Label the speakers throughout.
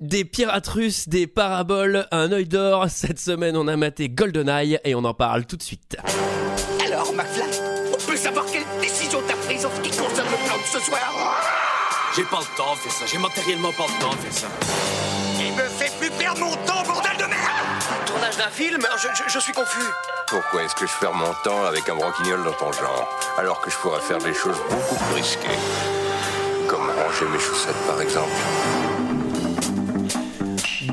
Speaker 1: Des pirates russes, des paraboles, un œil d'or. Cette semaine, on a maté GoldenEye et on en parle tout de suite.
Speaker 2: Alors, McFly, on peut savoir quelle décision t'as prise en ce qui concerne le plan de ce soir
Speaker 3: J'ai pas le temps de faire ça, j'ai matériellement pas le temps de faire ça.
Speaker 2: Il me fait plus perdre mon temps, bordel de merde
Speaker 4: Tournage d'un film je, je- je suis confus.
Speaker 5: Pourquoi est-ce que je perds mon temps avec un broquignol dans ton genre Alors que je pourrais faire des choses beaucoup plus risquées. Comme ranger mes chaussettes par exemple.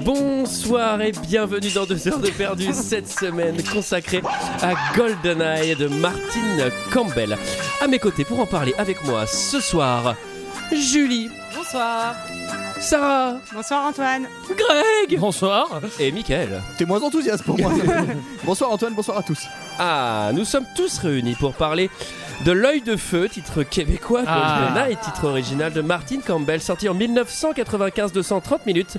Speaker 1: Bonsoir et bienvenue dans 2 heures de perdu cette semaine consacrée à GoldenEye de Martin Campbell. À mes côtés pour en parler avec moi ce soir, Julie,
Speaker 6: Bonsoir.
Speaker 1: Sarah,
Speaker 6: Bonsoir Antoine.
Speaker 1: Greg
Speaker 7: Bonsoir.
Speaker 1: et Michael.
Speaker 7: T'es moins enthousiaste pour moi. bonsoir Antoine, bonsoir à tous.
Speaker 1: Ah, nous sommes tous réunis pour parler de L'œil de feu, titre québécois
Speaker 7: Ah.
Speaker 1: GoldenEye, titre original de Martin Campbell, sorti en 1995 230 minutes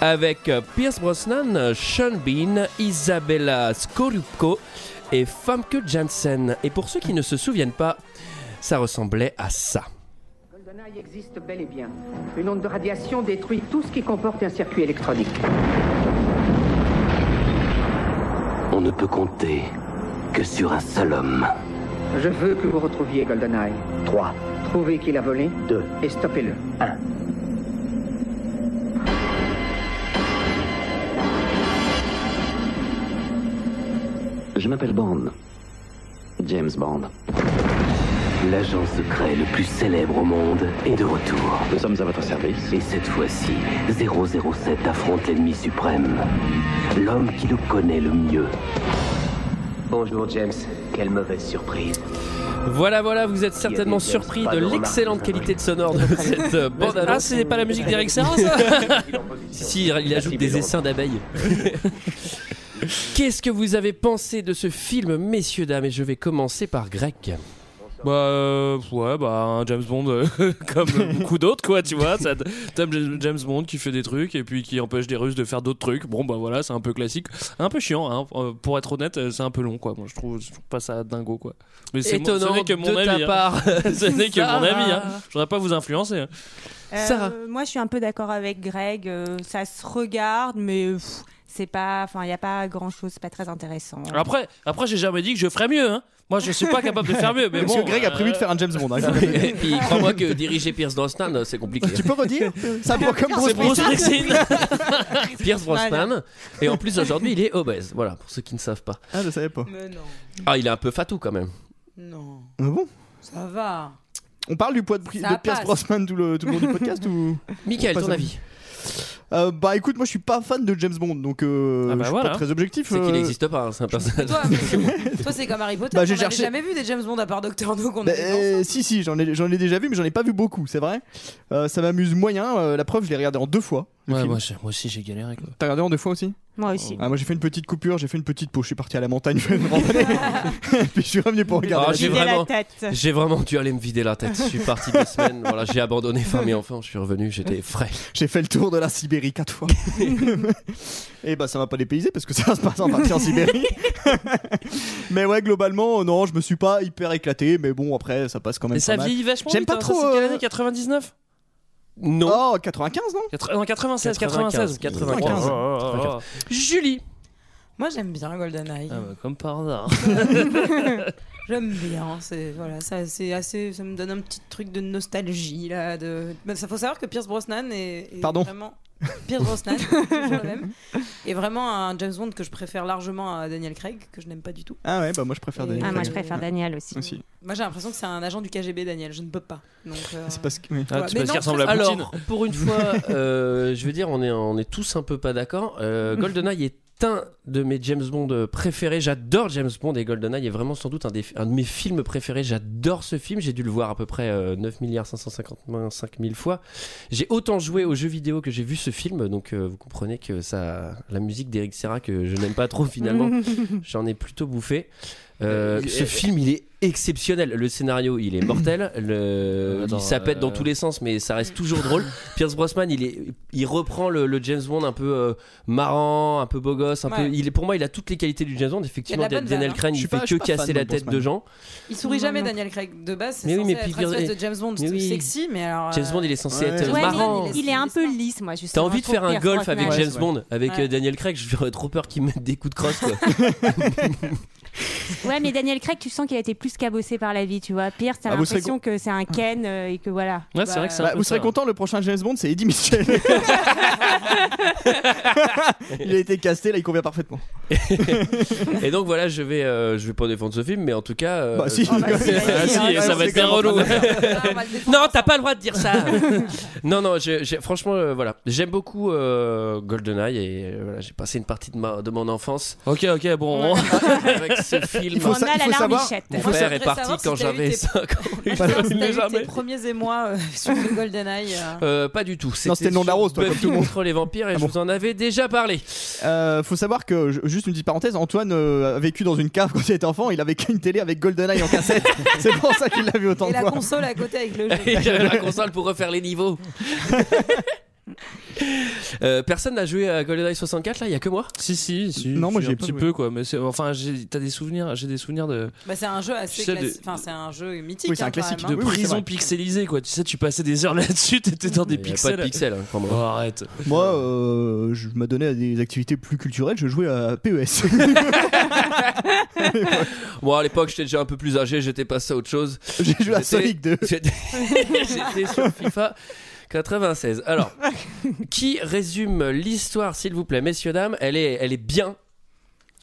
Speaker 1: avec euh, Pierce Brosnan, euh, Sean Bean, Isabella Scorupco et Famke Janssen. Et pour ceux qui ne se souviennent pas, ça ressemblait à ça.
Speaker 8: GoldenEye existe bel et bien. Une onde de radiation détruit tout ce qui comporte un circuit électronique.
Speaker 9: On ne peut compter que sur un seul homme.
Speaker 8: Je veux que vous retrouviez GoldenEye.
Speaker 9: 3,
Speaker 8: Trouvez qui l'a volé
Speaker 9: 2,
Speaker 8: et stoppez-le.
Speaker 9: 1. Je m'appelle Bond. James Bond. L'agent secret le plus célèbre au monde est de retour. Nous sommes à votre service. Et cette fois-ci, 007 affronte l'ennemi suprême. L'homme qui le connaît le mieux. Bonjour James, quelle mauvaise surprise.
Speaker 1: Voilà, voilà, vous êtes certainement
Speaker 9: Il y a des
Speaker 1: surpris
Speaker 9: pas
Speaker 1: de
Speaker 9: de
Speaker 1: l'excellente
Speaker 9: remarques.
Speaker 1: qualité de sonore de cette euh, bande-annonce.
Speaker 7: Ah, c'est pas la musique d'Eric Serra ça
Speaker 1: Si, si, il ajoute des essaims d'abeilles. Qu'est-ce que vous avez pensé de ce film, messieurs, dames Et je vais commencer par Greg.
Speaker 7: Bah euh, ouais, bah un James Bond euh, comme beaucoup d'autres quoi, tu vois, ça t'aimes James- James Bond qui fait des trucs et puis qui empêche des Russes de faire d'autres trucs. Bon bah voilà, c'est un peu classique, un peu chiant hein. Euh, pour être honnête, euh, c'est un peu long quoi. Moi je trouve, je trouve pas ça dingo quoi. Mais c'est mon- ce
Speaker 1: Étonnant
Speaker 7: n'est que mon
Speaker 1: de
Speaker 7: avis.
Speaker 1: ta
Speaker 7: hein.
Speaker 1: part.
Speaker 7: Ce n'est que mon
Speaker 1: Sarah.
Speaker 7: avis hein. Je voudrais pas vous influencer. hein.
Speaker 1: Sarah.
Speaker 6: Euh, Moi, je suis un peu d'accord avec Greg. euh, ça se regarde, mais euh, pff, c'est pas. Enfin, il n'y a pas grand chose. C'est pas très intéressant.
Speaker 1: Ah.
Speaker 7: Après après j'ai jamais dit que je ferais mieux hein. Moi je suis pas capable de faire mieux mais
Speaker 10: Parce
Speaker 7: bon. euh,
Speaker 10: que Greg a prévu de faire un James Bond. hein.
Speaker 1: Et puis crois-moi que diriger Pierce Brosnan, c'est compliqué.
Speaker 10: tu peux redire Ça prend comme
Speaker 7: c'est
Speaker 10: Bruce
Speaker 7: Bruce
Speaker 10: Willis.
Speaker 7: Springsteen.
Speaker 1: Pierce Brosnan. Et en plus aujourd'hui, il est obèse. Voilà, pour ceux qui ne savent pas.
Speaker 10: Ah, je savais pas.
Speaker 6: Mais non.
Speaker 1: Ah, il est un peu fatou quand même.
Speaker 6: Non.
Speaker 10: Ah bon
Speaker 6: Ça va.
Speaker 10: On parle du poids de, Bri-
Speaker 6: Ça
Speaker 10: de Pierce
Speaker 6: passe.
Speaker 10: Brosnan tout le, tout le long du podcast ou
Speaker 1: Michael,
Speaker 10: Pas
Speaker 1: ton
Speaker 10: ça.
Speaker 1: avis
Speaker 10: Euh, Bah écoute, moi je suis pas fan de James Bond donc euh,
Speaker 7: Ah bah
Speaker 10: je suis
Speaker 7: voilà.
Speaker 10: pas très objectif.
Speaker 1: C'est qu'il
Speaker 10: euh.
Speaker 1: n'existe pas, hein, c'est un personnage.
Speaker 11: Toi, mais c'est bon. Toi, c'est comme Harry Potter.
Speaker 10: Bah, j'ai
Speaker 11: on n'avait
Speaker 10: cherché.
Speaker 11: jamais vu des James Bond à part Docteur No qu'on
Speaker 10: Bah,
Speaker 11: avait
Speaker 10: euh, si si j'en ai j'en ai déjà vu mais j'en ai pas vu beaucoup c'est vrai Euh, ça m'amuse moyen euh, la preuve je l'ai regardé en deux fois le
Speaker 7: Ouais,
Speaker 10: film.
Speaker 7: moi, j'ai- moi aussi j'ai galéré quoi.
Speaker 10: t'as regardé en deux fois aussi
Speaker 6: Moi aussi.
Speaker 10: ah, moi j'ai fait une petite coupure j'ai fait une petite pause je suis parti à la montagne je vais me randonner. puis je suis revenu pour regarder
Speaker 1: Ah,
Speaker 10: la
Speaker 1: j'ai
Speaker 6: Vider
Speaker 1: vraiment-
Speaker 6: la tête.
Speaker 1: J'ai vraiment dû aller me vider la tête. Je suis parti deux semaines. Voilà, j'ai abandonné fin mais enfin, je suis revenu, j'étais frais.
Speaker 10: J'ai fait le tour de la Sibérie quatre fois. et bah ça m'a pas dépaysé parce que ça se passe en partie en Sibérie. mais ouais, globalement, euh, non, je me suis pas hyper éclaté, mais bon, après, ça passe quand même.
Speaker 7: Mais ça
Speaker 10: pas mal.
Speaker 7: vieillit vachement.
Speaker 10: J'aime
Speaker 7: vite,
Speaker 10: pas
Speaker 7: hein. Ça,
Speaker 10: trop,
Speaker 7: C'est quelle
Speaker 10: euh,
Speaker 7: année 99
Speaker 1: Non.
Speaker 10: Oh, 95, non
Speaker 7: Quatre- Non, 96, 96.
Speaker 1: 95.
Speaker 7: Oh, oh, oh.
Speaker 1: Julie
Speaker 11: Moi, j'aime bien GoldenEye.
Speaker 7: Ah bah, comme par hasard.
Speaker 11: J'aime bien. C'est voilà, ça, c'est assez. Ça me donne un petit truc de nostalgie là. De... Mais ça faut savoir que Pierce Brosnan est, est
Speaker 10: Pardon
Speaker 11: vraiment Pierce Brosnan, toujours le même, est vraiment un James Bond que je préfère largement à Daniel Craig que je n'aime pas du tout.
Speaker 10: Ah ouais, bah moi je préfère
Speaker 11: Et-
Speaker 10: Daniel.
Speaker 6: Ah, moi, je
Speaker 10: Craig.
Speaker 6: préfère Daniel aussi.
Speaker 10: Aussi.
Speaker 11: Moi, j'ai l'impression que c'est un agent du KGB, Daniel. Je ne peux pas. Donc, euh,
Speaker 10: C'est parce que. oui.
Speaker 7: Ah,
Speaker 11: Ouais,
Speaker 7: tu
Speaker 11: mais
Speaker 7: parce
Speaker 11: non,
Speaker 7: qu'il ressemble à Poutine.
Speaker 1: Alors, pour une fois, euh, je veux dire, on est, on est tous un peu pas d'accord.
Speaker 7: Mm.
Speaker 1: Euh, GoldenEye est un de mes James Bond préférés. J'adore James Bond et GoldenEye est vraiment sans doute un, des- un de mes films préférés. J'adore ce film. J'ai dû le voir à peu près euh, 9 555 000 fois. J'ai autant joué aux jeux vidéo que j'ai vu ce film. Donc, euh, vous comprenez que ça, la musique d'Eric Serra, que je n'aime pas trop finalement, j'en ai plutôt bouffé. Euh,
Speaker 7: Euh,
Speaker 1: ce
Speaker 7: euh,
Speaker 1: film, il est exceptionnel. Le scénario, il est mortel. Le...
Speaker 7: Attends,
Speaker 1: il s'appète dans
Speaker 7: euh,
Speaker 1: tous les sens, mais ça reste toujours drôle. Pierce Brosnan, il, est... il reprend le, le James Bond un peu euh, marrant, un peu beau gosse, boss, un
Speaker 11: Ouais.
Speaker 1: peu. Il est, pour moi, il a toutes les qualités du James Bond. Effectivement,
Speaker 11: Il y a de la bonne
Speaker 1: Daniel
Speaker 11: vanne, hein.
Speaker 1: Craig,
Speaker 11: Je
Speaker 1: il
Speaker 11: suis pas-
Speaker 1: fait
Speaker 11: je
Speaker 1: que
Speaker 11: suis pas fan
Speaker 1: casser la
Speaker 11: de Boss
Speaker 1: tête de gens.
Speaker 11: Il sourit jamais, Daniel Craig. De base, c'est
Speaker 1: Mais oui,
Speaker 11: censé
Speaker 1: mais puis-
Speaker 11: être une espèce de James Bond
Speaker 1: Mais oui.
Speaker 11: sexy, mais alors. euh,
Speaker 1: James Bond, il est censé être
Speaker 6: Ouais, mais
Speaker 1: marrant.
Speaker 6: Il est un peu lisse, moi,
Speaker 1: T'as
Speaker 6: justement.
Speaker 1: envie de
Speaker 6: je trouve,
Speaker 1: faire un
Speaker 6: Pierre
Speaker 1: golf avec
Speaker 6: Brosnan.
Speaker 1: James Bond, avec
Speaker 6: Ouais.
Speaker 1: euh, Daniel Craig, j'aurais trop peur qu'il mette des coups de crosse quoi.
Speaker 6: Ouais, mais Daniel Craig, tu sens qu'il a été plus cabossé par la vie, tu vois. Pierre, t'as
Speaker 10: Ah, vous serez
Speaker 6: l'impression que c'est un Ken euh, et que voilà. Bah,
Speaker 10: Bah, Vous serez content, le prochain James Bond, c'est Eddie Mitchell. il a été casté, là, il convient parfaitement.
Speaker 1: et donc voilà, je vais, euh, je vais pas défendre ce film, mais en tout cas. euh,
Speaker 10: Bah, si. Ah, bah, si, Ah, si, et ça va être bien relou.
Speaker 1: non, t'as pas le droit de dire ça. non, non, j'ai- j'ai- franchement, euh, voilà, j'aime beaucoup euh, GoldenEye et euh, voilà, j'ai passé une partie de, ma, de mon enfance.
Speaker 7: Ok, ok, bon.
Speaker 1: avec ce film.
Speaker 7: Il faut On sa- a il la faut larme savoir-
Speaker 1: Mon
Speaker 11: Moi,
Speaker 1: frère est
Speaker 11: j'aimerais
Speaker 1: parti
Speaker 11: savoir si
Speaker 1: quand
Speaker 11: t'as eu
Speaker 1: j'avais
Speaker 11: tes-
Speaker 1: 5 ans.
Speaker 11: Putain, si
Speaker 1: Il
Speaker 11: t'as
Speaker 1: l'a
Speaker 11: eu
Speaker 1: jamais.
Speaker 11: tes premiers émois euh, sur le GoldenEye. euh.
Speaker 1: Euh, pas du tout.
Speaker 10: c'était le nom de la rose, toi,
Speaker 1: Buffy
Speaker 10: comme tout le monde.
Speaker 1: contre les vampires et je vous en avais déjà parlé.
Speaker 10: Euh, faut savoir que, je- juste une petite parenthèse, Antoine euh, a vécu dans une cave quand il était enfant, il avait qu'une télé avec GoldenEye en cassette. c'est pour ça qu'il l'a vu autant
Speaker 11: Et
Speaker 10: de
Speaker 11: la
Speaker 10: fois.
Speaker 11: console à côté avec le
Speaker 1: Et
Speaker 11: jeu.
Speaker 1: J'avais la console pour refaire les niveaux. Euh, personne n'a joué à GoldenEye 64 là, il y a que moi.
Speaker 7: Si si, si
Speaker 10: Non, moi,
Speaker 7: j'ai
Speaker 10: j'ai
Speaker 7: un
Speaker 10: pas
Speaker 7: petit
Speaker 10: joué.
Speaker 7: peu quoi, mais c'est enfin j'ai t'as des souvenirs, j'ai des souvenirs de
Speaker 11: Bah, c'est un jeu assez
Speaker 7: Tu sais,
Speaker 11: classique.
Speaker 7: des-
Speaker 11: Enfin, c'est un jeu mythique.
Speaker 10: Oui, c'est un
Speaker 11: hein, quand
Speaker 10: classique
Speaker 11: même,
Speaker 7: de
Speaker 11: hein.
Speaker 7: prison pixelisée quoi. Tu sais, tu passais des heures là-dessus, t'étais dans des
Speaker 1: Il y a
Speaker 7: pixels.
Speaker 1: pas de pixels, hein,
Speaker 7: Oh, arrête.
Speaker 10: Moi, euh, je m'adonnais à des activités plus culturelles, je jouais à E PES.
Speaker 1: Moi à l'époque j'étais déjà un peu plus âgé, j'étais passé à autre chose.
Speaker 10: J'ai joué à
Speaker 1: J'étais-
Speaker 10: Sonic 2.
Speaker 1: J'étais j'étais sur FIFA 96. Alors, qui résume l'histoire s'il vous plaît, messieurs dames Elle est, elle est bien.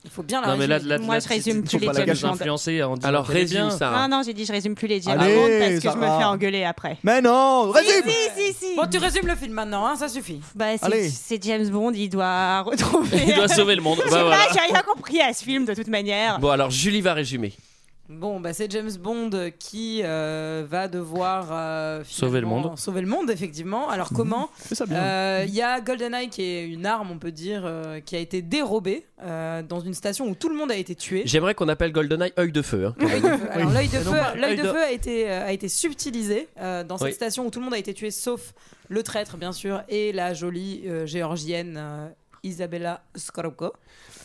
Speaker 11: Il faut bien la
Speaker 7: Non mais là,
Speaker 11: résumer.
Speaker 7: là,
Speaker 6: Moi,
Speaker 7: là,
Speaker 6: je
Speaker 7: tu-
Speaker 6: résume
Speaker 7: tu
Speaker 6: plus
Speaker 7: vas
Speaker 6: les
Speaker 7: pas nous
Speaker 6: James Bond.
Speaker 7: influencer en disant
Speaker 1: Alors
Speaker 7: qu'elle est
Speaker 1: résume
Speaker 7: bien.
Speaker 1: ça. hein.
Speaker 6: Ah non, j'ai dit je résume plus les James
Speaker 10: Allez,
Speaker 6: Bond parce que
Speaker 10: ça
Speaker 6: je me
Speaker 10: va.
Speaker 6: fais engueuler après.
Speaker 10: Mais non, résume
Speaker 6: si, si.
Speaker 11: Bon, tu résumes le film maintenant, hein, ça suffit.
Speaker 6: Bah, c'est-
Speaker 10: Allez.
Speaker 6: c'est James Bond, il doit retrouver.
Speaker 7: Il doit sauver le monde.
Speaker 6: Je sais
Speaker 7: Bah,
Speaker 6: pas,
Speaker 7: voilà.
Speaker 6: j'ai rien compris à ce film de toute manière.
Speaker 1: Bon alors Julie va résumer.
Speaker 11: Bon, bah, c'est James Bond qui euh, va devoir euh,
Speaker 7: Sauver le
Speaker 11: finalement
Speaker 7: monde. Mhm.
Speaker 11: Sauver le monde, effectivement. Alors, comment
Speaker 10: C'est ça bien.
Speaker 11: Euh, Il y a GoldenEye qui est une arme, on peut dire, euh, qui a été dérobée euh, dans une station où tout le monde a été tué.
Speaker 1: J'aimerais qu'on appelle GoldenEye œil de feu. hein.
Speaker 11: L'œil de feu. Alors, l'œil de feu, l'œil de
Speaker 1: l'œil de-
Speaker 11: feu a été euh, a été subtilisé euh, dans cette
Speaker 1: Oui.
Speaker 11: station où tout le monde a été tué sauf le traître bien sûr et la jolie euh, géorgienne euh, Isabella Skorupko,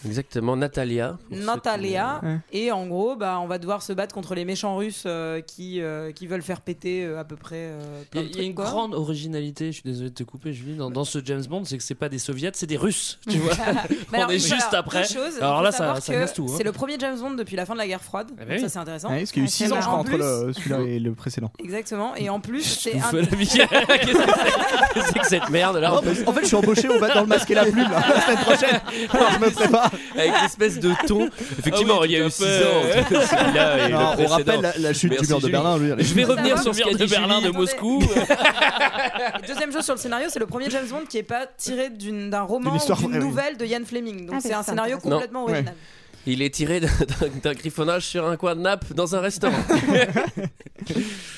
Speaker 1: Exactement, Natalia. pour ceux qui-
Speaker 11: Natalia
Speaker 10: Ouais.
Speaker 11: et en gros bah on va devoir se battre contre les méchants russes euh, qui euh, qui veulent faire péter euh, à peu près euh,
Speaker 7: Il
Speaker 11: plein
Speaker 7: y
Speaker 11: de
Speaker 7: a- il y a
Speaker 11: trucs,
Speaker 7: une
Speaker 11: quoi.
Speaker 7: grande originalité, je suis désolé de te couper, Julie, dans, dans ce James Bond, c'est que c'est pas des soviets, c'est des russes, tu vois.
Speaker 11: Mais
Speaker 7: On
Speaker 11: alors,
Speaker 7: est
Speaker 11: une-
Speaker 7: juste
Speaker 11: alors,
Speaker 7: après.
Speaker 11: deux choses. Il
Speaker 7: alors
Speaker 11: faut
Speaker 7: là,
Speaker 11: savoir
Speaker 7: ça, ça
Speaker 11: que
Speaker 7: casse tout. hein.
Speaker 11: C'est le premier James Bond depuis la fin de la guerre froide.
Speaker 7: Ah bah
Speaker 11: Donc
Speaker 7: oui.
Speaker 11: Ça, c'est intéressant.
Speaker 10: Ouais, parce qu'il y a eu 6 ans, je crois,
Speaker 11: En
Speaker 10: entre
Speaker 11: plus-
Speaker 10: le- celui-là et le précédent.
Speaker 11: Exactement. Et en plus, c'est
Speaker 7: Vous
Speaker 11: un,
Speaker 7: faites la vie. Qu'est-ce que c'est
Speaker 1: Qu'est-ce que cette merde
Speaker 10: Oh,
Speaker 1: là
Speaker 10: mais en fait, je suis embauché au bat dans le masque et la plume là, la semaine prochaine. Alors, je me prépare.
Speaker 1: Avec l'espèce de ton. Effectivement,
Speaker 7: Ah oui,
Speaker 1: il y a
Speaker 7: tout
Speaker 1: eu
Speaker 7: à
Speaker 1: 6 ans.
Speaker 7: fait.
Speaker 1: entre celui-là et
Speaker 10: Non,
Speaker 1: le
Speaker 10: on rappelle
Speaker 1: précédent.
Speaker 10: la, la chute
Speaker 1: Merci,
Speaker 10: du mur de
Speaker 1: Julie.
Speaker 10: Berlin. lui, allez.
Speaker 1: Je vais
Speaker 11: Ça
Speaker 1: revenir
Speaker 11: va
Speaker 1: sur ce qu'a
Speaker 7: Mur de
Speaker 1: dit
Speaker 7: Berlin,
Speaker 1: Julie.
Speaker 7: de
Speaker 11: attendez.
Speaker 7: Moscou.
Speaker 11: Et Deuxième chose sur le scénario, c'est le premier James Bond qui est pas tiré d'une- d'un roman
Speaker 10: D'une histoire
Speaker 11: ou d'une
Speaker 10: vraie, oui.
Speaker 11: nouvelle de Ian Fleming. Donc
Speaker 6: Ah,
Speaker 11: c'est
Speaker 6: c'est
Speaker 11: un
Speaker 6: ça,
Speaker 11: scénario
Speaker 6: intéressant.
Speaker 11: complètement
Speaker 10: Non.
Speaker 11: original.
Speaker 1: Il est tiré d'un- d'un d'un griffonnage sur un coin de nappe dans un restaurant.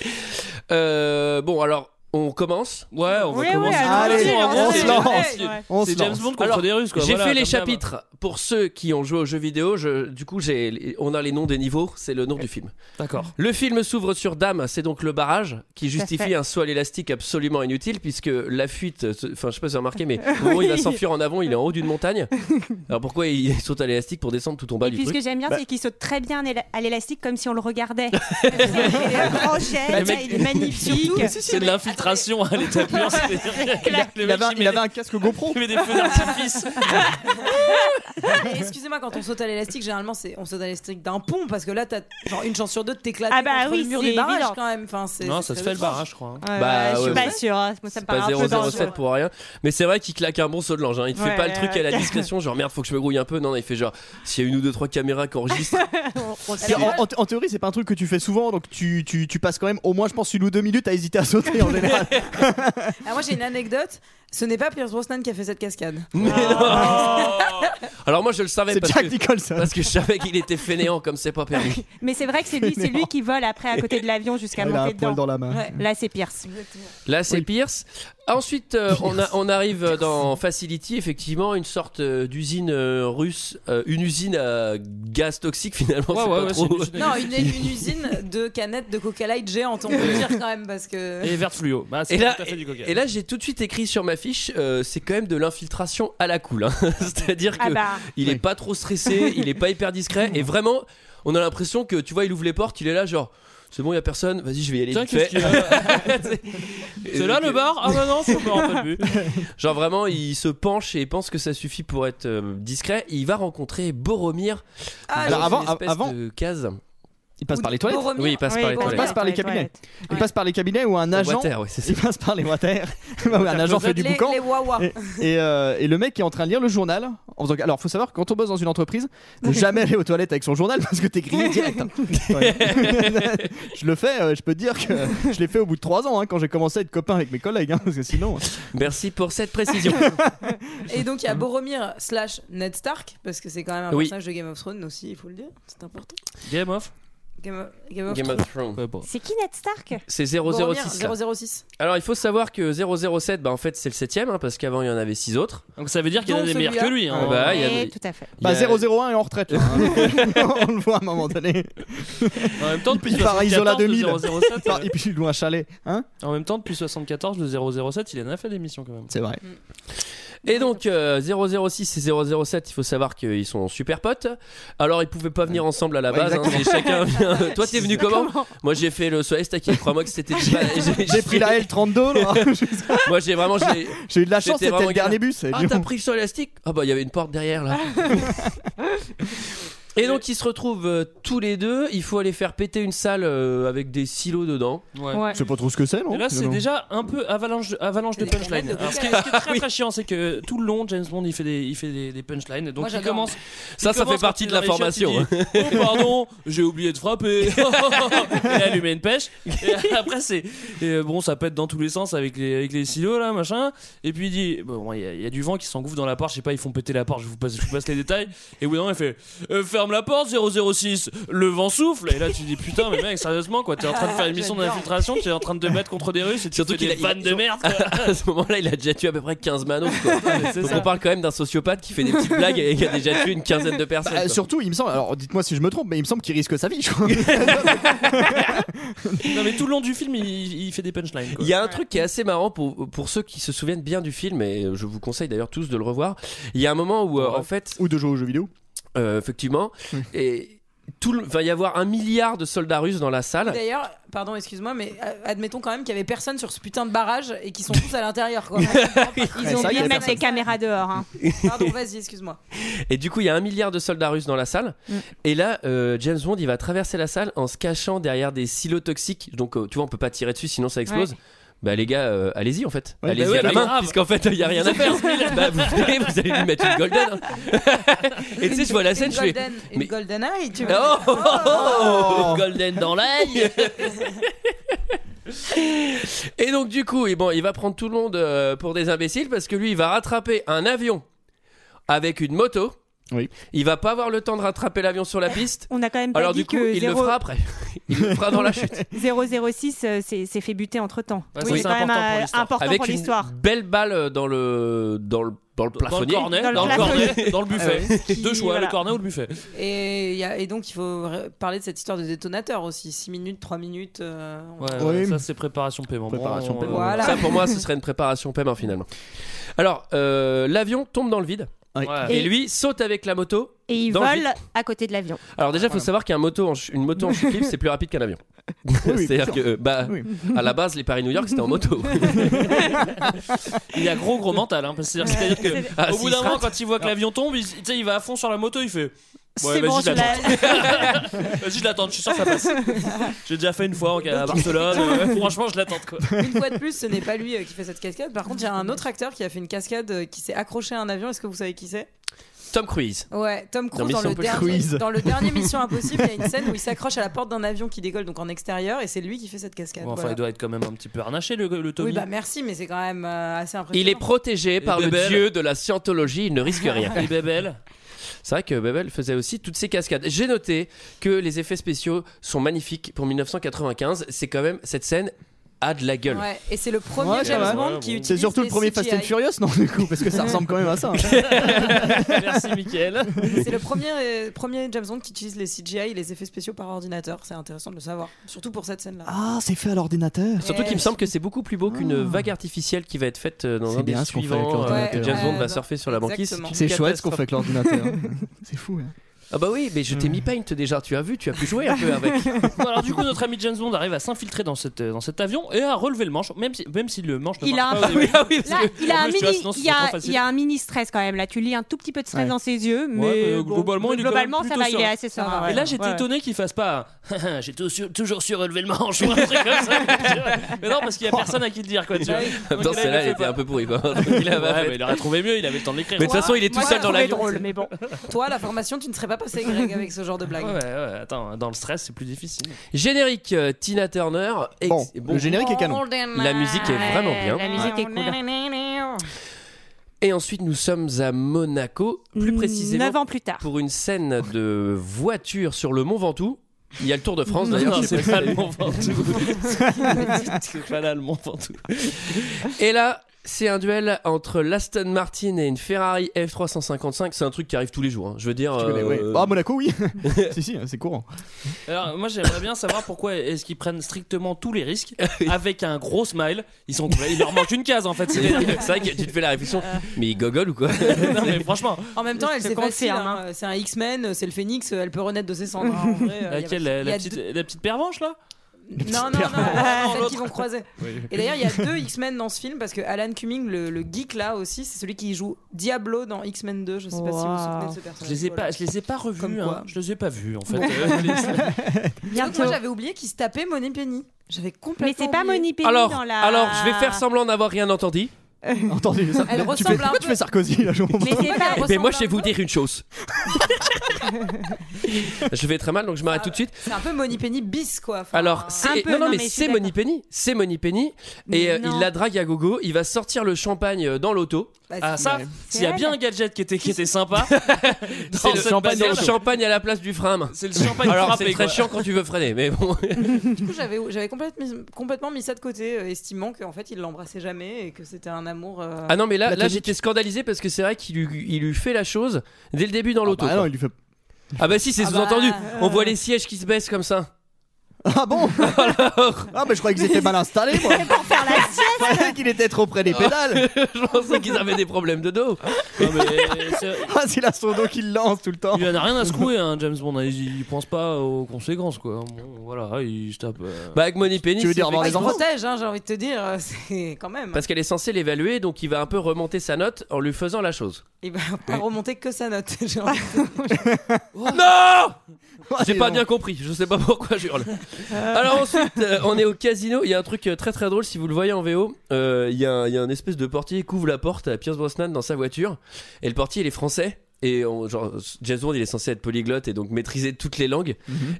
Speaker 1: Euh, bon, alors, on commence.
Speaker 7: Ouais, on va
Speaker 6: Oui, oui,
Speaker 7: commencer.
Speaker 10: Allez, on
Speaker 7: c'est-
Speaker 10: se lance.
Speaker 7: c'est-
Speaker 10: On se
Speaker 7: C'est James
Speaker 10: lance.
Speaker 7: Bond
Speaker 1: Alors,
Speaker 7: contre des Russes, quoi.
Speaker 1: J'ai
Speaker 7: voilà,
Speaker 1: fait les
Speaker 7: comme d'hab.
Speaker 1: chapitres pour ceux qui ont joué aux jeux vidéo. Je, du coup, j'ai, on a les noms des niveaux, c'est le nom du film.
Speaker 7: D'accord.
Speaker 1: Le film s'ouvre sur Dame, c'est donc le barrage qui justifie
Speaker 6: fait.
Speaker 1: un saut à l'élastique absolument inutile puisque la fuite, euh, se- enfin je sais pas si vous avez remarqué, mais au moment où il va s'enfuir en avant, il est en haut d'une montagne. Alors pourquoi il saute à l'élastique pour descendre tout en bas
Speaker 6: Et
Speaker 1: du
Speaker 6: puis ce
Speaker 1: truc
Speaker 6: que j'aime bien,
Speaker 10: Bah-
Speaker 6: c'est qu'il saute très bien à l'élastique comme si on le regardait. il est accroché,
Speaker 7: mec-
Speaker 6: il est magnifique.
Speaker 7: C'est de l'infiltration à l'établissement. c'est-à-dire qu'il y a- le
Speaker 10: Il
Speaker 7: mec,
Speaker 10: avait, un,
Speaker 7: il
Speaker 10: il
Speaker 7: met-
Speaker 10: avait un casque GoPro.
Speaker 7: il met des feux d'artifice.
Speaker 11: Et Excusez-moi, quand on saute à l'élastique, généralement c'est on saute à l'élastique d'un pont parce que là t'as genre une chance sur deux de t'éclater
Speaker 6: Ah bah
Speaker 11: contre
Speaker 6: oui,
Speaker 11: le mur
Speaker 6: c'est
Speaker 11: du barrage
Speaker 6: évident.
Speaker 11: quand même. Enfin, c'est-
Speaker 7: Non,
Speaker 11: c'est
Speaker 7: ça se
Speaker 11: très
Speaker 7: fait le
Speaker 11: étrange.
Speaker 7: barrage, je crois. hein.
Speaker 6: Ouais,
Speaker 1: Bah,
Speaker 6: je
Speaker 1: ouais,
Speaker 6: suis pas
Speaker 1: ouais.
Speaker 6: sûre, hein. Moi, ça me paraît
Speaker 1: Pas
Speaker 6: un peu
Speaker 1: 007
Speaker 6: dangereux.
Speaker 1: pour rien. Mais c'est vrai qu'il claque un bon saut de linge. hein. Il te fait
Speaker 6: Ouais,
Speaker 1: pas le truc à la
Speaker 6: ouais.
Speaker 1: discrétion, genre merde, faut que je me grouille un peu. Non, non, il fait genre s'il y a une ou deux, trois caméras qui enregistrent.
Speaker 10: Parce que En, en- en théorie, c'est pas un truc que tu fais souvent, donc tu, tu, tu passes quand même au moins, je pense, une ou deux minutes à hésiter à sauter en général.
Speaker 11: Ah, moi j'ai une anecdote. Ce n'est pas Pierce Brosnan qui a fait cette cascade.
Speaker 1: Mais
Speaker 6: Oh.
Speaker 1: non. Alors moi, je le savais
Speaker 10: C'est
Speaker 1: parce
Speaker 10: Jack
Speaker 1: que,
Speaker 10: Nicholson.
Speaker 1: parce que je savais qu'il était fainéant comme c'est pas permis.
Speaker 6: Mais c'est vrai que c'est lui, c'est lui qui vole après à côté de l'avion jusqu'à
Speaker 10: Il a un
Speaker 6: monter
Speaker 10: poil
Speaker 6: dedans.
Speaker 10: dans la main.
Speaker 11: Ouais.
Speaker 6: Là, c'est Pierce.
Speaker 1: Là, c'est
Speaker 10: Oui.
Speaker 1: Pierce. Ensuite, euh, on, a- on arrive euh, dans Facility, effectivement, une sorte euh, d'usine euh, russe, euh, une usine à gaz toxique finalement.
Speaker 7: Ouais,
Speaker 1: c'est
Speaker 7: ouais,
Speaker 1: pas
Speaker 7: ouais, c'est
Speaker 1: trop.
Speaker 7: une usine à
Speaker 11: Non, une, une usine de canettes de Coca Light géantes, on peut le dire quand même parce que.
Speaker 7: Et vert fluo. Bah, c'est
Speaker 1: Et là,
Speaker 7: tout à fait du coca.
Speaker 1: et là, j'ai tout de suite écrit sur ma l'affiche, euh, c'est quand même de l'infiltration à la cool. hein. C'est-à-dire
Speaker 6: Ah
Speaker 1: que
Speaker 6: bah.
Speaker 1: il est pas trop stressé, il est pas hyper discret, et vraiment, on a l'impression que tu vois, il ouvre les portes, il est là genre. C'est bon, il y a personne. Vas-y, je vais y aller.
Speaker 7: Tiens,
Speaker 1: vite fait.
Speaker 7: qu'est-ce qu'il y C'est là le bar Ah bah non, c'est pas en fait vu.
Speaker 1: Genre vraiment, il se penche et pense que ça suffit pour être euh, discret. Il va rencontrer Boromir.
Speaker 10: Ah,
Speaker 1: dans
Speaker 10: alors avant-
Speaker 1: une espèce
Speaker 10: avant-
Speaker 1: de case.
Speaker 10: Il passe par les toilettes
Speaker 1: Oui, il passe par les toilettes.
Speaker 10: Il passe par les cabinets. Il passe par les cabinets où un agent.
Speaker 1: water, ouais, c'est ça.
Speaker 10: il passe par les water. Bah ouais, un agent fait du
Speaker 11: les,
Speaker 10: boucan.
Speaker 11: Les wawa.
Speaker 10: Et, et, euh, et le mec qui est en train de lire le journal. En faisant... Alors, faut savoir que quand on bosse dans une entreprise, ne jamais aller aux toilettes avec son journal parce que t'es grillé direct. hein. Ouais. je le fais, euh, je peux te dire que je l'ai fait au bout de 3 ans hein, quand j'ai commencé à être copain avec mes collègues. hein, parce que sinon.
Speaker 1: Merci pour cette précision.
Speaker 11: Et donc il y a Boromir slash Ned Stark parce que c'est quand même un
Speaker 1: Oui.
Speaker 11: personnage de Game of Thrones aussi, il faut le dire, c'est important.
Speaker 7: Game of
Speaker 11: Game of, Game of
Speaker 1: Game
Speaker 11: Thrones.
Speaker 1: of Thrones.
Speaker 6: C'est qui Ned Stark
Speaker 1: C'est
Speaker 11: Boromir,
Speaker 1: 006. là.
Speaker 11: 006.
Speaker 1: Alors il faut savoir que 007, bah, en fait c'est le septième hein, parce qu'avant il y en avait six autres.
Speaker 7: Donc ça veut dire qu'il y en a
Speaker 11: Donc,
Speaker 7: des meilleurs que lui.
Speaker 1: Ah
Speaker 11: Oh.
Speaker 7: Hein.
Speaker 1: bah, il y a-
Speaker 6: Oui, tout à fait.
Speaker 1: il y a-
Speaker 10: Bah, 001 est en retraite là. hein. on le voit à un moment donné.
Speaker 7: En même temps, depuis
Speaker 10: Il part à Isola
Speaker 7: 2000.
Speaker 10: 2000. Il part- Ah, Et puis il loue un chalet. Hein
Speaker 7: En même temps, depuis 74, le 007, il en a fait des missions quand même.
Speaker 10: C'est vrai.
Speaker 1: Et donc euh, 006 et 007, il faut savoir qu'ils sont super potes. Alors ils pouvaient pas venir ensemble à la
Speaker 10: Ouais,
Speaker 1: base. hein,
Speaker 10: exactement.
Speaker 1: mais chacun vient. Euh, Toi t'es venu comment Moi j'ai fait le Soleil Stacky. Crois-moi que c'était.
Speaker 10: J'ai pris la L32 là.
Speaker 1: Moi j'ai vraiment. j'ai-
Speaker 10: J'ai eu de la chance,
Speaker 1: J'étais
Speaker 10: c'était
Speaker 1: vraiment
Speaker 10: le dernier bus. et
Speaker 1: Ah
Speaker 10: du
Speaker 1: t'as
Speaker 10: coup-
Speaker 1: pris le Soleil Élastique Ah bah il y avait une porte derrière là. Et donc ils se retrouvent euh, tous les deux. Il faut aller faire péter une salle euh, avec des silos dedans.
Speaker 7: Ouais.
Speaker 6: Ouais.
Speaker 10: Je sais pas trop ce que c'est, non
Speaker 7: Et là, c'est
Speaker 10: Oh, Non.
Speaker 7: déjà un peu avalanche de, avalanche de punchline. Ah, Alors, ce, qui est, ce qui est
Speaker 1: Ah
Speaker 7: très très chiant, c'est que tout le long, James Bond, il fait des, il fait des, des punchlines. Donc,
Speaker 11: Moi,
Speaker 7: il
Speaker 11: j'adore.
Speaker 7: commence.
Speaker 1: Ça,
Speaker 7: il
Speaker 1: ça
Speaker 7: commence
Speaker 1: fait partie
Speaker 7: quand
Speaker 1: de hein.
Speaker 7: il est dans les
Speaker 1: l'information.
Speaker 7: chiottes, il dit, Oh, pardon, j'ai oublié de frapper. et allumer une pêche. Et après, c'est. et, euh, bon, ça pète dans tous les sens avec les, avec les silos, là, machin. Et puis, il dit Bon, bon, il y, a- il y a du vent qui s'engouffre dans la porte. Je sais pas, ils font péter la porte. Je vous passe, je vous passe les détails. Et au bout d'un moment, il fait Euh, Ferme la porte, 006. Le vent souffle. Et là, tu dis Putain, mais mec, sérieusement, quoi. T'es en train de faire une mission d'infiltration. T'es en train de te battre contre des Russes. Et tu
Speaker 1: Surtout
Speaker 7: fais
Speaker 1: qu'il
Speaker 7: des
Speaker 1: a- il a-
Speaker 7: vannes de merde.
Speaker 1: à ce moment-là, il a déjà tué à peu près 15 manos. quoi. Donc on parle quand même d'un sociopathe qui fait des petites blagues et qui a déjà tué une quinzaine de personnes.
Speaker 10: Bah,
Speaker 1: quoi.
Speaker 10: surtout, il me semble, alors dites-moi si je me trompe, mais il me semble qu'il risque sa vie. je crois.
Speaker 7: Non, mais tout le long du film, il, il fait des punchlines. quoi.
Speaker 1: Il y a un truc qui est assez marrant pour, pour ceux qui se souviennent bien du film, et je vous conseille d'ailleurs tous de le revoir. Il y a un moment où, euh,
Speaker 7: Ouais.
Speaker 1: en fait,
Speaker 10: Ou de jouer aux jeux vidéo.
Speaker 1: euh, effectivement, et tout le- va y avoir un milliard de soldats russes dans la salle.
Speaker 11: D'ailleurs, pardon, excuse-moi, mais euh, admettons quand même qu'il y avait personne sur ce putain de barrage et qu'ils sont tous à l'intérieur. quoi.
Speaker 6: Ils ont
Speaker 10: ça, il y
Speaker 6: oublié
Speaker 10: a
Speaker 6: de mettre les caméras dehors. hein.
Speaker 11: Pardon, vas-y, excuse-moi.
Speaker 1: Et du coup, il y a un milliard de soldats russes dans la salle. Et là, euh, James Bond, il va traverser la salle en se cachant derrière des silos toxiques. Donc, euh, tu vois, on peut pas tirer dessus, sinon ça explose. Bah les gars, euh, allez-y en fait,
Speaker 10: Ouais,
Speaker 1: allez-y
Speaker 10: bah ouais,
Speaker 1: à la
Speaker 7: mais
Speaker 1: main,
Speaker 7: grave.
Speaker 1: puisqu'en fait il y a rien à faire. bah, vous, venez, vous allez lui mettre une golden. hein. Et tu sais, je vois la scène,
Speaker 11: une
Speaker 1: je fais.
Speaker 11: golden, une
Speaker 1: mais-
Speaker 11: golden eye, tu vois.
Speaker 1: Oh,
Speaker 10: Oh
Speaker 1: golden dans l'œil. et donc du coup, et bon, il va prendre tout le monde euh, pour des imbéciles parce que lui, il va rattraper un avion avec une moto.
Speaker 10: Oui.
Speaker 1: Il va pas avoir le temps de rattraper l'avion sur la piste.
Speaker 6: On a quand même pas
Speaker 1: Alors
Speaker 6: dit
Speaker 1: du coup,
Speaker 6: que
Speaker 1: il le
Speaker 6: 0...
Speaker 1: fera après. Il le fera dans la chute.
Speaker 6: 006 euh, s'est s'est fait buter entre temps.
Speaker 7: Bah,
Speaker 1: oui,
Speaker 6: c'est
Speaker 7: c'est
Speaker 6: quand même
Speaker 7: important
Speaker 6: euh,
Speaker 7: pour l'histoire.
Speaker 6: important
Speaker 1: Avec
Speaker 6: pour
Speaker 1: une
Speaker 6: l'histoire.
Speaker 1: belle balle euh, dans le dans le dans
Speaker 7: Dans le
Speaker 1: le plafonnier.
Speaker 7: cornet,
Speaker 6: Dans le
Speaker 7: dans le
Speaker 6: plafonnier.
Speaker 7: cornet, dans le buffet.
Speaker 6: Qui-
Speaker 7: Deux choix,
Speaker 6: voilà.
Speaker 7: le cornet ou le buffet.
Speaker 11: Et, il y a- et donc, il faut re- parler de cette histoire de détonateur aussi. 6 minutes, 3 minutes. euh, on-
Speaker 7: Ouais,
Speaker 10: Oui.
Speaker 7: ça c'est préparation paiement.
Speaker 10: Préparation
Speaker 7: Bon,
Speaker 10: paiement.
Speaker 7: euh,
Speaker 11: Voilà.
Speaker 1: Ça pour moi, ce serait une préparation PEM finalement. Alors, euh, l'avion tombe dans le vide
Speaker 10: Ouais.
Speaker 7: ouais.
Speaker 1: et lui saute avec la moto
Speaker 6: Et il
Speaker 1: Dans le-
Speaker 6: vole à côté de l'avion.
Speaker 1: Alors déjà, il faut savoir qu'une moto en, ch- une moto en chute libre, c'est plus rapide qu'un avion.
Speaker 10: oui, bien
Speaker 1: C'est-à-dire
Speaker 10: sûr.
Speaker 1: que, euh, bah,
Speaker 10: Oui.
Speaker 1: à la base, les Paris-New York, c'était en moto.
Speaker 7: Il a gros gros mental. Hein, parce que c'est-à-dire que
Speaker 1: Ah,
Speaker 7: au
Speaker 1: s'il
Speaker 7: bout
Speaker 1: se
Speaker 7: d'un moment,
Speaker 1: rate.
Speaker 7: quand il voit que l'avion tombe, il, tu sais, il va à fond sur la moto. Il fait Ouais,
Speaker 6: c'est
Speaker 7: vas-y,
Speaker 6: bon,
Speaker 7: je
Speaker 6: je
Speaker 7: l'attends.
Speaker 6: l'ai.
Speaker 7: Vas-y, je l'attends. Je suis sûr que ça passe. J'ai déjà fait une fois en- à Barcelone. euh, franchement, je l'attends quoi.
Speaker 11: Une fois de plus, ce n'est pas lui euh, qui fait cette cascade. Par contre, il y a un autre acteur qui a fait une cascade euh, qui s'est accroché à un avion. Est-ce que vous savez qui c'est
Speaker 1: Tom Cruise.
Speaker 11: Ouais, Tom Cruise
Speaker 1: Mission
Speaker 11: dans, le dernier,
Speaker 10: Cruise.
Speaker 11: dans le dernier Mission Impossible, il y a une scène où il s'accroche à la porte d'un avion qui décolle donc en extérieur et c'est lui qui fait cette cascade.
Speaker 7: Bon, enfin,
Speaker 11: Voilà.
Speaker 7: il doit être quand même un petit peu harnaché le, le Tommy.
Speaker 11: Oui, bah merci, mais c'est quand même euh, assez impressionnant.
Speaker 1: Il est protégé par le
Speaker 7: Bebel.
Speaker 1: dieu de la scientologie, il ne risque rien.
Speaker 7: Et Bebel.
Speaker 1: C'est vrai que Bebel faisait aussi toutes ces cascades. J'ai noté que les effets spéciaux sont magnifiques pour 1995. C'est quand même cette scène a de la gueule.
Speaker 11: Ouais, et c'est le premier
Speaker 10: Ouais, ça
Speaker 11: James
Speaker 10: va.
Speaker 11: Bond qui utilise
Speaker 10: C'est surtout le
Speaker 11: les
Speaker 10: premier Fast and
Speaker 11: CGI.
Speaker 10: Furious, non, du coup, parce que ça ressemble quand même à ça. hein.
Speaker 7: Merci, Mickaël.
Speaker 11: C'est le premier, euh, premier James Bond qui utilise les CGI et les effets spéciaux par ordinateur. C'est intéressant de le savoir, surtout pour cette scène-là.
Speaker 10: Ah, c'est fait à l'ordinateur.
Speaker 1: Surtout qu'il me semble que c'est beaucoup plus beau qu'une
Speaker 10: Ah.
Speaker 1: vague artificielle qui va être faite euh, dans
Speaker 10: C'est
Speaker 1: un des
Speaker 10: bien ce qu'on fait avec
Speaker 1: suivants. euh,
Speaker 10: l'ordinateur.
Speaker 1: que James
Speaker 10: Ouais,
Speaker 1: Bond
Speaker 10: ouais,
Speaker 1: va
Speaker 10: non.
Speaker 1: surfer sur la banquise.
Speaker 10: Exactement.
Speaker 1: une
Speaker 10: C'est chouette ce qu'on
Speaker 1: catastrophe.
Speaker 10: fait avec l'ordinateur. C'est fou. hein.
Speaker 1: Ah bah oui, mais je
Speaker 10: Hmm.
Speaker 1: t'ai mis Paint déjà, tu as vu, tu as pu jouer un peu avec.
Speaker 7: Bon, alors du coup, notre ami James Bond arrive à s'infiltrer dans, cette, euh, dans cet avion et à relever le manche, même si, même si le manche ne
Speaker 6: Il a,
Speaker 7: marche
Speaker 6: un...
Speaker 7: pas. au début.
Speaker 1: Ah oui, parce
Speaker 6: Là,
Speaker 7: que-
Speaker 6: il a
Speaker 7: en
Speaker 6: un
Speaker 7: plus, tu vois,
Speaker 6: mini,
Speaker 7: sinon, ce
Speaker 6: il, y
Speaker 7: sera trop
Speaker 6: a,
Speaker 7: facile.
Speaker 6: il y a un mini stress quand même. Là, tu lis un tout petit peu de stress
Speaker 7: Ouais.
Speaker 6: dans ses yeux, mais
Speaker 7: Ouais, euh,
Speaker 6: bon,
Speaker 7: globalement, il est quand
Speaker 6: globalement,
Speaker 7: même
Speaker 6: ça
Speaker 7: plutôt Ah,
Speaker 6: va, il est
Speaker 7: serein.
Speaker 6: assez serein.
Speaker 7: Et là, j'étais
Speaker 6: Ouais.
Speaker 7: étonné qu'il fasse pas. un J'ai tout sur- toujours surélevé le manche ou un truc comme ça. Ah Mais non, parce qu'il y a personne à qui le dire, quoi. Tu vois.
Speaker 1: En même temps,
Speaker 7: Donc, là,
Speaker 1: celle-là,
Speaker 7: a
Speaker 1: elle
Speaker 7: fait
Speaker 1: était
Speaker 7: pas.
Speaker 1: un peu pourrie. quoi. Donc, il avait
Speaker 7: Ouais,
Speaker 1: fait-
Speaker 7: mais il aurait trouvé mieux, il avait le temps de l'écrire.
Speaker 1: Mais de toute façon, il est tout
Speaker 11: Moi,
Speaker 1: seul
Speaker 11: je
Speaker 1: dans
Speaker 11: trouvais
Speaker 1: l'avion.
Speaker 11: drôle, mais bon. Toi, la formation, tu ne serais pas passé grec avec ce genre de blague.
Speaker 7: Ouais, ouais, ouais, attends, dans le stress, c'est plus difficile.
Speaker 1: Générique euh, Tina Turner. ex-
Speaker 10: Bon, le générique
Speaker 6: Oh,
Speaker 10: est canon.
Speaker 1: La musique est vraiment bien.
Speaker 6: La musique est cool.
Speaker 1: Et ensuite, nous sommes à Monaco, plus
Speaker 7: Mmh,
Speaker 1: précisément.
Speaker 6: Neuf ans plus tard.
Speaker 1: Pour une scène de voiture sur le Mont Ventoux. Il y a le Tour de France d'ailleurs.
Speaker 7: Non,
Speaker 1: je sais
Speaker 7: c'est
Speaker 1: pas
Speaker 7: pas
Speaker 1: si-
Speaker 7: le Mont Ventoux. C'est pas là le Mont Ventoux.
Speaker 1: Et là, c'est un duel entre l'Aston Martin et une Ferrari F355. C'est un truc qui arrive tous les jours. hein. Je veux dire.
Speaker 10: Tu connais,
Speaker 1: euh,
Speaker 10: ouais. Ah, Monaco, oui. si, si, hein, c'est courant.
Speaker 7: Alors moi j'aimerais bien savoir pourquoi est-ce qu'ils prennent strictement tous les risques avec un gros smile. Ils sont, il leur manque une case en fait.
Speaker 1: C'est vrai que tu te fais la réflexion,
Speaker 6: Euh.
Speaker 1: mais il gogole ou quoi
Speaker 7: Non mais franchement,
Speaker 11: En même temps, elle
Speaker 6: Je
Speaker 11: c'est facile.
Speaker 6: confirme,
Speaker 11: hein. C'est un X-Men, c'est le Phénix, elle peut renaître de ses cendres. En vrai, euh, y a-
Speaker 7: laquelle la,
Speaker 11: y a
Speaker 7: la petite, la petite pervenche là
Speaker 11: deux- Non, non, non,
Speaker 7: Ah,
Speaker 11: celle
Speaker 7: l'autre.
Speaker 11: qu'ils vont croiser. Et d'ailleurs, il y a deux X-Men dans ce film parce que Alan Cumming, le, le geek là aussi, c'est celui qui joue Diablo dans X-Men 2. Je sais pas si vous vous souvenez de ce personnage.
Speaker 7: Je les ai
Speaker 11: Voilà.
Speaker 7: pas, je les ai pas
Speaker 11: Comme
Speaker 7: revus.
Speaker 11: quoi.
Speaker 7: Hein. Je les ai pas vus en fait. Euh, les-
Speaker 11: Donc, moi, j'avais oublié qu'il se tapait Money Penny. J'avais complètement.
Speaker 6: Mais c'est pas
Speaker 11: oublié.
Speaker 6: Moni Penny
Speaker 1: alors,
Speaker 6: dans la.
Speaker 1: alors, je vais faire semblant d'avoir rien entendu.
Speaker 10: Entendu. Ça,
Speaker 11: Elle
Speaker 10: tu
Speaker 11: ressemble
Speaker 10: fais-
Speaker 11: un
Speaker 10: pourquoi
Speaker 11: peu-
Speaker 10: tu fais Sarkozy là je comprends
Speaker 6: Mais
Speaker 10: pas.
Speaker 6: c'est pas.
Speaker 11: Elle
Speaker 1: Mais moi,
Speaker 11: ressemble
Speaker 1: je vais
Speaker 11: un
Speaker 1: vous
Speaker 11: peu-
Speaker 1: dire une chose. je vais très mal, donc je m'arrête tout de suite.
Speaker 11: C'est un peu Money Penny bis quoi. Enfin,
Speaker 1: Alors, c'est
Speaker 6: Un peu,
Speaker 1: non, non,
Speaker 6: non,
Speaker 1: mais,
Speaker 6: mais je suis
Speaker 1: c'est Money Penny, c'est Money Penny, et euh,
Speaker 6: Non.
Speaker 1: il la drague à gogo. Il va sortir le champagne euh, dans l'auto.
Speaker 11: bah,
Speaker 7: ah ça, s'il y a
Speaker 6: elle.
Speaker 7: bien un gadget qui était qui était sympa, dans
Speaker 1: C'est le,
Speaker 7: cette
Speaker 1: champagne,
Speaker 7: bagnole,
Speaker 1: c'est le champagne à la place du frein.
Speaker 7: C'est le champagne
Speaker 1: Alors,
Speaker 7: frappé,
Speaker 1: c'est très
Speaker 7: quoi.
Speaker 1: chiant quand tu veux freiner, mais bon.
Speaker 11: Du coup, j'avais j'avais complètement mis, complètement mis ça de côté, euh, estimant qu'en fait, il l'embrassait jamais et que c'était un amour. euh,
Speaker 1: Ah non, mais là,
Speaker 10: La
Speaker 1: là
Speaker 10: tonique.
Speaker 1: j'étais scandalisé parce que c'est vrai qu'il lui, il lui fait la chose dès le début dans l'auto.
Speaker 10: Ah,
Speaker 1: quoi.
Speaker 10: non, il lui fait.
Speaker 1: Ah, bah si, c'est
Speaker 11: Ah bah,
Speaker 1: sous-entendu. On
Speaker 11: euh.
Speaker 1: voit les sièges qui se baissent comme ça.
Speaker 10: Ah bon Ah, mais je croyais qu'ils étaient mal installés, moi.
Speaker 6: Pour faire la sieste.
Speaker 10: Je croyais qu'il était trop près des
Speaker 1: Ah.
Speaker 10: pédales.
Speaker 1: Je pensais qu'ils avaient des problèmes de dos.
Speaker 7: Non, mais euh, c'est-
Speaker 10: Ah, c'est là son dos qui le lance tout le temps.
Speaker 7: il en a rien à secouer, hein, James Bond. Il, il pense pas aux conséquences, quoi. Bon, voilà, il se tape. euh,
Speaker 1: Bah, avec Money Penny,
Speaker 10: Tu veux
Speaker 1: c'est
Speaker 10: dire avoir
Speaker 11: ah,
Speaker 10: les
Speaker 11: il
Speaker 10: enfants
Speaker 11: protège, hein, j'ai envie de te dire, euh, c'est quand même.
Speaker 1: Parce qu'elle est censée l'évaluer, donc il va un peu remonter sa note en lui faisant la chose.
Speaker 11: Il va pas remonter que sa note. j'ai envie de dire.
Speaker 10: Oh.
Speaker 1: Non
Speaker 10: Ah,
Speaker 1: J'ai
Speaker 10: dis
Speaker 1: pas
Speaker 10: donc.
Speaker 1: bien compris, je sais pas pourquoi je hurle. Alors ensuite, euh, on est au casino, il y a un truc euh, très très drôle si vous le voyez en VO. euh, Il y, a un- il y a un espèce de portier qui ouvre la porte à Pierce Brosnan dans sa voiture. Et le portier, il est français. Et on- genre, James Bond, il est censé être polyglotte et donc maîtriser toutes les langues.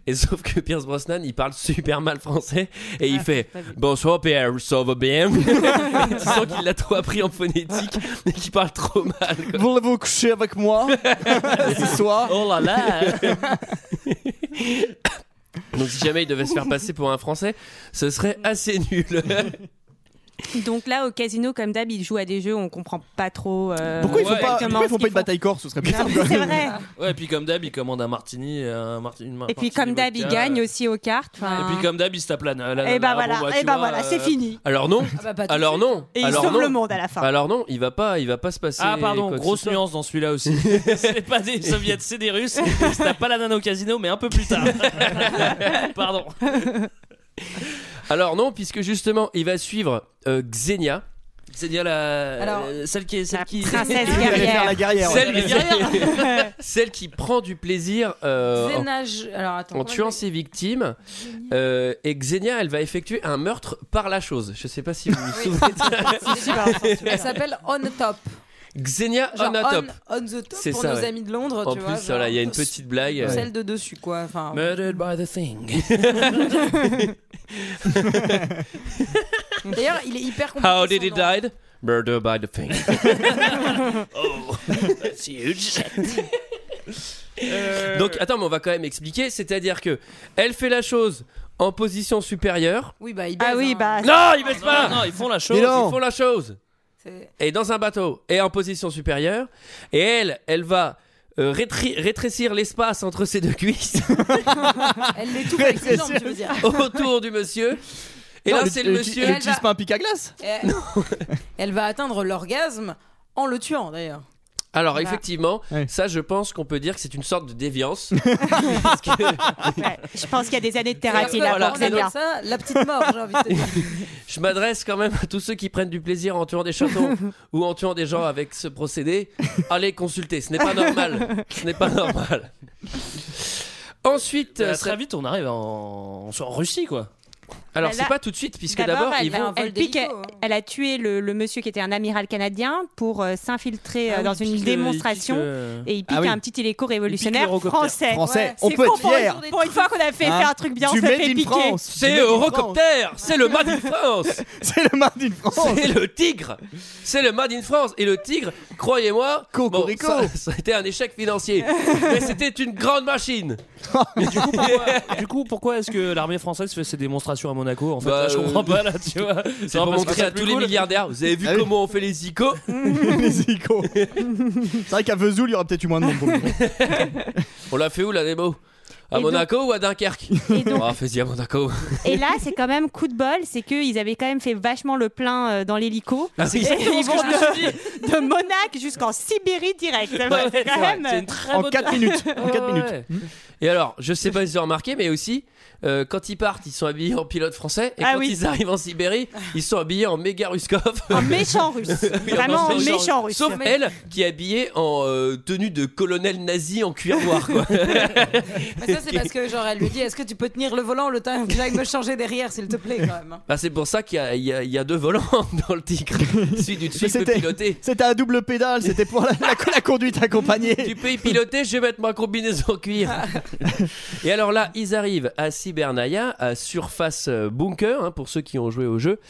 Speaker 1: Et sauf que Pierce Brosnan, il parle super mal français et il fait Bonsoir Pierre, ça va bien Et Tu sens qu'il l'a trop appris en phonétique mais qu'il parle trop mal. quoi.
Speaker 10: Voulez-vous coucher avec moi ce soir
Speaker 7: Oh là là
Speaker 1: Donc si jamais il devait se faire passer pour un français, ce serait assez nul.
Speaker 6: Donc là, au casino, comme d'hab, ils jouent à des jeux, on comprend pas trop. euh,
Speaker 10: Pourquoi ils font
Speaker 7: Ouais,
Speaker 10: pas,
Speaker 6: exactement
Speaker 10: pourquoi ils font
Speaker 6: ce
Speaker 10: pas
Speaker 6: qu'ils
Speaker 10: une bataille corps Ce serait plus simple.
Speaker 6: font. C'est vrai.
Speaker 7: Ouais, et puis comme d'hab, il commande un martini, un martini
Speaker 6: Et puis comme d'hab, ils gagnent aussi aux cartes.
Speaker 7: Et
Speaker 6: enfin.
Speaker 7: puis comme d'hab, il se tape la la- la-
Speaker 6: Eh
Speaker 7: la-
Speaker 6: ben
Speaker 7: bon, bah,
Speaker 6: voilà,
Speaker 7: tu
Speaker 6: eh ben
Speaker 7: vois,
Speaker 6: voilà,
Speaker 7: euh,
Speaker 6: c'est fini.
Speaker 1: Alors non,
Speaker 11: Ah bah, pas tout de
Speaker 1: alors
Speaker 11: suite.
Speaker 1: non,
Speaker 6: Et ils
Speaker 1: alors
Speaker 6: sauvent
Speaker 1: non.
Speaker 6: le monde à la fin.
Speaker 1: Alors non, il va pas, il va pas se passer.
Speaker 7: Ah pardon,
Speaker 1: quoi que
Speaker 7: grosse
Speaker 1: ce soit.
Speaker 7: nuance dans celui-là aussi. c'est pas des soviets, c'est des russes. Ils se tapent pas la nana au casino, mais un peu plus tard. pardon.
Speaker 1: Alors non, puisque justement, il va suivre euh, Xenia,
Speaker 7: C'est bien la
Speaker 11: Alors,
Speaker 7: euh, celle qui est celle
Speaker 6: La
Speaker 7: qui
Speaker 6: princesse
Speaker 10: Il allait faire
Speaker 6: guerrière.
Speaker 10: la guerrière. ouais.
Speaker 1: celle, celle qui prend du plaisir euh, en-
Speaker 11: Zénage. Alors attends.
Speaker 1: en,
Speaker 11: comment
Speaker 1: tuant
Speaker 11: il
Speaker 1: ses victimes. Euh, et Xenia, elle va effectuer un meurtre par la chose. Je sais pas si vous vous souvenez.
Speaker 11: s'appelle Elle s'appelle On the Top.
Speaker 1: Xenia
Speaker 11: Genre
Speaker 1: on a top.
Speaker 11: On, on the Top
Speaker 1: C'est
Speaker 11: pour
Speaker 1: ça,
Speaker 11: nos
Speaker 1: ouais.
Speaker 11: amis de Londres.
Speaker 1: En
Speaker 11: tu
Speaker 1: plus,
Speaker 11: vois, genre,
Speaker 1: voilà, il y a une petite blague. euh,
Speaker 11: Celle de dessus quoi. Enfin,
Speaker 7: Murdered by the thing.
Speaker 11: D'ailleurs, il est hyper compliqué.
Speaker 1: How did
Speaker 11: son
Speaker 1: he
Speaker 11: nom.
Speaker 1: died? Murder by the thing.
Speaker 7: Oh. That's huge.
Speaker 1: Donc attends, mais on va quand même expliquer. C'est-à-dire que elle fait la chose en position supérieure.
Speaker 11: Oui, bah, ils
Speaker 6: Ah oui, bah.
Speaker 1: Non, ils baissent pas.
Speaker 7: Ah, non, ils font la chose.
Speaker 1: Ils font la chose. Et dans un bateau, et en position supérieure. Et elle, elle va euh, rétri- rétrécir l'espace entre ses deux cuisses
Speaker 11: Elle l'étouffe avec ses jambes, tu veux dire.
Speaker 1: autour du monsieur. Et
Speaker 10: Non,
Speaker 1: là,
Speaker 10: mais
Speaker 1: c'est
Speaker 10: tu-
Speaker 1: le
Speaker 10: tu-
Speaker 1: monsieur.
Speaker 10: tu utilises pas un pic à glace
Speaker 11: Elle- Elle va atteindre l'orgasme en le tuant, d'ailleurs.
Speaker 1: Alors
Speaker 11: Voilà.
Speaker 1: effectivement, ça je pense qu'on peut dire que c'est une sorte de déviance. Parce que-
Speaker 6: Je pense qu'il y a des années de thérapie
Speaker 1: Et
Speaker 6: là
Speaker 1: voilà,
Speaker 6: pour que
Speaker 1: et
Speaker 6: ça
Speaker 1: donc-
Speaker 6: vienne.
Speaker 11: Ça, la petite mort, j'ai envie de te dire.
Speaker 1: je m'adresse quand même à tous ceux qui prennent du plaisir en tuant des chatons ou en tuant des gens avec ce procédé. Allez consulter, ce n'est pas normal. Ce n'est pas normal. Ensuite,
Speaker 7: Euh, très vite, on arrive en, en Russie, quoi.
Speaker 1: Alors,
Speaker 6: Bah,
Speaker 1: c'est
Speaker 6: là-
Speaker 1: pas tout de suite, puisque d'abord, ils
Speaker 6: elle,
Speaker 1: vont.
Speaker 6: elle pique, elle,
Speaker 11: hein.
Speaker 6: elle a tué le, le monsieur qui était un amiral canadien pour euh, s'infiltrer euh, dans une démonstration
Speaker 1: euh.
Speaker 6: et il pique
Speaker 10: Ah oui.
Speaker 6: un petit hélico révolutionnaire
Speaker 10: l'hélicoptère.
Speaker 6: français.
Speaker 10: Français, on
Speaker 6: Eh, c'est
Speaker 10: peut
Speaker 6: con,
Speaker 10: être
Speaker 6: pour une-
Speaker 10: fier.
Speaker 6: Pour une fois qu'on a fait
Speaker 10: Hein
Speaker 6: faire un truc bien,
Speaker 10: Du
Speaker 6: ça
Speaker 10: Made
Speaker 6: fait
Speaker 10: in
Speaker 6: piquer.
Speaker 10: France.
Speaker 1: C'est Eurocopter, c'est le Made in France,
Speaker 10: C'est le Made in France.
Speaker 1: c'est
Speaker 7: Oh.
Speaker 1: le Tigre, c'est le Made in France. Et le Tigre, croyez-moi, bon,
Speaker 10: Cocorico.
Speaker 1: ça, ça a été un échec financier, mais c'était une grande machine.
Speaker 7: Du coup, pourquoi est-ce que l'armée française fait ses démonstrations à Monaco En fait,
Speaker 1: Bah,
Speaker 7: Là, je comprends
Speaker 1: euh,
Speaker 7: pas là, tu vois.
Speaker 1: C'est pour montrer à tous les milliardaires, vous avez vu
Speaker 10: Ah oui.
Speaker 1: comment on fait les icônes
Speaker 10: Les icônes. C'est vrai qu'à Vesoul, il y aura peut-être eu moins de monde. pour le coup.
Speaker 1: On l'a fait où la démo À
Speaker 6: Et
Speaker 1: Monaco ou à Dunkerque Ah, fais-y à Monaco.
Speaker 6: Et là, c'est quand même coup de bol, c'est qu'ils avaient quand même fait vachement le plein euh, dans l'hélico.
Speaker 1: Ah, c'est
Speaker 6: Et
Speaker 1: exactement
Speaker 6: ils
Speaker 1: ce que
Speaker 6: vont
Speaker 1: je me
Speaker 6: de, de Monaque jusqu'en Sibérie direct.
Speaker 1: c'est
Speaker 6: C'est quand
Speaker 1: vrai,
Speaker 6: même-
Speaker 1: c'est une très
Speaker 10: En
Speaker 1: bonne-
Speaker 10: 4 minutes. En quatre
Speaker 1: Ouais,
Speaker 10: minutes.
Speaker 1: ouais. Et alors, je sais pas si vous avez remarqué, mais aussi, euh, quand ils partent, ils sont habillés en pilote français. Et
Speaker 6: Ah
Speaker 1: quand
Speaker 6: oui.
Speaker 1: ils arrivent en Sibérie, ils sont habillés en méga Ruskov.
Speaker 6: Un méchant russe. Vraiment un méchant russe.
Speaker 1: Sauf elle qui est habillée en euh, tenue de colonel nazi en cuir noir. Quoi.
Speaker 11: Mais ça, c'est parce que, genre, elle lui dit Est-ce que tu peux tenir le volant le temps que j'aille me changer derrière, s'il te plaît, quand même hein.
Speaker 1: Bah, c'est pour ça qu'il y a, il y a- il y a deux volants dans le Tigre. Celui du dessus, il peut
Speaker 10: C'était-
Speaker 1: piloter.
Speaker 10: C'était à double pédale, c'était pour la, la- la conduite accompagnée.
Speaker 1: Tu peux y piloter, je vais mettre ma combinaison en cuir. Et alors là, ils arrivent à Cybernaya, à Surface euh, Bunker, hein, pour ceux qui ont joué au jeu.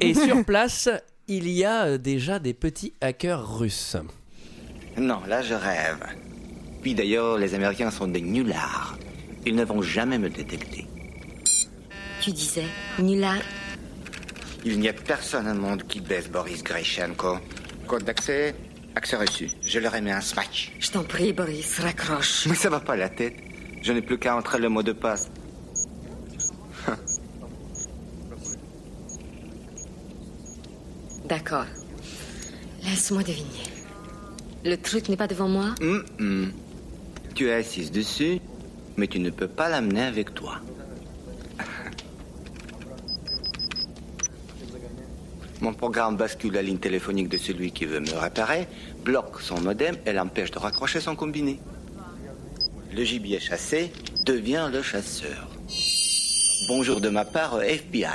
Speaker 1: Et sur place, il y a euh, déjà des petits hackers russes.
Speaker 12: Non, là je rêve. Puis d'ailleurs, les Américains sont des nullards. Ils ne vont jamais me détecter.
Speaker 13: Tu disais, Nula,
Speaker 12: Il n'y a personne au monde qui baise Boris Grishenko. Code d'accès, accès reçu. Je leur ai mis un smash.
Speaker 13: je t'en prie, Boris, raccroche.
Speaker 12: Mais ça va pas la tête. Je n'ai plus qu'à entrer le mot de passe.
Speaker 13: D'accord. Laisse-moi deviner. Le truc n'est pas devant moi
Speaker 12: Hmm. Tu es assise dessus, mais tu ne peux pas l'amener avec toi. Mon programme bascule la ligne téléphonique de celui qui veut me réparer, bloque son modem et l'empêche de raccrocher son combiné. Le gibier chassé devient le chasseur. Bonjour de ma part au FBI.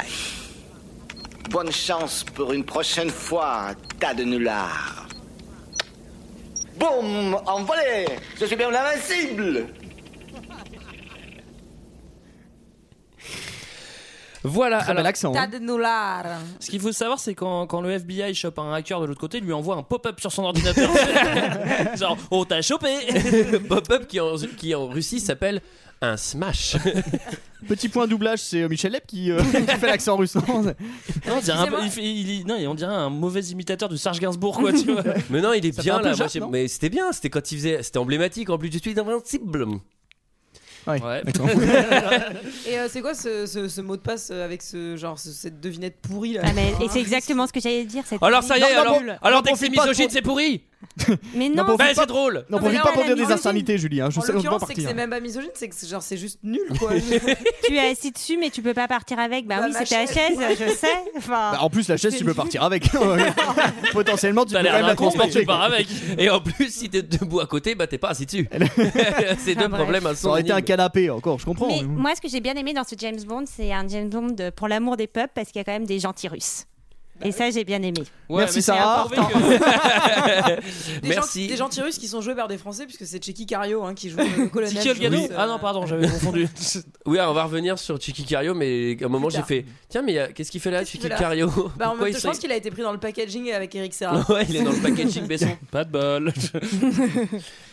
Speaker 12: Bonne chance pour une prochaine fois, tas de nullards. Boum Envolé Je suis bien l'invincible
Speaker 1: Voilà, alors,
Speaker 11: T'as
Speaker 10: hein.
Speaker 11: de dollars.
Speaker 7: Ce qu'il faut savoir, c'est quand, quand le FBI chope un hacker de l'autre côté, il lui envoie un pop-up sur son ordinateur. Genre, on t'a chopé
Speaker 1: pop-up qui en, qui en Russie s'appelle un smash.
Speaker 10: Petit point doublage, c'est euh, Michel Lep qui, euh, qui fait l'accent russe. Non, c'est-
Speaker 7: non, on dirait un,
Speaker 11: Excusez-moi.
Speaker 7: il fait- il- non, on dirait un mauvais imitateur de Serge Gainsbourg, quoi, tu vois.
Speaker 1: Mais non, il est
Speaker 10: Ça
Speaker 1: bien
Speaker 10: fait un peu
Speaker 1: là. moi,
Speaker 10: Jacques,
Speaker 1: j'ai-
Speaker 10: non
Speaker 1: mais c'était bien, c'était quand il faisait, c'était emblématique. En plus, je suis invincible.
Speaker 10: Ouais.
Speaker 7: Ouais.
Speaker 10: D'accord.
Speaker 11: Et euh, c'est quoi ce, ce- ce mot de passe euh, avec ce genre ce- cette devinette pourrie là
Speaker 6: Ah, mais- et c'est exactement ce que j'allais dire. cette
Speaker 1: Alors ça y est,
Speaker 6: horrible.
Speaker 1: alors, alors
Speaker 10: Non,
Speaker 1: dès que c'est
Speaker 10: profite pas de-
Speaker 1: misogyne, c'est pourri.
Speaker 6: Mais
Speaker 10: Non,
Speaker 6: non,
Speaker 1: Ben
Speaker 10: profite
Speaker 1: c'est
Speaker 10: pas-
Speaker 1: drôle.
Speaker 11: Non, mais
Speaker 10: N'en profite
Speaker 11: là,
Speaker 10: pas
Speaker 11: on
Speaker 10: pour
Speaker 11: a
Speaker 10: dire
Speaker 11: mis
Speaker 10: des
Speaker 11: en
Speaker 10: insanités, Julie. hein, Je
Speaker 11: En
Speaker 10: sais, on doit
Speaker 11: l'occurrence, c'est que
Speaker 10: partir.
Speaker 11: c'est même pas misogyne, c'est que c'est- genre c'est juste nul quoi.
Speaker 6: tu es assis dessus, mais tu peux pas partir avec. Bah,
Speaker 11: Bah,
Speaker 6: oui,
Speaker 11: ma
Speaker 6: c'était la chaise,
Speaker 11: chaise.
Speaker 6: je sais. Enfin,
Speaker 10: Bah, en plus, la chaise, tu peux partir avec. Potentiellement, tu peux
Speaker 7: T'as
Speaker 10: quand
Speaker 7: l'air
Speaker 10: même
Speaker 7: d'un
Speaker 10: la
Speaker 7: con, mais tu
Speaker 10: transporter.
Speaker 7: pars
Speaker 10: quoi.
Speaker 7: avec.
Speaker 1: Et en plus, si t'es debout à côté, bah t'es pas assis dessus. c'est deux
Speaker 6: Enfin, bref.
Speaker 1: problèmes à
Speaker 10: Ça aurait été un canapé encore, je comprends.
Speaker 6: mais
Speaker 10: mais-
Speaker 6: moi, ce que j'ai bien aimé dans ce James Bond, c'est un James Bond de- pour l'amour des peuples, parce qu'il y a quand même des gentils russes.
Speaker 1: Bah
Speaker 6: Et ça, j'ai bien aimé.
Speaker 7: Ouais, Merci, mais c'est
Speaker 10: Ah,
Speaker 7: Sarah. important.
Speaker 11: Des
Speaker 1: Merci.
Speaker 11: gens- des gentils russes qui sont joués par des français, puisque c'est Checky Cario hein, qui joue le colonel.
Speaker 7: Tiki Elgado
Speaker 11: russe, euh,
Speaker 7: Ah non, pardon, j'avais confondu.
Speaker 1: Oui, alors on va revenir sur Chiki Cario, mais à un moment j'ai
Speaker 11: tard.
Speaker 1: fait Tiens, mais euh, qu'est-ce qu'il fait là, Chiki
Speaker 11: voilà.
Speaker 1: Cario
Speaker 11: Bah, en
Speaker 1: Pourquoi
Speaker 11: même
Speaker 1: il
Speaker 11: temps, je
Speaker 1: serait-
Speaker 11: pense qu'il a été pris dans le packaging avec Eric Serra.
Speaker 1: Ouais, il est dans le packaging Besson.
Speaker 7: Pas de bol.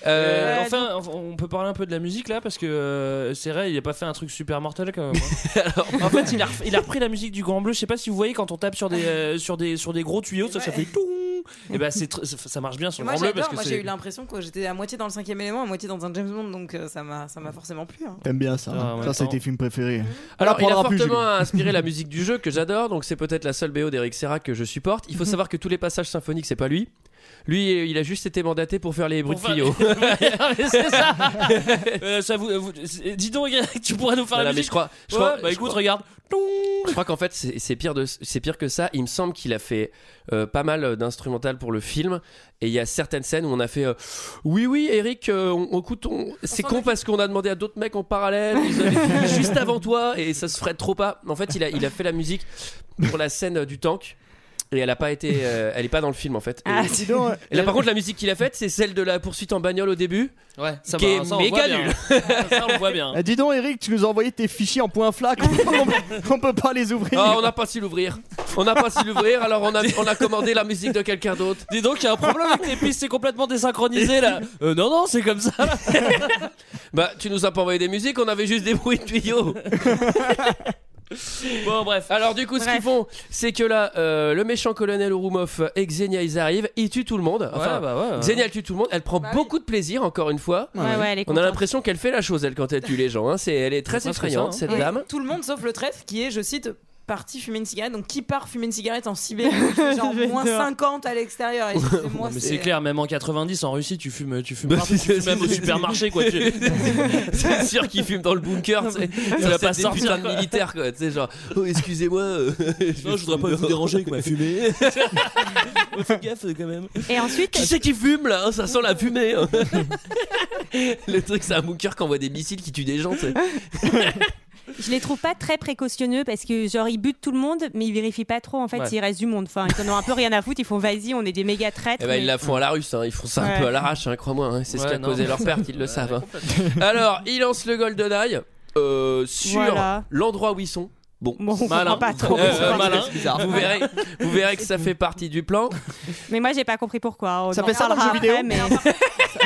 Speaker 1: Euh,
Speaker 7: enfin, on peut parler un peu de la musique là parce que euh, c'est vrai, il a pas fait un truc super mortel quand même. hein. en fait, il a, ref- il a repris la musique du Grand Bleu. Je sais pas si vous voyez quand on tape sur des, euh, sur des, sur des gros tuyaux, ça, ça fait tout. Et ben, c'est tr- ça, ça marche bien sur le
Speaker 11: Moi
Speaker 7: Grand Bleu parce
Speaker 11: j'adore,
Speaker 7: que
Speaker 11: moi
Speaker 7: c'est-
Speaker 11: j'ai eu l'impression que j'étais à moitié dans le cinquième élément, à moitié dans un James Bond, donc euh, ça m'a ça m'a forcément plu. hein.
Speaker 10: T'aimes bien ça.
Speaker 7: Ah, en
Speaker 10: hein.
Speaker 7: même
Speaker 10: ça, c'est
Speaker 7: temps.
Speaker 10: tes films préférés.
Speaker 1: Alors,
Speaker 10: On
Speaker 1: il a
Speaker 10: parlera plus,
Speaker 1: fortement
Speaker 10: Julie.
Speaker 1: inspiré la musique du jeu que j'adore, donc c'est peut-être la seule BO d'Eric Serra que je supporte. Il faut
Speaker 7: Mhm.
Speaker 1: savoir que tous les passages symphoniques, c'est pas lui. Lui, euh, il a juste été mandaté pour faire les bruits de
Speaker 7: faire-
Speaker 1: tuyaux.
Speaker 7: Mais c'est ça. Euh, ça vous, vous- dis donc, Eric, tu pourrais nous faire
Speaker 1: Non,
Speaker 7: la
Speaker 1: non, mais
Speaker 7: musique.
Speaker 1: je crois- je
Speaker 7: Ouais,
Speaker 1: crois-
Speaker 7: bah
Speaker 1: je
Speaker 7: écoute,
Speaker 1: crois-
Speaker 7: regarde.
Speaker 1: Je crois qu'en fait, c'est c'est pire, de- c'est pire que ça. Il me semble qu'il a fait euh, pas mal d'instrumental pour le film. Et il y a certaines scènes où on a fait euh, Oui, oui, Eric, euh, on, on coûte- on- c'est con parce qu'on a demandé à d'autres mecs en parallèle, ils avaient fini juste avant toi, et ça se ferait trop pas. En fait, il a, il a fait la musique pour la scène euh, du tank. Et elle a pas été, euh, elle est pas dans le film en fait. Et,
Speaker 10: dis donc, ouais.
Speaker 1: et là par contre la musique qu'il a faite c'est celle de la poursuite en bagnole au début,
Speaker 7: Ouais, ça
Speaker 1: qui
Speaker 7: va,
Speaker 1: est
Speaker 7: ça, on le
Speaker 1: méga
Speaker 7: voit bien.
Speaker 1: nulle.
Speaker 7: Ça, on le voit bien.
Speaker 10: Eh, dis donc, Eric, tu nous as envoyé tes fichiers en point flac. On peut- on peut pas les ouvrir.
Speaker 1: Ah, on n'a pas su l'ouvrir. On n'a pas su l'ouvrir, alors on a, on a commandé la musique de quelqu'un d'autre.
Speaker 7: Dis donc, il y a un problème avec les pistes, c'est complètement désynchronisé là. Euh, non, non, c'est comme ça.
Speaker 1: Bah, tu nous as pas envoyé des musiques, on avait juste des bruits de tuyaux.
Speaker 7: Bon, bref.
Speaker 1: Alors, du coup, ce qu'ils font, c'est que là, euh, le méchant colonel Ouroumov et Xenia, ils arrivent, ils tuent tout le monde. Enfin,
Speaker 7: Ouais, bah ouais, ouais.
Speaker 1: Xenia, elle tue tout le monde, elle prend beaucoup de plaisir, encore une fois.
Speaker 11: Ouais, ouais, Bah elle est
Speaker 1: on a
Speaker 11: contente.
Speaker 1: l'impression qu'elle fait la chose, elle, quand elle tue les gens. hein. C'est, elle est
Speaker 7: C'est
Speaker 1: très
Speaker 7: presque ça,
Speaker 1: effrayante,
Speaker 7: hein.
Speaker 1: cette
Speaker 11: Ouais.
Speaker 1: dame.
Speaker 11: Tout le monde sauf le traître qui est, je cite, parti fumer une cigarette. Donc qui part fumer une cigarette en Sibérie C'est Genre moins 50 à l'extérieur. Et Excusez-moi,
Speaker 7: Non, mais c'est
Speaker 11: c'est.
Speaker 7: clair, même en 90 en Russie, tu fumes, tu fumes,
Speaker 1: Bah,
Speaker 7: pas,
Speaker 1: c'est-
Speaker 7: tu fumes
Speaker 1: c'est-
Speaker 7: même au
Speaker 1: c'est-
Speaker 7: supermarché quoi. Tu,
Speaker 1: C'est sûr qu'ils fument dans le bunker, tu sais.
Speaker 7: Tu
Speaker 1: Ça,
Speaker 7: vas
Speaker 1: c'est
Speaker 7: pas
Speaker 1: des
Speaker 7: sortir,
Speaker 1: putains de
Speaker 7: quoi.
Speaker 1: militaires, quoi. Tu sais, genre, oh, excusez-moi. euh, je
Speaker 7: Non, je voudrais pas vous déranger avec ma fumée. Fais gaffe quand même.
Speaker 6: Et ensuite,
Speaker 1: Qui c'est qui fume là Ça sent la fumée. hein. le truc, c'est un bunker qui envoie des missiles qui tue des gens. tu sais.
Speaker 6: je les trouve pas très précautionneux parce que, genre, ils butent tout le monde, mais ils vérifient pas trop en fait
Speaker 1: Ouais.
Speaker 6: s'il reste du monde. Enfin, ils en ont un peu rien à foutre, ils font vas-y, on est des méga traîtres.
Speaker 1: Eh ben, ils
Speaker 6: mais-
Speaker 1: la font à la russe, hein. ils font ça un
Speaker 6: Ouais.
Speaker 1: peu à l'arrache, hein, crois-moi. hein. C'est ce
Speaker 7: Ouais,
Speaker 1: qui a
Speaker 7: non,
Speaker 1: causé
Speaker 7: mais-
Speaker 1: leur perte, ils le savent. hein. Alors, ils lancent le GoldenEye euh, sur
Speaker 6: Voilà.
Speaker 1: l'endroit où ils sont. Bon,
Speaker 6: on comprend pas trop.
Speaker 1: Euh, euh, malin.
Speaker 10: C'est bizarre.
Speaker 1: Vous verrez, vous verrez que ça fait partie du plan.
Speaker 6: Mais moi, j'ai pas compris pourquoi. On
Speaker 10: Ça
Speaker 6: en
Speaker 10: fait ça dans le jeu
Speaker 6: parlera
Speaker 10: vidéo
Speaker 6: après, mais-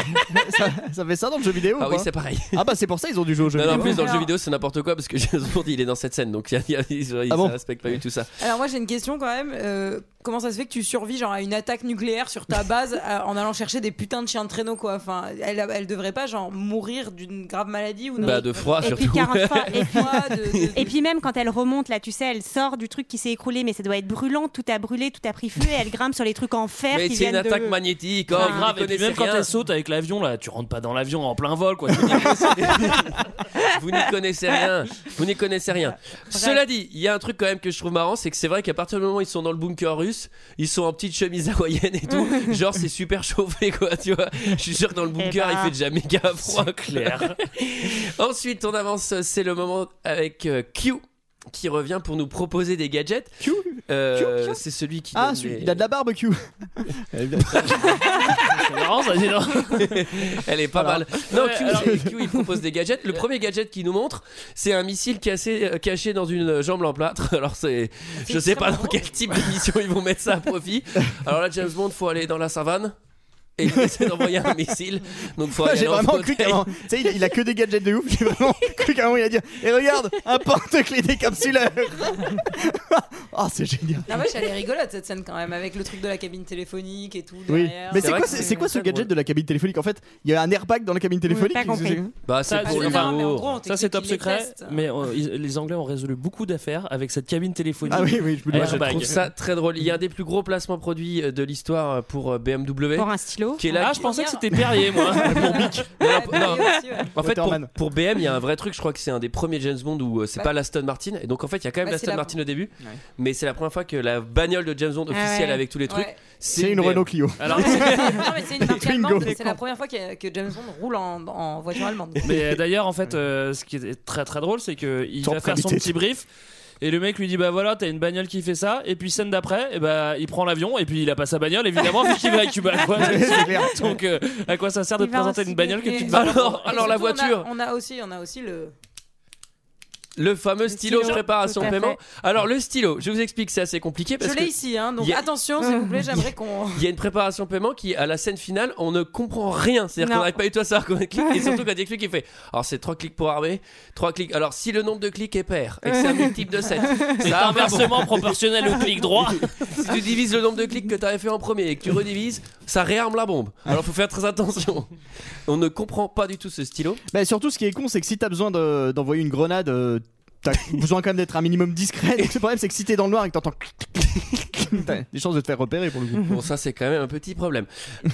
Speaker 10: Ça fait ça dans le jeu vidéo
Speaker 1: Ah
Speaker 10: ou
Speaker 1: oui,
Speaker 10: pas
Speaker 1: c'est pareil.
Speaker 10: Ah bah c'est pour ça ils ont dû jouer au jeu
Speaker 1: Non, non,
Speaker 10: vidéo.
Speaker 1: en plus, dans le jeu
Speaker 11: Alors-
Speaker 1: vidéo, c'est n'importe quoi parce que James Bond, il est dans cette scène, donc il y a- il y a- il-
Speaker 10: Ah bon
Speaker 1: ça respecte pas du tout ça.
Speaker 11: Alors moi j'ai une question quand même. euh, comment ça se fait que tu survis genre à une attaque nucléaire sur ta base euh, en allant chercher des putains de chiens de traîneau quoi Enfin, elle, elle devrait pas genre mourir d'une grave maladie ou d'un-
Speaker 1: Bah, de froid
Speaker 6: Et puis
Speaker 1: surtout.
Speaker 6: 40 fois. Et puis,
Speaker 11: de- de-
Speaker 6: et puis même quand elle remonte, là, tu sais, elle sort du truc qui s'est écroulé, mais ça doit être brûlant. Tout a brûlé, tout a pris feu. Et elle grimpe sur les trucs en fer
Speaker 1: Mais
Speaker 6: qui
Speaker 1: c'est
Speaker 6: viennent
Speaker 1: une attaque
Speaker 6: de...
Speaker 1: magnétique,
Speaker 7: Ah,
Speaker 1: hein, vous
Speaker 7: grave, et puis
Speaker 1: connaissez
Speaker 7: même quand
Speaker 1: rien.
Speaker 7: elle saute avec l'avion là, tu rentres pas dans l'avion en plein vol quoi.
Speaker 1: Vous n'y connaissez rien. Vous n'y connaissez rien. Cela dit, il y a un truc quand même que je trouve marrant, c'est que c'est vrai qu'à partir du moment où ils sont dans le bunker russe, ils sont en petite chemise hawaïenne et tout. Genre, c'est super chauffé, quoi, tu vois. Je suis sûr que dans le bunker,
Speaker 6: ben.
Speaker 1: il fait déjà méga froid.
Speaker 7: clair.
Speaker 1: Ensuite, on avance. C'est le moment avec euh, Q qui revient pour nous proposer des gadgets.
Speaker 10: Q
Speaker 1: Euh, c'est celui qui.
Speaker 10: Ah,
Speaker 1: donne
Speaker 10: celui-
Speaker 1: les-
Speaker 10: il a de la barbecue.
Speaker 7: C'est marrant ça, dis donc.
Speaker 1: Elle est pas
Speaker 10: Voilà.
Speaker 1: mal. Non,
Speaker 7: Ouais,
Speaker 1: Q,
Speaker 7: alors-
Speaker 1: c'est- Q, il propose des gadgets. Le premier gadget qu'il nous montre, c'est un missile cassé, euh, caché dans une jambe en plâtre. Alors, c'est, je sais pas dans quel type de mission ils vont mettre ça à profit. Alors là, James Bond, faut aller dans la savane et il essaie d'envoyer un missile. Donc, faut
Speaker 10: Ouais,
Speaker 1: aller
Speaker 10: j'ai
Speaker 1: en
Speaker 10: vraiment cru
Speaker 1: fauteuil.
Speaker 10: qu'avant. Tu sais, il, il a que des gadgets de ouf. J'ai vraiment cru qu'avant il a dit Et regarde, un porte-clés décapsuleur Ah, c'est génial.
Speaker 11: La vache, elle est rigolote cette scène quand même avec le truc de la cabine téléphonique et tout
Speaker 10: Oui,
Speaker 11: derrière.
Speaker 10: mais c'est
Speaker 1: vrai
Speaker 10: quoi,
Speaker 1: que
Speaker 10: c'est-
Speaker 1: c'est-
Speaker 10: c'est quoi ce
Speaker 1: c'est
Speaker 10: gadget
Speaker 1: drôle.
Speaker 10: de la cabine téléphonique En fait, il y a un airbag dans la cabine téléphonique.
Speaker 6: pas compris.
Speaker 1: Bah, c'est
Speaker 7: Ça,
Speaker 1: pour
Speaker 11: c'est-
Speaker 1: lui.
Speaker 11: non, mais en gros, on
Speaker 7: Ça, c'est
Speaker 11: t'explique
Speaker 7: top
Speaker 11: qu'ils les
Speaker 7: secret.
Speaker 11: testent.
Speaker 7: Mais euh, ils- les Anglais ont résolu beaucoup d'affaires avec cette cabine téléphonique.
Speaker 10: Ah oui, oui, je vous
Speaker 1: Ouais,
Speaker 10: le
Speaker 7: Airbag.
Speaker 1: je trouve ça très drôle. Il y a un des plus gros placements produits euh, de l'histoire pour euh, BMW.
Speaker 6: Pour un stylo.
Speaker 1: Qui est là.
Speaker 7: Ah, je pensais que c'était Perrier, moi.
Speaker 11: Voilà. Ouais,
Speaker 1: non,
Speaker 11: Perrier aussi, ouais.
Speaker 1: En fait, pour,
Speaker 10: Waterman.
Speaker 1: pour BM, il y a un vrai truc. Je crois que c'est un des premiers James Bond où euh, c'est
Speaker 11: Bah-
Speaker 1: pas l'Aston Martin. Et donc, en fait, il y a quand même
Speaker 11: Bah, c'est
Speaker 1: l'Aston
Speaker 11: la-
Speaker 1: Martin au début. Mais c'est la première fois que la bagnole de James Bond
Speaker 6: Ah
Speaker 1: officielle
Speaker 6: ouais.
Speaker 1: avec tous les trucs,
Speaker 11: Ouais.
Speaker 10: C'est une
Speaker 1: BM.
Speaker 10: Renault Clio.
Speaker 7: Alors,
Speaker 11: Non, mais c'est une marque
Speaker 10: Twingo.
Speaker 11: allemande, C'est la première fois que, que James Bond roule en, en voiture allemande.
Speaker 7: Mais euh, d'ailleurs, en fait, euh, ce qui est très très drôle, c'est que il
Speaker 10: Sans
Speaker 7: va faire son
Speaker 10: qualité.
Speaker 7: petit brief. Et le mec lui dit bah voilà, t'as une bagnole qui fait ça. Et puis scène d'après, et bah, il prend l'avion et puis il a pas sa bagnole évidemment vu qu'il va à Cuba. quoi. Donc euh, à quoi ça sert de te présenter une bagnole que tu
Speaker 1: Bah,
Speaker 7: te alors alors la
Speaker 11: Surtout, on a-
Speaker 7: voiture.
Speaker 11: On a aussi, on a aussi le.
Speaker 1: Le fameux stylo,
Speaker 11: stylo.
Speaker 1: préparation
Speaker 11: Tout à
Speaker 1: paiement.
Speaker 11: fait.
Speaker 1: Alors le stylo, je vous explique, c'est assez compliqué parce
Speaker 11: Je l'ai
Speaker 1: que
Speaker 11: ici, hein, donc
Speaker 1: y a-
Speaker 11: attention, s'il vous plaît, j'aimerais qu'on.
Speaker 1: Il y a une préparation paiement qui, à la scène finale, on ne comprend rien. C'est-à-dire
Speaker 11: Non.
Speaker 1: qu'on n'arrive pas du tout à savoir qu'on clique. Et surtout quand il clique, il fait Alors c'est 3 clics pour armer, 3 clics. Alors si le nombre de clics est pair et que c'est un multiple de 7,
Speaker 7: C'est
Speaker 1: ça,
Speaker 7: inversement
Speaker 1: bon.
Speaker 7: proportionnel au clic droit.
Speaker 1: Si
Speaker 7: Ah.
Speaker 1: tu divises le nombre de clics que tu avais fait en premier et que tu redivises, ça réarme la bombe.
Speaker 7: Ah.
Speaker 1: Alors faut faire très attention. On ne comprend pas du tout ce stylo.
Speaker 10: Bah, surtout, ce qui est con, c'est que si t'as besoin de- d'envoyer une grenade, euh, t'as besoin quand même d'être un minimum discret. Donc, le problème, c'est que si t'es dans le noir et que t'entends. T'as des chances de te faire repérer pour le coup.
Speaker 1: Bon, ça, c'est quand même un petit problème.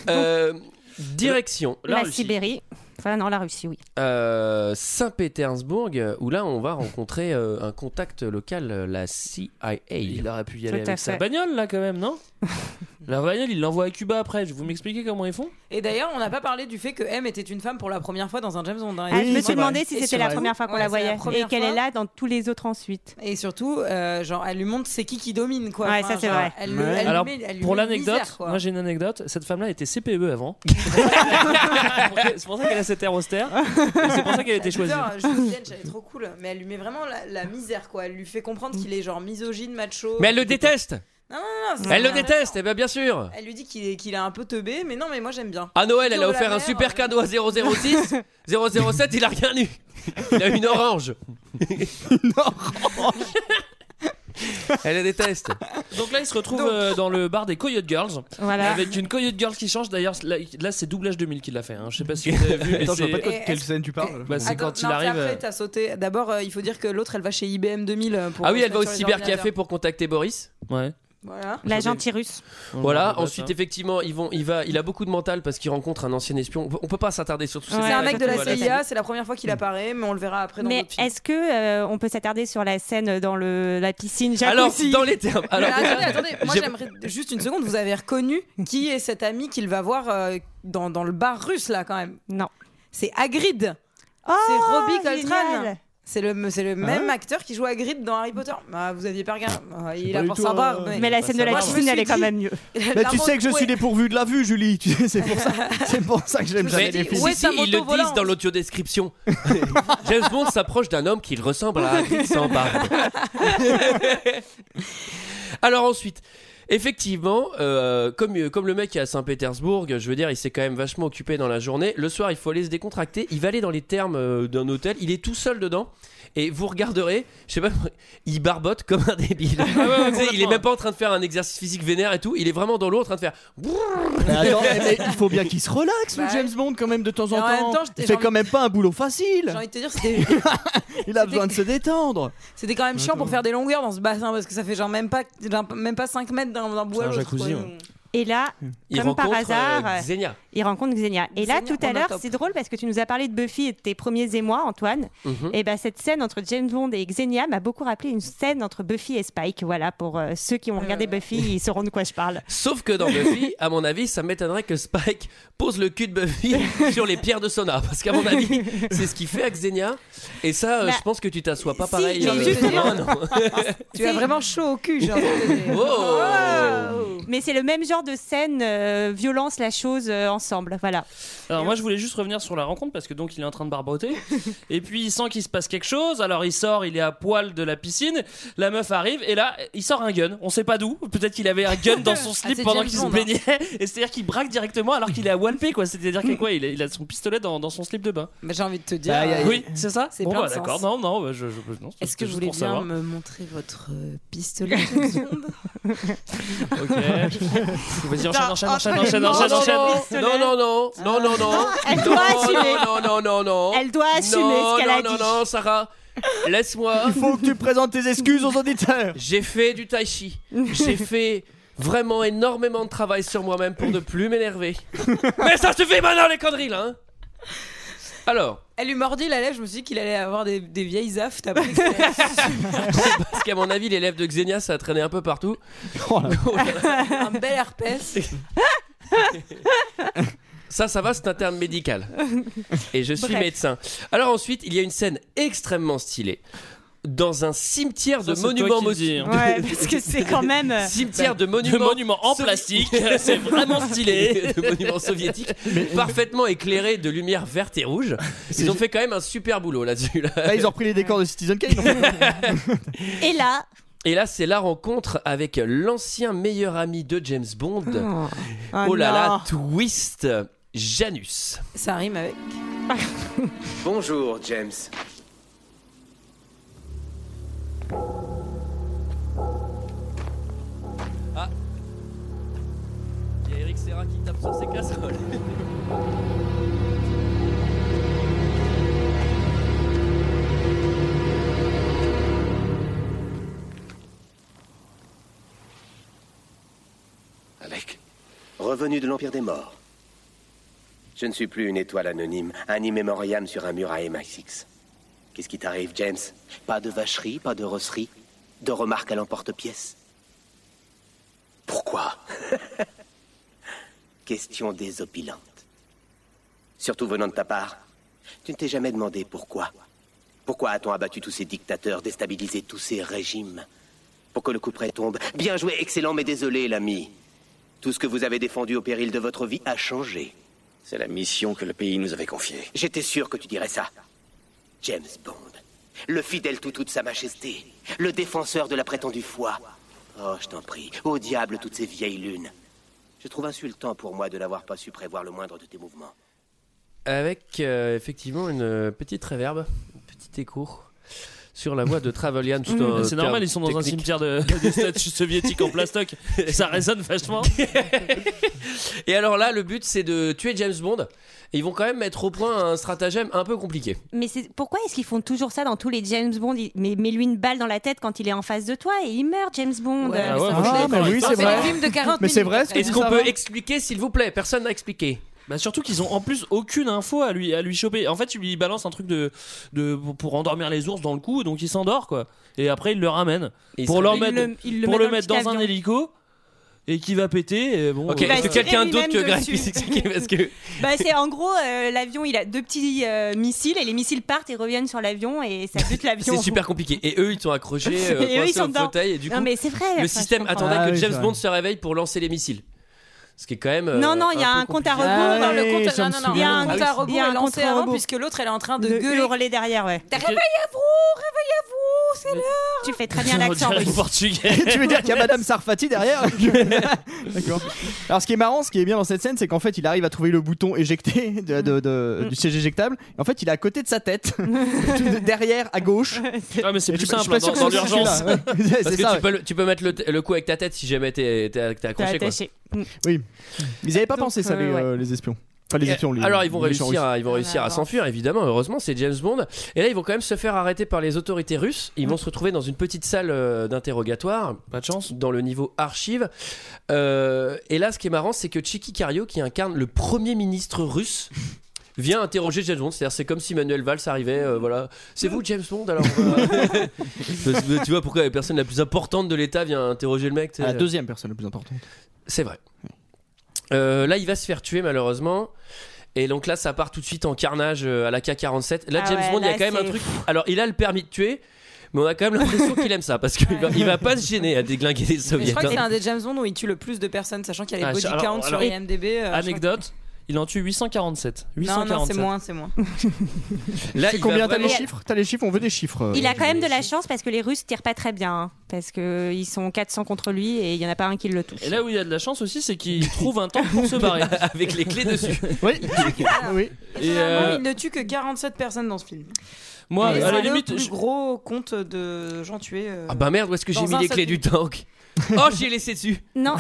Speaker 1: Euh, direction.
Speaker 6: La, Sibérie. Enfin, non, la Russie, oui.
Speaker 1: Euh, Saint-Pétersbourg, euh, où là on va rencontrer euh, un contact local, euh, la CIA. Il aurait pu
Speaker 7: Il y allait avec sa bagnole là quand même, non La bagnole, il l'envoie à Cuba après. Je vais vous m'expliquer comment ils font
Speaker 11: Et d'ailleurs, on n'a pas parlé du fait que M était une femme pour la première fois dans un James Bond. hein.
Speaker 6: Ah, je me
Speaker 11: Et
Speaker 6: suis
Speaker 11: surtout-
Speaker 6: demandé si
Speaker 11: et
Speaker 6: c'était la
Speaker 11: surtout-
Speaker 6: première fois qu'on
Speaker 11: Ouais,
Speaker 6: la
Speaker 11: c'est
Speaker 6: voyait et
Speaker 11: première
Speaker 6: qu'elle est
Speaker 11: fois.
Speaker 6: là dans tous les autres ensuite.
Speaker 11: Et surtout, euh, genre, elle lui montre c'est qui qui domine, quoi.
Speaker 6: Ouais,
Speaker 11: Enfin,
Speaker 6: ça, c'est
Speaker 11: genre,
Speaker 6: vrai.
Speaker 11: elle le- elle lui
Speaker 7: Alors,
Speaker 11: met- elle lui
Speaker 7: pour
Speaker 11: met une
Speaker 7: l'anecdote,
Speaker 11: misère, quoi.
Speaker 7: moi j'ai une anecdote. Cette femme-là était CPE avant. c'est pour ça qu'elle a cet air austère. Et C'est pour ça qu'elle a été choisie.
Speaker 11: Putain, Josiane, elle est trop cool, mais elle lui met vraiment la, la misère, quoi. Elle lui fait comprendre qu'il est genre misogyne, macho.
Speaker 1: Mais elle le déteste
Speaker 11: Non, non, non, c'est
Speaker 1: Elle le
Speaker 11: rien.
Speaker 1: déteste, eh bien, bien sûr
Speaker 11: Ah, Elle lui dit qu'il est, qu'il est un peu teubé, mais non, mais moi j'aime bien.
Speaker 1: À Noël, elle a
Speaker 11: Vidéo la
Speaker 1: offert un
Speaker 11: mère.
Speaker 1: super cadeau à 006. 007, il a rien eu Il a une orange Elle le déteste
Speaker 7: Donc là, il se retrouve euh, dans le bar des Coyote Girls.
Speaker 11: Ah.
Speaker 1: Voilà.
Speaker 7: Avec une Coyote Girl qui change. D'ailleurs, là, là, c'est Doublage 2000 qui l'a fait. hein. Je sais pas si vous avez vu. mais
Speaker 10: Attends, je vois
Speaker 7: c'est-
Speaker 10: pas de quoi- quelle scène tu parles.
Speaker 7: Bah, c'est
Speaker 11: Attends,
Speaker 7: quand il
Speaker 11: non,
Speaker 7: arrive.
Speaker 11: c'est
Speaker 7: euh,
Speaker 11: Après, t'as sauté. D'abord, euh, il faut dire que l'autre, elle va chez IBM 2000. euh, Pour
Speaker 1: Ah oui,
Speaker 11: se
Speaker 1: elle va au
Speaker 11: mettre sur les
Speaker 1: cybercafé
Speaker 11: ordinateurs.
Speaker 1: pour contacter Boris.
Speaker 7: Ouais.
Speaker 11: Voilà.
Speaker 6: russe.
Speaker 1: Voilà,
Speaker 7: On en débat,
Speaker 1: ensuite
Speaker 7: ça.
Speaker 1: effectivement, ils vont, il, va, il a beaucoup de mental parce qu'il rencontre un ancien espion. On peut- On peut pas s'attarder sur tout ça.
Speaker 11: C'est un mec de la
Speaker 1: Voilà.
Speaker 11: CIA, c'est la première fois qu'il apparaît, mais on le verra après dans
Speaker 6: Mais
Speaker 11: d'autres films.
Speaker 6: est-ce que euh, on peut s'attarder sur la scène dans le la piscine
Speaker 1: Alors,
Speaker 6: jacuzzi
Speaker 1: dans les termes. Alors,
Speaker 11: Mais attendez, attendez, moi
Speaker 1: j'ai-
Speaker 11: j'aimerais juste une seconde, vous avez reconnu qui est cet ami qu'il va voir euh, dans, dans le bar russe là quand même
Speaker 6: Non.
Speaker 11: C'est Hagrid.
Speaker 10: Oh,
Speaker 11: c'est
Speaker 6: Ah,
Speaker 11: Robbie Coltrane. C'est le, c'est le
Speaker 10: Ah
Speaker 11: même acteur qui joue Hagrid dans Harry Potter. Bah, vous aviez pas regardé. Bah, il
Speaker 10: pas
Speaker 11: a
Speaker 10: du
Speaker 11: pour
Speaker 10: tout,
Speaker 11: sa
Speaker 10: euh,
Speaker 11: barbe.
Speaker 6: Mais la scène de la
Speaker 11: Moi, je me
Speaker 6: piscine, elle
Speaker 11: suis
Speaker 6: est quand
Speaker 11: dit-
Speaker 6: même mieux.
Speaker 10: Mais
Speaker 11: La
Speaker 10: tu sais
Speaker 11: montre
Speaker 10: que je
Speaker 11: couée.
Speaker 10: suis dépourvu de la vue, Julie. Tu sais, C'est pour ça. C'est pour ça que j'aime jamais
Speaker 1: Mais
Speaker 10: les films.
Speaker 1: si, si, ils le disent dans l'audio-description. James Bond s'approche d'un homme qui ressemble à Hagrid sans barbe. Alors ensuite, effectivement, euh, comme, euh, comme le mec est à Saint-Pétersbourg, je veux dire, il s'est quand même vachement occupé dans la journée. Le soir, il faut aller se décontracter. Il va aller dans les thermes euh, d'un hôtel. Il est tout seul dedans. Et vous regarderez, je sais pas, il barbote comme un débile. Tu sais, il est même pas en train de faire un exercice physique vénère et tout. Il est vraiment dans l'eau en train de faire.
Speaker 10: Mais attends, mais il faut bien qu'il se relaxe, le James Bond, quand même, de temps en
Speaker 11: Et en même
Speaker 10: temps.
Speaker 11: temps, j'étais-
Speaker 10: C'est
Speaker 11: j'ai
Speaker 10: quand même pas un boulot facile.
Speaker 11: J'ai envie de te dire, c'était,
Speaker 10: Il a besoin de se détendre.
Speaker 11: c'était quand même chiant pour faire des longueurs dans ce bassin parce que ça fait genre même pas, genre même pas 5 mètres d'un, d'un bout à
Speaker 7: C'est un
Speaker 11: l'autre.
Speaker 7: jacuzzi,
Speaker 11: quoi.
Speaker 7: ouais.
Speaker 10: hein.
Speaker 6: Et là,
Speaker 7: Il
Speaker 6: comme par
Speaker 7: rencontre,
Speaker 6: hasard,
Speaker 7: euh, Xenia.
Speaker 6: Hmm. il rencontre Xenia. Et là, tout à
Speaker 11: on
Speaker 6: l'heure,
Speaker 11: est top.
Speaker 6: c'est drôle parce que tu nous as parlé de Buffy et de tes premiers émois, Antoine.
Speaker 11: Mhm.
Speaker 6: Et ben cette scène entre James Bond et Xenia m'a beaucoup rappelé une scène entre Buffy et Spike. Voilà, pour euh, ceux qui ont regardé Buffy, ils sauront de quoi je parle.
Speaker 1: Sauf que dans Buffy, à mon avis, ça m'étonnerait que Spike pose le cul de Buffy sur les pierres de Sona. Parce qu'à mon avis, c'est ce qu'il fait à Xenia. Et ça, euh,
Speaker 6: Bah,
Speaker 1: je pense que tu t'assois pas
Speaker 6: si,
Speaker 1: pareil. euh,
Speaker 6: mais
Speaker 1: non,
Speaker 6: justement.
Speaker 1: non.
Speaker 11: Tu as vraiment chaud au cul, j'ai envie de te dire.
Speaker 1: Oh.
Speaker 6: Mais c'est le même genre de scène, euh, violence, la chose euh, ensemble. Voilà.
Speaker 7: Alors moi je voulais juste revenir sur la rencontre parce que donc il est en train de barboter et puis il sent qu'il se passe quelque chose alors il sort il est à poil de la piscine la meuf arrive et là il sort un gun on sait pas d'où peut-être qu'il avait un gun dans son
Speaker 11: Ah,
Speaker 7: slip
Speaker 11: c'est
Speaker 7: pendant
Speaker 11: James
Speaker 7: qu'il se
Speaker 11: Bond, hein.
Speaker 7: baignait et c'est à dire qu'il braque directement alors qu'il est à walpé quoi c'est à dire qu'il quoi il a, il a son pistolet dans, dans son slip de bain
Speaker 11: Mais j'ai envie de te dire.
Speaker 7: Bah, y a-
Speaker 11: euh,
Speaker 7: oui c'est ça
Speaker 11: C'est
Speaker 7: bon
Speaker 11: plein
Speaker 7: bah
Speaker 11: de sens.
Speaker 7: d'accord non non bah, je, je- non, c'était
Speaker 11: Est-ce que vous
Speaker 7: juste
Speaker 11: voulez
Speaker 7: pour
Speaker 11: bien
Speaker 7: savoir.
Speaker 11: me montrer votre euh, pistolet James Bond
Speaker 7: ok hein. vas-y enchaîne enchaîne enchaîne
Speaker 1: Non,
Speaker 7: enchaîne
Speaker 1: non,
Speaker 7: enchaîne
Speaker 1: non,
Speaker 7: enchaîne
Speaker 1: non, non, non, non, non, non.
Speaker 6: Ah. Elle
Speaker 1: Non,
Speaker 6: doit assumer.
Speaker 1: Non, non, non, non.
Speaker 6: Elle doit assumer ce qu'elle a
Speaker 1: Oh. Non, non,
Speaker 6: dit.
Speaker 1: non, Sarah, laisse-moi.
Speaker 10: Il faut que tu présentes tes excuses aux auditeurs.
Speaker 1: J'ai fait du tai chi. J'ai fait vraiment énormément de travail sur moi-même pour ne plus m'énerver. Mais ça suffit maintenant les conneries là. hein. Alors,
Speaker 11: Elle lui mordit la lèvre, je me suis dit qu'il allait avoir des, des vieilles affes. t'as pas-
Speaker 1: parce qu'à mon avis, l'élève de Xenia, ça a traîné un peu partout.
Speaker 11: un bel herpès.
Speaker 7: Oh
Speaker 1: Ça, ça va, c'est un terme médical. Et je suis
Speaker 11: Bref.
Speaker 1: médecin. Alors ensuite, il y a une scène extrêmement stylée dans un cimetière
Speaker 7: Ça,
Speaker 1: de
Speaker 7: c'est toi
Speaker 1: monuments
Speaker 7: qui le dis, hein.
Speaker 1: motifs.
Speaker 7: Ouais, parce que c'est quand même- euh,
Speaker 1: Cimetière de
Speaker 7: De
Speaker 1: monuments.
Speaker 7: monuments en plastique, c'est vraiment stylé.
Speaker 1: de monuments soviétiques, parfaitement éclairés de lumière verte et rouge. Ils ont fait quand même un super boulot là-dessus. là.
Speaker 10: Là, Bah, ils ont repris les décors de Citizen Kane.
Speaker 6: Et là,
Speaker 1: Et là, c'est la rencontre avec l'ancien meilleur ami de James Bond.
Speaker 6: Oh. Oh
Speaker 1: là
Speaker 6: non.
Speaker 1: là, twist, Janus.
Speaker 11: Ça rime avec.
Speaker 14: Bonjour, James.
Speaker 1: Il y a Eric Serra qui tape sur ses casseroles.
Speaker 14: Alec, revenu de l'Empire des Morts. Je ne suis plus une étoile anonyme, un immémoriam sur un mur à MI6. Qu'est-ce qui t'arrive, James Pas de vacherie, pas de rosserie, de remarques à l'emporte-pièce. Pourquoi Question désopilante. Surtout venant de ta part. Tu ne t'es jamais demandé pourquoi. Pourquoi a-t-on abattu tous ces dictateurs, déstabilisé tous ces régimes Pour que le coup près tombe. Bien joué, excellent, mais désolé, l'ami. Tout ce que vous avez défendu au péril de votre vie a changé.
Speaker 15: C'est la mission que le pays nous avait confiée.
Speaker 14: J'étais sûr que tu dirais ça. James Bond, le fidèle toutou de Sa Majesté, le défenseur de la prétendue foi. Oh, je t'en prie, au diable toutes ces vieilles lunes. Je trouve insultant pour moi de n'avoir pas su prévoir le moindre de tes mouvements.
Speaker 1: Avec euh, effectivement une euh, petite réverbe, une petite écho sur la voix de Travelian.
Speaker 7: Mmh, mais c'est normal, ils sont dans un cimetière de, de statues soviétiques en plastoc. Ça résonne vachement.
Speaker 1: Et alors là, le but c'est de tuer James Bond. Et ils vont quand même mettre au point un stratagème un peu compliqué.
Speaker 6: mais c'est pourquoi est-ce qu'ils font toujours ça dans tous les James Bond Ils- Mais mets-lui une balle dans la tête quand il est en face de toi et il meurt, James Bond. Euh,
Speaker 1: Ouais,
Speaker 10: ouais, moi, je suis Ah, d'accord mais avec oui, toi. c'est vrai. Mais c'est vrai, ce
Speaker 11: Ah,
Speaker 10: que
Speaker 1: Est-ce
Speaker 10: tu
Speaker 1: qu'on
Speaker 10: dis,
Speaker 1: peut
Speaker 10: Sarah
Speaker 1: expliquer, s'il vous plaît Personne n'a expliqué.
Speaker 7: Bah surtout qu'ils ont en plus aucune info à lui à lui choper. En fait, il lui balance un truc de, de pour endormir les ours dans le cou, donc il s'endort quoi. Et après, il le ramène
Speaker 1: il
Speaker 7: pour
Speaker 1: se-
Speaker 7: leur
Speaker 1: Il
Speaker 7: mettre-
Speaker 1: le- il le
Speaker 7: pour
Speaker 1: met
Speaker 7: le
Speaker 1: dans ah le
Speaker 7: mettre
Speaker 1: petit
Speaker 7: dans un
Speaker 1: avion.
Speaker 7: hélico et qui va péter. et bon,
Speaker 1: Ok,
Speaker 7: euh,
Speaker 1: est-ce que quelqu'un
Speaker 6: tirer
Speaker 1: d'autre que
Speaker 6: lui-même
Speaker 1: Greg
Speaker 6: dessus.
Speaker 1: puisse expliquer parce que
Speaker 6: Bah, c'est en gros euh, l'avion, il a deux petits euh, missiles et les missiles partent et reviennent sur l'avion et ça bute l'avion.
Speaker 1: c'est super compliqué. Et eux, ils sont accrochés
Speaker 6: Et
Speaker 1: euh,
Speaker 6: eux, ils
Speaker 1: coincés
Speaker 6: sont
Speaker 1: au
Speaker 6: dedans.
Speaker 1: fauteuil et du coup,
Speaker 6: Non, mais c'est vrai, enfin,
Speaker 1: le
Speaker 6: je
Speaker 1: système
Speaker 6: comprends.
Speaker 1: attendait
Speaker 10: Ah
Speaker 1: que
Speaker 10: oui,
Speaker 1: James
Speaker 10: c'est vrai.
Speaker 1: Bond se réveille pour lancer les missiles. Ce qui est quand même. euh,
Speaker 6: Non, non, il y a
Speaker 1: peu
Speaker 6: un compte à
Speaker 1: compliqué.
Speaker 6: rebours. Ah,
Speaker 11: Non, le
Speaker 6: oui,
Speaker 11: compte,
Speaker 6: je
Speaker 11: non,
Speaker 6: me
Speaker 11: non, non, il y
Speaker 6: souviens.
Speaker 11: a un compte
Speaker 6: Ah
Speaker 11: à
Speaker 6: oui,
Speaker 11: rebours
Speaker 6: il y a
Speaker 11: est
Speaker 6: un
Speaker 11: lancé
Speaker 6: compte à
Speaker 11: avant,
Speaker 6: rebours.
Speaker 11: puisque l'autre elle est en train de
Speaker 6: De
Speaker 11: gueuler.
Speaker 6: hurler derrière, ouais.
Speaker 11: Réveillez-vous, réveillez-vous,
Speaker 6: c'est l'heure. Tu fais très bien
Speaker 11: On
Speaker 6: l'accent.
Speaker 11: dirait
Speaker 6: russe.
Speaker 11: le
Speaker 10: portugais. tu veux dire qu'il y a Madame Sarfati derrière D'accord. Alors, ce qui est marrant, ce qui est bien dans cette scène, c'est qu'en fait, il arrive à trouver le bouton éjecté de- de- de- du siège éjectable. Et en fait, il est à côté de sa tête, tout de- derrière, à gauche.
Speaker 7: Ah, mais c'est
Speaker 10: Et
Speaker 7: plus
Speaker 10: je- je
Speaker 7: simple
Speaker 10: suis pas
Speaker 7: hein,
Speaker 10: sûr
Speaker 7: dans,
Speaker 10: que
Speaker 7: dans
Speaker 10: ce soit
Speaker 7: l'urgence.
Speaker 10: celui-là. Ouais, c'est
Speaker 1: Parce que
Speaker 10: ça,
Speaker 1: tu,
Speaker 10: ouais.
Speaker 1: peux, le- tu peux mettre le, le coup avec ta tête si jamais t'es t'es- t'es accroché. quoi.
Speaker 6: attaché.
Speaker 10: Oui. Ils n'avaient pas pensé ça,
Speaker 1: euh,
Speaker 10: les, euh, les espions. Enfin, les espions, les-
Speaker 1: Alors ils vont
Speaker 10: les méchants
Speaker 1: réussir, à, ils vont
Speaker 7: Ah,
Speaker 10: russes.
Speaker 1: réussir à s'enfuir évidemment. Heureusement, c'est James Bond. Et là, ils vont quand même se faire arrêter par les autorités russes. Ils vont se retrouver dans une petite salle euh, d'interrogatoire.
Speaker 7: Mm. Pas de chance.
Speaker 1: Dans le niveau archive. Euh, et là, ce qui est marrant, c'est que Chiki Cario, qui incarne le premier ministre russe. Vient interroger James Bond, c'est-à-dire c'est comme si Manuel Valls arrivait, euh, voilà, c'est vous James Bond alors. euh, parce que tu vois pourquoi la personne la plus importante de l'État vient interroger le mec. tu sais.
Speaker 10: À la deuxième personne la plus importante.
Speaker 1: C'est vrai. Euh, là, il va se faire tuer malheureusement. Et donc là, ça part tout de suite en carnage euh, à la K-47. Là,
Speaker 7: Ah
Speaker 1: James
Speaker 7: ouais,
Speaker 1: Bond, il y a
Speaker 7: là,
Speaker 1: quand même un
Speaker 7: c'est-
Speaker 1: truc. Alors, il a le permis de tuer, mais on a quand même l'impression qu'il aime ça parce qu'il va, il va pas se gêner à déglinguer des
Speaker 11: Mais je
Speaker 1: soviets.
Speaker 11: crois que c'est
Speaker 1: hein.
Speaker 11: un des James Bond où il tue le plus de personnes, sachant qu'il y a
Speaker 7: Ah,
Speaker 11: les body
Speaker 7: alors-
Speaker 11: counts sur
Speaker 7: alors-
Speaker 11: IMDb. euh, je crois que-
Speaker 7: Anecdote, il en tue 847.
Speaker 11: Non, non, c'est
Speaker 7: 847.
Speaker 11: moins, c'est moins.
Speaker 1: Là,
Speaker 10: c'est
Speaker 1: il
Speaker 10: combien
Speaker 1: va
Speaker 10: T'as les
Speaker 1: vraiment-
Speaker 10: chiffres T'as les chiffres On veut des chiffres. euh.
Speaker 6: Il a quand même de la chance parce que les Russes tirent pas très bien. hein, parce qu'ils sont 400 contre lui et il y en a pas un qui le touche.
Speaker 7: Et là où il y a de la chance aussi, c'est qu'il trouve un temps pour se barrer.
Speaker 1: Avec les clés dessus.
Speaker 10: Oui. oui.
Speaker 7: Et
Speaker 11: Finalement,
Speaker 7: euh,
Speaker 11: Il ne tue que 47 personnes dans ce film.
Speaker 7: moi,
Speaker 11: Et
Speaker 7: à la
Speaker 11: c'est le
Speaker 7: limite,
Speaker 11: plus
Speaker 7: je-
Speaker 11: gros compte de gens tués. euh,
Speaker 1: Ah bah merde, où est-ce que j'ai
Speaker 11: dans
Speaker 1: mis
Speaker 11: un
Speaker 1: les
Speaker 11: seul
Speaker 1: clés du
Speaker 11: film.
Speaker 1: tank Oh, j'ai laissé dessus.
Speaker 6: Non.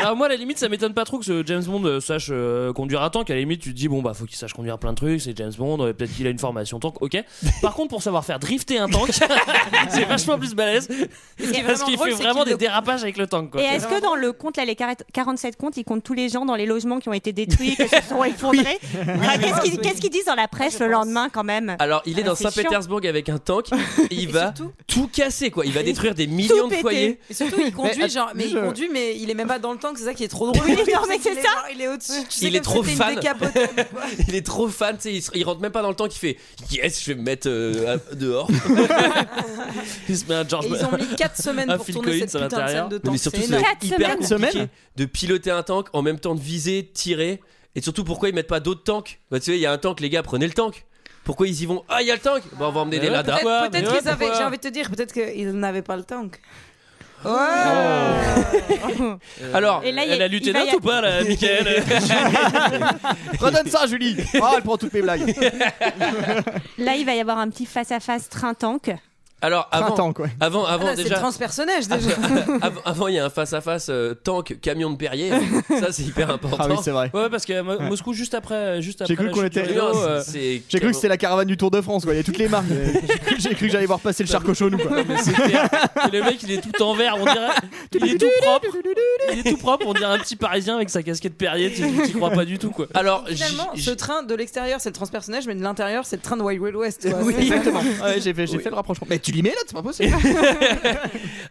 Speaker 7: Alors moi, à la limite, ça m'étonne pas trop que ce James Bond euh, sache euh, conduire un tank. À la limite, tu te dis bon bah faut qu'il sache conduire plein de trucs. C'est James Bond. euh, Peut-être qu'il a une formation tank. Ok. Par contre, pour savoir faire drifter un tank, c'est vachement plus balèze
Speaker 11: est
Speaker 7: parce
Speaker 11: vraiment
Speaker 7: qu'il
Speaker 11: drôle,
Speaker 7: fait
Speaker 11: c'est
Speaker 7: vraiment
Speaker 11: qu'il
Speaker 7: des
Speaker 11: le-
Speaker 7: dérapages avec le tank. Quoi.
Speaker 6: Et est-ce que dans le compte, là, les 40 47 comptes, ils comptent tous les gens dans les logements qui ont été détruits, qui se sont effondrés Enfin, Qu'est-ce qu'ils qu'est-ce qu'ils disent dans la presse le lendemain quand même
Speaker 1: Alors, il est
Speaker 6: Ah,
Speaker 1: dans
Speaker 6: c'est chiant.
Speaker 1: Saint-Pétersbourg avec un tank. et il va tout casser, quoi. Il va détruire des millions de
Speaker 6: péter.
Speaker 1: foyers.
Speaker 11: Et surtout, il conduit,
Speaker 10: Mais,
Speaker 11: genre, mais il
Speaker 10: je-
Speaker 11: conduit, mais il est même pas dans le temps, que c'est ça qui est trop drôle.
Speaker 6: Non, mais c'est
Speaker 11: Il est
Speaker 6: ça.
Speaker 11: genre, Il est au-dessus. Tu sais,
Speaker 1: il est
Speaker 11: comme si
Speaker 1: trop
Speaker 11: c'était une
Speaker 1: fan.
Speaker 11: décapote-
Speaker 1: il est trop fan, tu sais, il, se- il rentre même pas dans le temps qu'il fait Yes, je vais me mettre euh, à- dehors. il se met un George
Speaker 11: Et ils ont mis 4 semaines
Speaker 1: un
Speaker 11: pour
Speaker 1: Ah, Phil
Speaker 11: tourner cette
Speaker 1: Collins à
Speaker 11: putain de
Speaker 1: l'intérieur.
Speaker 11: scène de temps.
Speaker 1: Mais surtout,
Speaker 11: C'est
Speaker 1: c'est
Speaker 11: énorme.
Speaker 1: hyper compliqué de piloter un tank en même temps de viser, de tirer. Et surtout, pourquoi ils mettent pas d'autres tanks Bah, tu sais, il y a un tank, les gars, prenez le tank. Pourquoi ils y vont Ah, il y a le tank Bon, on va emmener des
Speaker 11: Peut-être-
Speaker 1: ladas.
Speaker 11: Peut-être qu'ils avaient, j'ai envie de te dire, peut-être qu'ils n'avaient pas le temps.
Speaker 1: Alors,
Speaker 11: Et là, il y a-
Speaker 1: elle a lutté
Speaker 11: il va y a-
Speaker 1: d'autres ou pas, là, Michael
Speaker 10: Redonne ça, Julie. Oh, elle prend toutes mes blagues.
Speaker 6: Là, il va y avoir un petit face-à-face train-tank.
Speaker 1: Alors, avant,
Speaker 10: Printemps,
Speaker 1: avant, avant
Speaker 11: Ah, C'est
Speaker 1: déjà.
Speaker 11: transpersonnage déjà.
Speaker 1: Avant- Avant, il y a un face-à-face euh, tank camion de Perrier. Ça, c'est hyper important.
Speaker 10: Ah oui, c'est vrai.
Speaker 7: Ouais, parce que à Mo- Moscou, juste après, juste après
Speaker 10: J'ai cru
Speaker 7: la
Speaker 10: qu'on
Speaker 7: chute du
Speaker 10: était.
Speaker 7: rideau, euh,
Speaker 1: J'ai
Speaker 10: cru que c'était la caravane du Tour de France, quoi. Il y a toutes les marques. J'ai cru- J'ai cru que j'allais voir passer le charcoche au nous, quoi.
Speaker 7: Et le mec, il est tout en vert, on dirait. Il est tout propre. Il est tout propre, on dirait un petit parisien avec sa casquette Perrier, tu tu crois pas du tout quoi.
Speaker 1: Alors,
Speaker 11: Finalement, ce train de l'extérieur, c'est le transpersonnage, mais de l'intérieur, c'est le train de Wild Wild West. quoi.
Speaker 10: Oui,
Speaker 11: C'est-
Speaker 10: exactement. Ouais, j'ai fait, j'ai fait le rapprochement. Mais tu l'y mets là, c'est pas possible.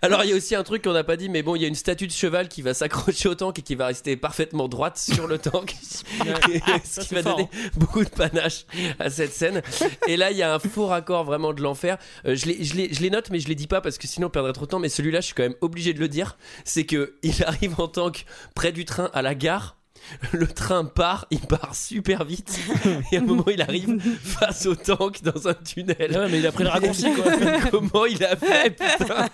Speaker 1: Alors, il y a aussi un truc qu'on n'a pas dit, mais bon, il y a une statue de cheval qui va s'accrocher au tank et qui va rester parfaitement droite sur le tank. Et ce
Speaker 7: ça,
Speaker 1: qui
Speaker 7: c'est
Speaker 1: va
Speaker 7: fort, hein.
Speaker 1: donner beaucoup de panache à cette scène. Et là, il y a un faux raccord vraiment de l'enfer. Euh, je, les, je, les, je les note, mais je les dis pas parce que sinon on perdrait trop de temps. Mais celui-là, je suis quand même obligé de le dire. C'est que il arrive en tank près du train à la gare. Le train part, il part super vite. Et à un moment, il arrive face au tank dans un tunnel.
Speaker 7: Ah Ouais, mais il a pris le raccourci, quoi.
Speaker 1: Comment il a fait putain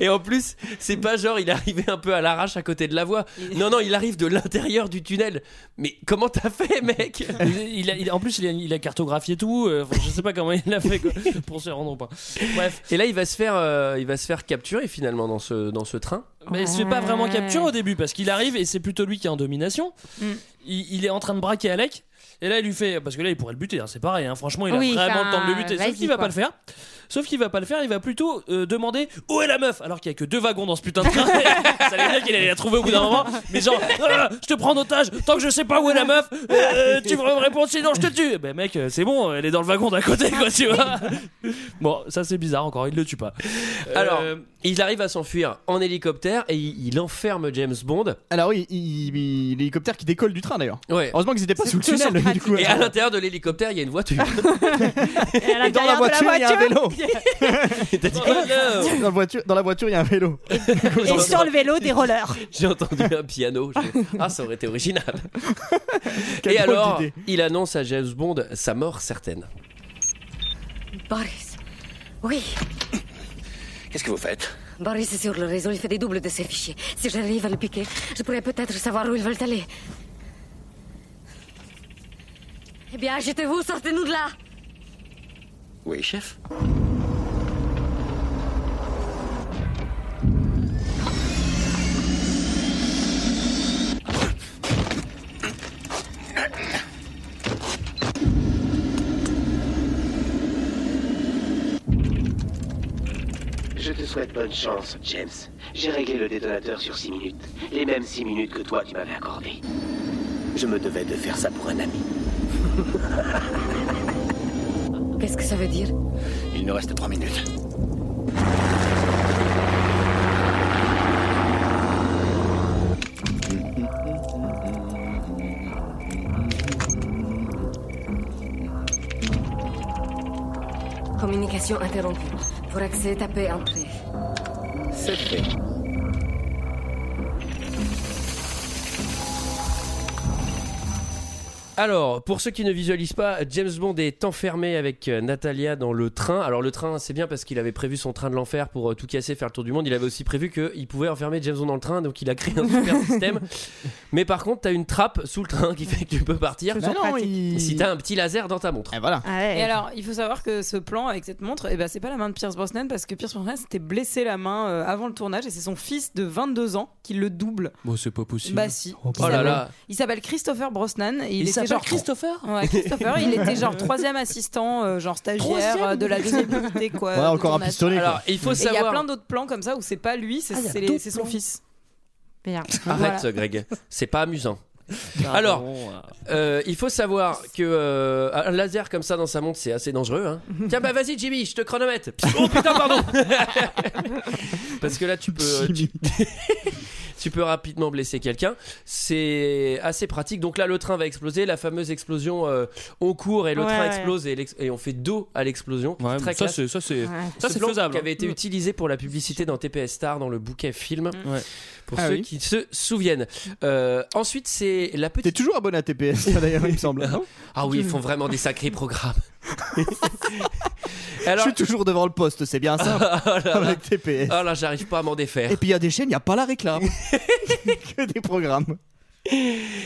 Speaker 1: Et en plus, c'est pas genre il est arrivé un peu à l'arrache à côté de la voie. Non, non, il arrive de l'intérieur du tunnel. Mais comment t'as fait, mec
Speaker 7: Il, il a- il- en plus, il a, il a cartographié tout. euh, enfin, je sais pas comment il l'a fait quoi, pour se rendre ou pas. Bref,
Speaker 1: Et là, il va se faire, euh, il va se faire capturer finalement dans ce, dans ce train.
Speaker 7: mais il se fait pas
Speaker 6: Euh,
Speaker 7: vraiment capturer au début parce qu'il arrive et c'est plutôt lui qui est en domination.
Speaker 10: Mm.
Speaker 7: Il, il est en train de braquer Alec. Et là, il lui fait. Parce que là, il pourrait le buter, hein, c'est pareil. hein, franchement, il a
Speaker 16: Oui,
Speaker 7: vraiment
Speaker 16: enfin,
Speaker 7: le temps de le buter.
Speaker 16: vas-y,
Speaker 7: Sauf qu'il va
Speaker 16: quoi.
Speaker 7: pas le faire. Sauf qu'il va pas le faire, il va plutôt euh, demander Où est la meuf Alors qu'il y a que deux wagons dans ce putain de train. Ça veut dire qu'il allait la trouver au bout d'un moment. Mais genre, Ah, je te prends en otage, tant que je sais pas où est la meuf, euh, euh, tu vas me répondre sinon je te tue. Ben mec, euh, c'est bon, elle est dans le wagon d'à côté, quoi, tu vois. Bon, ça c'est bizarre encore, il le tue pas.
Speaker 1: Alors,
Speaker 7: Euh,
Speaker 1: il arrive à s'enfuir en hélicoptère et il, il enferme James Bond.
Speaker 10: Alors oui, il- il- l'hélicoptère qui décolle du train d'ailleurs.
Speaker 1: Ouais.
Speaker 10: Heureusement qu'ils étaient pas sous le tunnel. Du coup,
Speaker 1: et à l'intérieur de l'hélicoptère, il y a une voiture.
Speaker 10: Et dans la voiture, il y a un vélo.
Speaker 1: T'as
Speaker 7: Oh,
Speaker 1: dit quoi
Speaker 10: Dans la voiture, dans la voiture, il y a un vélo.
Speaker 6: Et sur le vélo, des rollers.
Speaker 1: J'ai entendu un piano. j'ai fait, Ah, ça aurait été original.
Speaker 10: Quelle
Speaker 1: Et
Speaker 10: drôle
Speaker 1: alors,
Speaker 10: d'idée.
Speaker 1: il annonce à James Bond sa mort certaine.
Speaker 13: Boris. Oui,
Speaker 15: Qu'est-ce que vous faites
Speaker 13: Boris est sur le réseau, il fait des doubles de ses fichiers. Si j'arrive à le piquer, je pourrais peut-être savoir où ils veulent aller. Eh bien, agitez-vous, sortez-nous de là
Speaker 15: Oui, chef.
Speaker 14: Je te souhaite bonne chance, James. J'ai réglé le détonateur sur 6 minutes. Les mêmes 6 minutes que toi, tu m'avais accordé. Je me devais de faire ça pour un ami.
Speaker 13: Qu'est-ce que ça veut dire
Speaker 15: Il nous reste 3 minutes.
Speaker 13: Communication interrompue. Pour accès, tapez entrée.
Speaker 15: C'est fait.
Speaker 1: Alors, pour ceux qui ne visualisent pas, James Bond est enfermé avec euh, Natalia dans le train. Alors, le train, c'est bien parce qu'il avait prévu son train de l'enfer pour euh, tout casser, faire le tour du monde. Il avait aussi prévu qu'il pouvait enfermer James Bond dans le train, donc il a créé un super système. Mais par contre, t'as une trappe sous le train qui fait que tu peux partir.
Speaker 10: Bah non, il-
Speaker 1: Si t'as un petit laser dans ta montre.
Speaker 11: Ah,
Speaker 10: voilà.
Speaker 6: Ah Eh.
Speaker 11: Et alors, il faut savoir que ce plan avec cette montre, eh ben, c'est pas la main de Pierce Brosnan parce que Pierce Brosnan s'était blessé la main euh, avant le tournage et c'est son fils de 22 ans qui le double.
Speaker 7: Bon, c'est pas possible.
Speaker 11: Bah si.
Speaker 7: Oh,
Speaker 11: Qui
Speaker 7: là
Speaker 11: s'appelle-
Speaker 7: là.
Speaker 11: Il s'appelle Christopher Brosnan. Et il
Speaker 7: Il
Speaker 11: était
Speaker 7: s'appelle
Speaker 11: genre
Speaker 7: Christopher.
Speaker 11: Ouais, Christopher. il était genre troisième assistant, euh, genre stagiaire
Speaker 7: Troisième
Speaker 11: euh, de la deuxième unité quoi.
Speaker 10: Ouais,
Speaker 11: de
Speaker 10: encore un
Speaker 11: tournage.
Speaker 10: pistolet, quoi. Alors,
Speaker 1: il faut
Speaker 11: Et Il y a
Speaker 1: savoir-
Speaker 11: plein d'autres plans comme ça où c'est pas lui, c'est
Speaker 1: Ah, il y a
Speaker 11: c'est les-
Speaker 1: d'autres
Speaker 11: c'est son fils.
Speaker 7: Ah
Speaker 1: Arrête, Greg. C'est pas amusant. Alors, Euh, il faut savoir que euh, un laser comme ça dans sa montre, c'est assez dangereux. hein. Tiens, bah vas-y, Jimmy, je te chronomètre. Pss, Oh putain, pardon. Parce que là, tu peux, euh, tu, tu peux rapidement blesser quelqu'un. C'est assez pratique. Donc là, le train va exploser. La fameuse explosion, euh, on court et le
Speaker 7: Ouais,
Speaker 1: train
Speaker 7: ouais.
Speaker 1: explose et, l'ex- et on fait dos à l'explosion.
Speaker 7: Ouais, mais ça, c'est- ça, c'est- Ouais. ça, c'est faisable,
Speaker 1: Qui
Speaker 7: hein.
Speaker 1: avait été
Speaker 7: Mm.
Speaker 1: utilisé pour la publicité dans TPS Star dans le bouquet film. Pour
Speaker 10: Ah
Speaker 1: ceux
Speaker 10: oui.
Speaker 1: qui se souviennent. Euh, ensuite, c'est la petite.
Speaker 10: T'es toujours abonné à TPS, d'ailleurs, il me semble. non
Speaker 1: Ah oui, ils font vraiment des sacrés programmes.
Speaker 10: Je suis toujours devant le poste, c'est bien simple.
Speaker 1: Ah là là.
Speaker 10: Avec TPS.
Speaker 1: Ah là, j'arrive pas à m'en défaire.
Speaker 10: Et puis il y a des chaînes, il n'y a pas la réclame. que des programmes.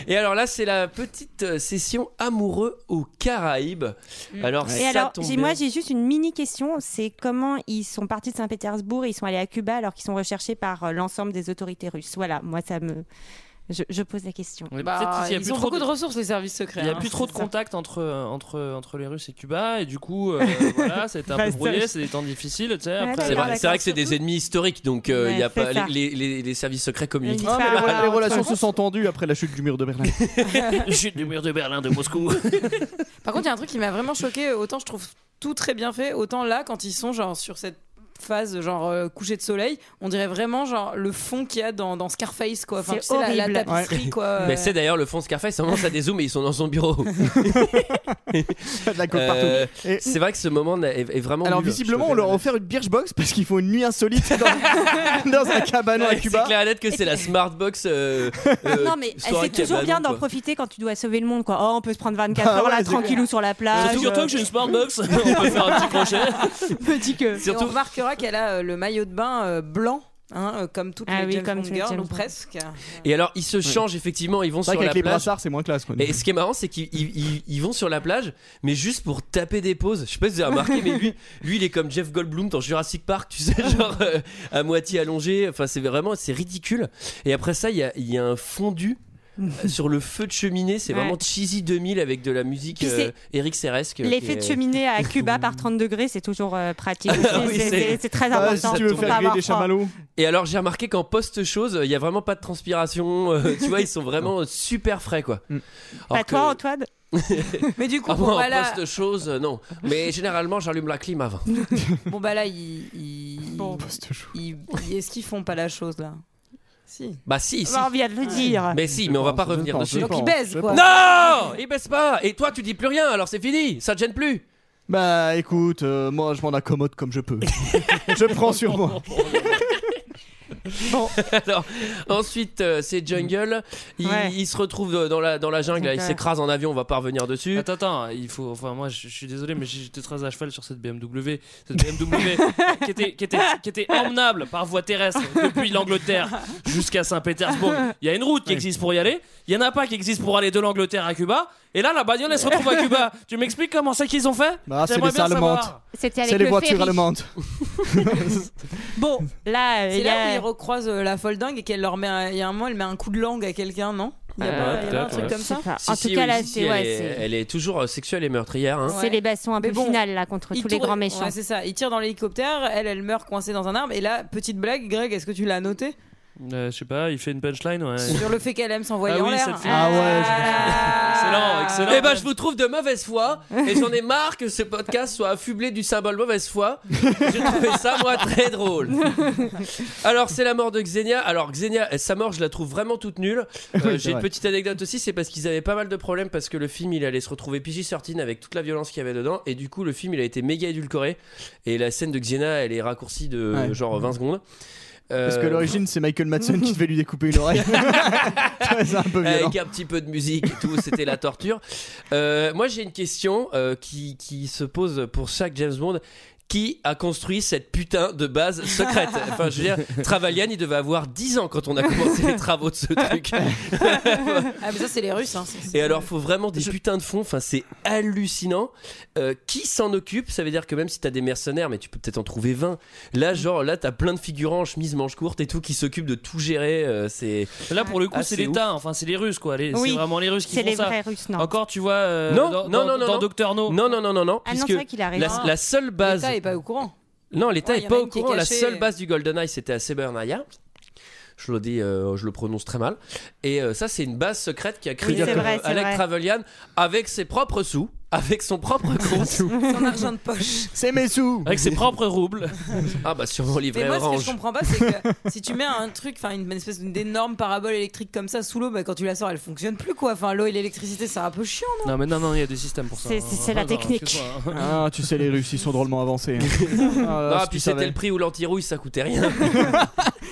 Speaker 1: Et alors là, c'est la petite euh, session amoureux aux Caraïbes.
Speaker 7: Mm.
Speaker 1: Alors,
Speaker 6: Et
Speaker 1: ça
Speaker 6: alors,
Speaker 1: tombe
Speaker 6: j'ai-
Speaker 1: bien.
Speaker 6: moi j'ai juste une mini question, c'est comment ils sont partis de Saint-Pétersbourg et ils sont allés à Cuba alors qu'ils sont recherchés par euh, l'ensemble des autorités russes. Voilà, moi ça me, je, je pose la question.
Speaker 11: Bah, ils ont beaucoup de... ressources, les services secrets.
Speaker 7: Il n'y a
Speaker 11: hein,
Speaker 7: plus trop de
Speaker 11: c'est ça.
Speaker 7: contacts entre, euh, entre, entre les Russes et Cuba, et du coup, euh, voilà, c'est un
Speaker 1: Bah,
Speaker 7: peu
Speaker 1: ça-
Speaker 7: brouillé, c'est des temps difficiles, tu sais. après-
Speaker 1: C'est vrai, c'est vrai que c'est des ennemis historiques, donc euh,
Speaker 7: Ouais,
Speaker 1: il y a
Speaker 7: c'est
Speaker 1: pas,
Speaker 7: ça.
Speaker 1: les, les- les- les services secrets communiquent.
Speaker 10: Ah, mais les, rela- les relations se sont tendues après la chute du mur de Berlin.
Speaker 7: Chute du mur de Berlin, de Moscou.
Speaker 11: Par contre, il y a un truc qui m'a vraiment choqué. Autant je trouve tout très bien fait, autant là, quand ils sont genre sur cette phase genre euh, coucher de soleil, on dirait vraiment genre le fond qu'il y a dans, dans Scarface quoi. Enfin,
Speaker 6: C'est
Speaker 11: tu sais, la- la,
Speaker 6: horrible.
Speaker 11: tapisserie quoi. euh,
Speaker 1: Mais Bah, c'est d'ailleurs le fond Scarface, à un moment ça dézoome et ils sont dans son bureau. Euh,
Speaker 10: Et-
Speaker 1: C'est vrai que ce moment est, est vraiment.
Speaker 10: Alors
Speaker 1: nul.
Speaker 10: visiblement, on leur a offert une birch box parce qu'ils font une nuit insolite dans, dans un cabanon à
Speaker 1: Ouais,
Speaker 10: Cuba.
Speaker 1: C'est clair et net que c'est la smartbox. euh, euh,
Speaker 6: non mais
Speaker 1: soirée
Speaker 6: c'est toujours
Speaker 1: cabanon,
Speaker 6: bien d'en
Speaker 1: quoi.
Speaker 6: profiter quand tu dois sauver le monde quoi. Oh, on peut se prendre 24
Speaker 1: Bah
Speaker 6: heures
Speaker 1: ouais,
Speaker 6: là
Speaker 1: c'est
Speaker 6: tranquillou
Speaker 1: clair.
Speaker 6: sur la plage.
Speaker 7: Figure-toi que j'ai une smartbox, on peut faire un petit crochet.
Speaker 6: Petit que.
Speaker 11: Et on remarquera qu'elle a euh, le maillot de bain euh, blanc, hein, euh, comme toutes
Speaker 6: Ah
Speaker 11: les
Speaker 6: oui,
Speaker 11: James
Speaker 6: comme
Speaker 11: Bond
Speaker 6: toutes les
Speaker 11: girls,
Speaker 6: James
Speaker 11: ou
Speaker 6: Bond.
Speaker 11: presque.
Speaker 1: Et alors, ils se changent effectivement, ils vont
Speaker 10: C'est
Speaker 1: sur
Speaker 10: vrai
Speaker 1: la
Speaker 10: qu'avec les
Speaker 1: plage.
Speaker 10: brassards, c'est moins classe. Quoi.
Speaker 1: Et ce qui est marrant, c'est qu'ils ils- ils- ils vont sur la plage, mais juste pour taper des pauses. Je sais pas si vous avez remarqué, mais lui, lui, il est comme Jeff Goldblum dans Jurassic Park, tu sais, genre euh, à moitié allongé. Enfin, c'est vraiment, c'est ridicule. Et après ça, il y a, il y a un fondu. euh, Sur le feu de cheminée, c'est
Speaker 6: Ouais.
Speaker 1: vraiment cheesy 2000 avec de la musique
Speaker 6: Puis c'est-
Speaker 1: euh, Eric Serresque.
Speaker 6: L'effet de cheminée à Cuba par 30 degrés, c'est toujours euh, pratique. C'est- c'est- c'est- c'est
Speaker 1: Ah,
Speaker 6: très important. pour pas avoir froid.
Speaker 1: Et alors j'ai remarqué qu'en post-chose, il y a vraiment pas de transpiration. euh, tu vois, ils sont vraiment super frais quoi.
Speaker 6: Pas
Speaker 1: Alors que-
Speaker 6: Bah, toi Antoine
Speaker 11: Mais du coup,
Speaker 1: Ah
Speaker 11: bon,
Speaker 1: bon,
Speaker 11: bah, là-
Speaker 1: en poste chose, euh, non. Mais généralement, j'allume la clim avant.
Speaker 11: bon bah là, ils, ils, ils- ils- est-ce qu'ils font pas la chose là Si.
Speaker 1: Bah si, si.
Speaker 11: Bah, on vient de le
Speaker 6: Ah,
Speaker 11: dire.
Speaker 1: Mais si, mais on va pas revenir
Speaker 11: pense,
Speaker 1: dessus.
Speaker 11: je Donc, ils pense, baisent, je quoi.
Speaker 1: Non, ils baissent pas. Et toi, tu dis plus rien, alors c'est fini, ça te gêne plus.
Speaker 10: Bah écoute, euh, moi je m'en accommode comme je peux. je prends sur moi.
Speaker 1: Alors, ensuite, euh, c'est Jungle. Il, il se retrouve euh, dans la, dans la jungle, là, il
Speaker 7: Ouais.
Speaker 1: s'écrase en avion, on va pas revenir dessus.
Speaker 7: Attends, attends, il faut. Enfin, moi, je, je suis désolé, mais j'étais très à cheval sur cette BMW. Cette BMW qui, était, qui, était, qui était emmenable par voie terrestre depuis l'Angleterre jusqu'à Saint-Pétersbourg. Il y a une route qui existe pour y aller. Il y en a pas qui existe pour aller de l'Angleterre à Cuba. Et là, la bagnole, elle se retrouve à Cuba. Tu m'expliques comment c'est qu'ils ont fait
Speaker 10: Bah, c'est
Speaker 7: J'aimerais
Speaker 10: les
Speaker 7: bien
Speaker 10: Allemandes.
Speaker 7: savoir.
Speaker 6: C'était avec
Speaker 10: C'est les
Speaker 6: le
Speaker 10: voitures
Speaker 6: ferry.
Speaker 10: allemandes.
Speaker 6: Bon, là, euh,
Speaker 11: C'est
Speaker 6: il y a-
Speaker 11: là où ils recroisent euh, la folle dingue et qu'elle leur met. un- Il y a un moment, elle met un coup de langue à quelqu'un, non Il y a pas, il y
Speaker 1: Euh,
Speaker 11: a pas un
Speaker 1: peut-être,
Speaker 11: truc
Speaker 1: ouais.
Speaker 11: comme ça
Speaker 1: Si,
Speaker 6: Ah, en
Speaker 1: si,
Speaker 6: tout cas,
Speaker 1: oui,
Speaker 6: là,
Speaker 1: si, si,
Speaker 6: c'est-
Speaker 1: elle,
Speaker 6: ouais,
Speaker 1: est,
Speaker 6: c'est-
Speaker 1: elle est toujours euh, sexuelle et meurtrière. Hein.
Speaker 6: c'est les bassons un peu
Speaker 11: Mais bon,
Speaker 6: finales là contre
Speaker 11: Il
Speaker 6: tous les
Speaker 11: tourne-
Speaker 6: grands méchants.
Speaker 11: Ouais, c'est ça. Il tire dans l'hélicoptère, elle, elle meurt coincée dans un arbre. Et là, petite blague, Greg, est-ce que tu l'as noté
Speaker 7: Euh, je sais pas, il fait une punchline, ouais.
Speaker 11: Sur le fait qu'elle aime s'envoyer
Speaker 7: Ah
Speaker 11: en
Speaker 7: oui,
Speaker 11: l'air. Ah.
Speaker 7: cette fille. Ah ouais,
Speaker 1: Excellent,
Speaker 7: excellent.
Speaker 1: Eh ben, je vous trouve de mauvaise foi et j'en ai marre que ce podcast soit affublé du symbole mauvaise foi. J'ai trouvé ça, moi, très drôle. Alors, c'est la mort de Xenia. Alors, Xenia, eh, sa mort, je la trouve vraiment toute nulle. Euh,
Speaker 10: Oui, c'est
Speaker 1: J'ai une
Speaker 10: vrai.
Speaker 1: petite anecdote aussi, c'est parce qu'ils avaient pas mal de problèmes parce que le film, il allait se retrouver PG-13 avec toute la violence qu'il y avait dedans et du coup, le film, il a été méga édulcoré et la scène de Xenia, elle est raccourcie de
Speaker 10: Ouais.
Speaker 1: genre 20 secondes.
Speaker 10: Parce que
Speaker 1: Euh,
Speaker 10: l'origine, c'est Michael Madsen qui devait lui découper une oreille. c'est un peu violent.
Speaker 1: avec un petit peu de musique et tout, c'était la torture. Euh, moi, j'ai une question euh, qui, qui se pose pour chaque James Bond. Qui a construit cette putain de base secrète Enfin, je veux dire, Travalian, il devait avoir 10 ans quand on a commencé les travaux de ce truc.
Speaker 11: Ah, mais ça, c'est les Russes. Hein. C'est-
Speaker 1: Et alors, faut vraiment des putains de fonds. Enfin, c'est hallucinant. Euh, qui s'en occupe Ça veut dire que même si t'as des mercenaires, mais tu peux peut-être en trouver 20. Là, genre, là, t'as plein de figurants en chemise manche courte et tout qui s'occupent de tout gérer. euh, c'est
Speaker 7: Là, pour le coup,
Speaker 1: Ah,
Speaker 7: c'est
Speaker 1: c'est
Speaker 7: l'État, enfin, c'est les Russes, quoi. Les-
Speaker 1: Oui,
Speaker 7: C'est vraiment les Russes qui
Speaker 1: c'est
Speaker 7: font
Speaker 1: les
Speaker 7: ça.
Speaker 1: vrais Russes, non.
Speaker 7: Encore, tu vois, euh,
Speaker 1: non,
Speaker 7: dans,
Speaker 1: non,
Speaker 7: dans-
Speaker 1: non, non,
Speaker 7: dans
Speaker 1: non.
Speaker 7: Docteur No.
Speaker 1: Non, non, non, non, non.
Speaker 11: Ah non,
Speaker 1: puisque
Speaker 11: c'est vrai qu'il a raison.
Speaker 1: La, la seule base.
Speaker 11: L'État est pas au courant.
Speaker 1: Non, l'État
Speaker 11: Ouais,
Speaker 1: est
Speaker 11: y en a
Speaker 1: pas
Speaker 11: une
Speaker 1: au
Speaker 11: qui est
Speaker 1: courant. La
Speaker 11: cachée.
Speaker 1: seule base du GoldenEye, c'était à Sebernaya. Je le dis, euh, je le prononce très mal. Et euh, ça, c'est une base secrète qui a créé
Speaker 7: Oui, c'est vrai, c'est
Speaker 1: Alec
Speaker 7: vrai.
Speaker 1: Travelian avec ses propres sous, avec son propre compte.
Speaker 11: Son argent de poche.
Speaker 10: C'est mes sous
Speaker 1: Avec ses propres roubles. Ah bah sur mon livret
Speaker 11: Mais moi, ce que
Speaker 1: orange.
Speaker 11: je comprends pas, c'est que si tu mets un truc, enfin une espèce d'énorme parabole électrique comme ça sous l'eau, bah, quand tu la sors, elle fonctionne plus quoi. Enfin, l'eau et l'électricité, c'est un peu chiant, non
Speaker 7: Non, mais non, non, il y a des systèmes pour ça.
Speaker 11: C'est- c'est- c'est la
Speaker 7: Ah, non,
Speaker 11: technique.
Speaker 7: excuse-moi.
Speaker 10: Ah, tu sais, les Russes, ils sont drôlement avancés. hein. Ah,
Speaker 1: Ah,
Speaker 10: si
Speaker 1: puis
Speaker 10: tu savais.
Speaker 1: c'était le prix où l'antirouille ça coûtait rien.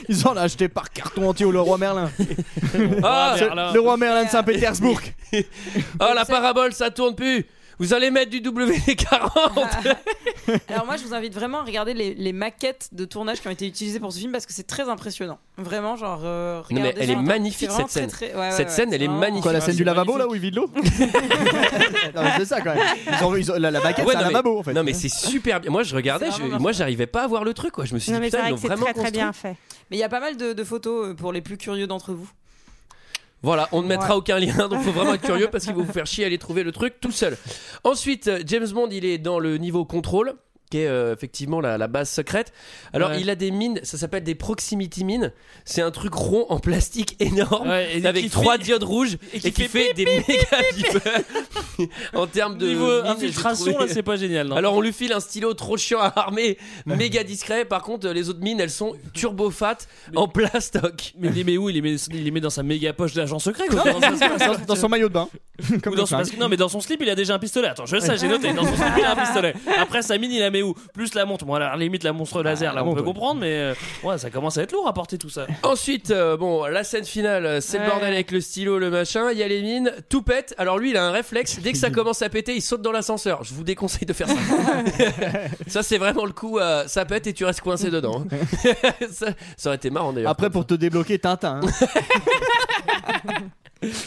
Speaker 10: Ils en ont acheté par carton entier au Leroy Merlin.
Speaker 1: Ah,
Speaker 10: C'est
Speaker 1: Merlin.
Speaker 10: le roi Merlin de Saint-Pétersbourg.
Speaker 1: Oh la parabole ça tourne plus. Vous allez mettre du
Speaker 11: Ah.
Speaker 1: W40
Speaker 11: Alors moi, je vous invite vraiment à regarder les, les maquettes de tournage qui ont été utilisées pour ce film parce que c'est très impressionnant. Vraiment, genre. euh,
Speaker 1: Non, mais
Speaker 11: regardez
Speaker 1: elle
Speaker 11: ça,
Speaker 1: est
Speaker 11: genre, c'est
Speaker 1: magnifique
Speaker 11: vraiment
Speaker 1: cette scène.
Speaker 11: très, très- ouais, ouais,
Speaker 1: cette
Speaker 11: ouais,
Speaker 1: scène,
Speaker 11: c'est
Speaker 1: elle est
Speaker 11: vraiment-
Speaker 1: magnifique.
Speaker 10: Quoi, la scène du lavabo là où il vide l'eau Non, mais C'est ça quand même. Ils ont, ils ont- la, la baguette,
Speaker 1: Ouais,
Speaker 10: c'est un
Speaker 1: non, mais-
Speaker 10: lavabo en fait.
Speaker 1: Non mais c'est super bien. Moi je regardais, je- moi j'arrivais pas à voir le truc quoi. Je me suis
Speaker 11: Non,
Speaker 1: dit
Speaker 11: mais
Speaker 1: putain
Speaker 11: c'est
Speaker 1: ils l'ont
Speaker 11: vrai que c'est
Speaker 1: vraiment
Speaker 11: très, très
Speaker 1: construit.
Speaker 11: bien fait. Mais il y a pas mal de, de photos euh, pour les plus curieux d'entre vous.
Speaker 1: Voilà, on ne mettra
Speaker 11: Ouais.
Speaker 1: aucun lien, donc faut vraiment être curieux parce qu'il va vous faire chier à aller trouver le truc tout seul. Ensuite, euh, James Bond, il est dans le niveau contrôle, qui est euh, effectivement la, la base secrète. Alors,
Speaker 7: Ouais.
Speaker 1: il a des mines, ça s'appelle des proximity mines. C'est un truc rond en plastique énorme,
Speaker 7: Ouais, et qui
Speaker 1: avec
Speaker 7: fait-
Speaker 1: trois diodes rouges et
Speaker 7: qui
Speaker 1: qui, fait,
Speaker 7: fait
Speaker 1: des méga vipers. en termes de
Speaker 7: Niveau
Speaker 1: mines, j'ai
Speaker 7: infiltration,
Speaker 1: trouvé-
Speaker 7: là, c'est pas génial. non.
Speaker 1: alors on lui file un stylo trop chiant à armer, méga discret. Par contre, les autres mines, elles sont turbo fat en plastoc.
Speaker 7: Mais il les met où il les met, il les met dans sa méga poche d'agent secret quoi.
Speaker 10: Non,
Speaker 7: Dans sa-
Speaker 10: dans, dans son maillot de bain. Comme
Speaker 7: Ou dans
Speaker 10: le
Speaker 7: son-
Speaker 10: flingue.
Speaker 7: parce que- non, mais dans son slip, il a déjà un pistolet. Attends, je sais, j'ai noté. Dans son slip, il a un pistolet. Après, sa mine, il la met où Plus la montre. Bon, alors, à la limite, la monstre laser, là, on peut comprendre, mais euh, ouais, ça commence à être lourd à porter tout ça.
Speaker 1: Ensuite, euh, bon, la scène finale, euh, c'est
Speaker 7: Ouais.
Speaker 1: le bordel avec le stylo, le machin, il y a les mines, tout pète. Alors lui, il a un réflexe, dès que ça commence à péter, il saute dans l'ascenseur. Je vous déconseille de faire ça. ça, c'est vraiment le coup, euh, ça pète et tu restes coincé dedans. hein. ça, ça aurait été marrant d'ailleurs.
Speaker 10: Après, pour te débloquer, Tintin. hein.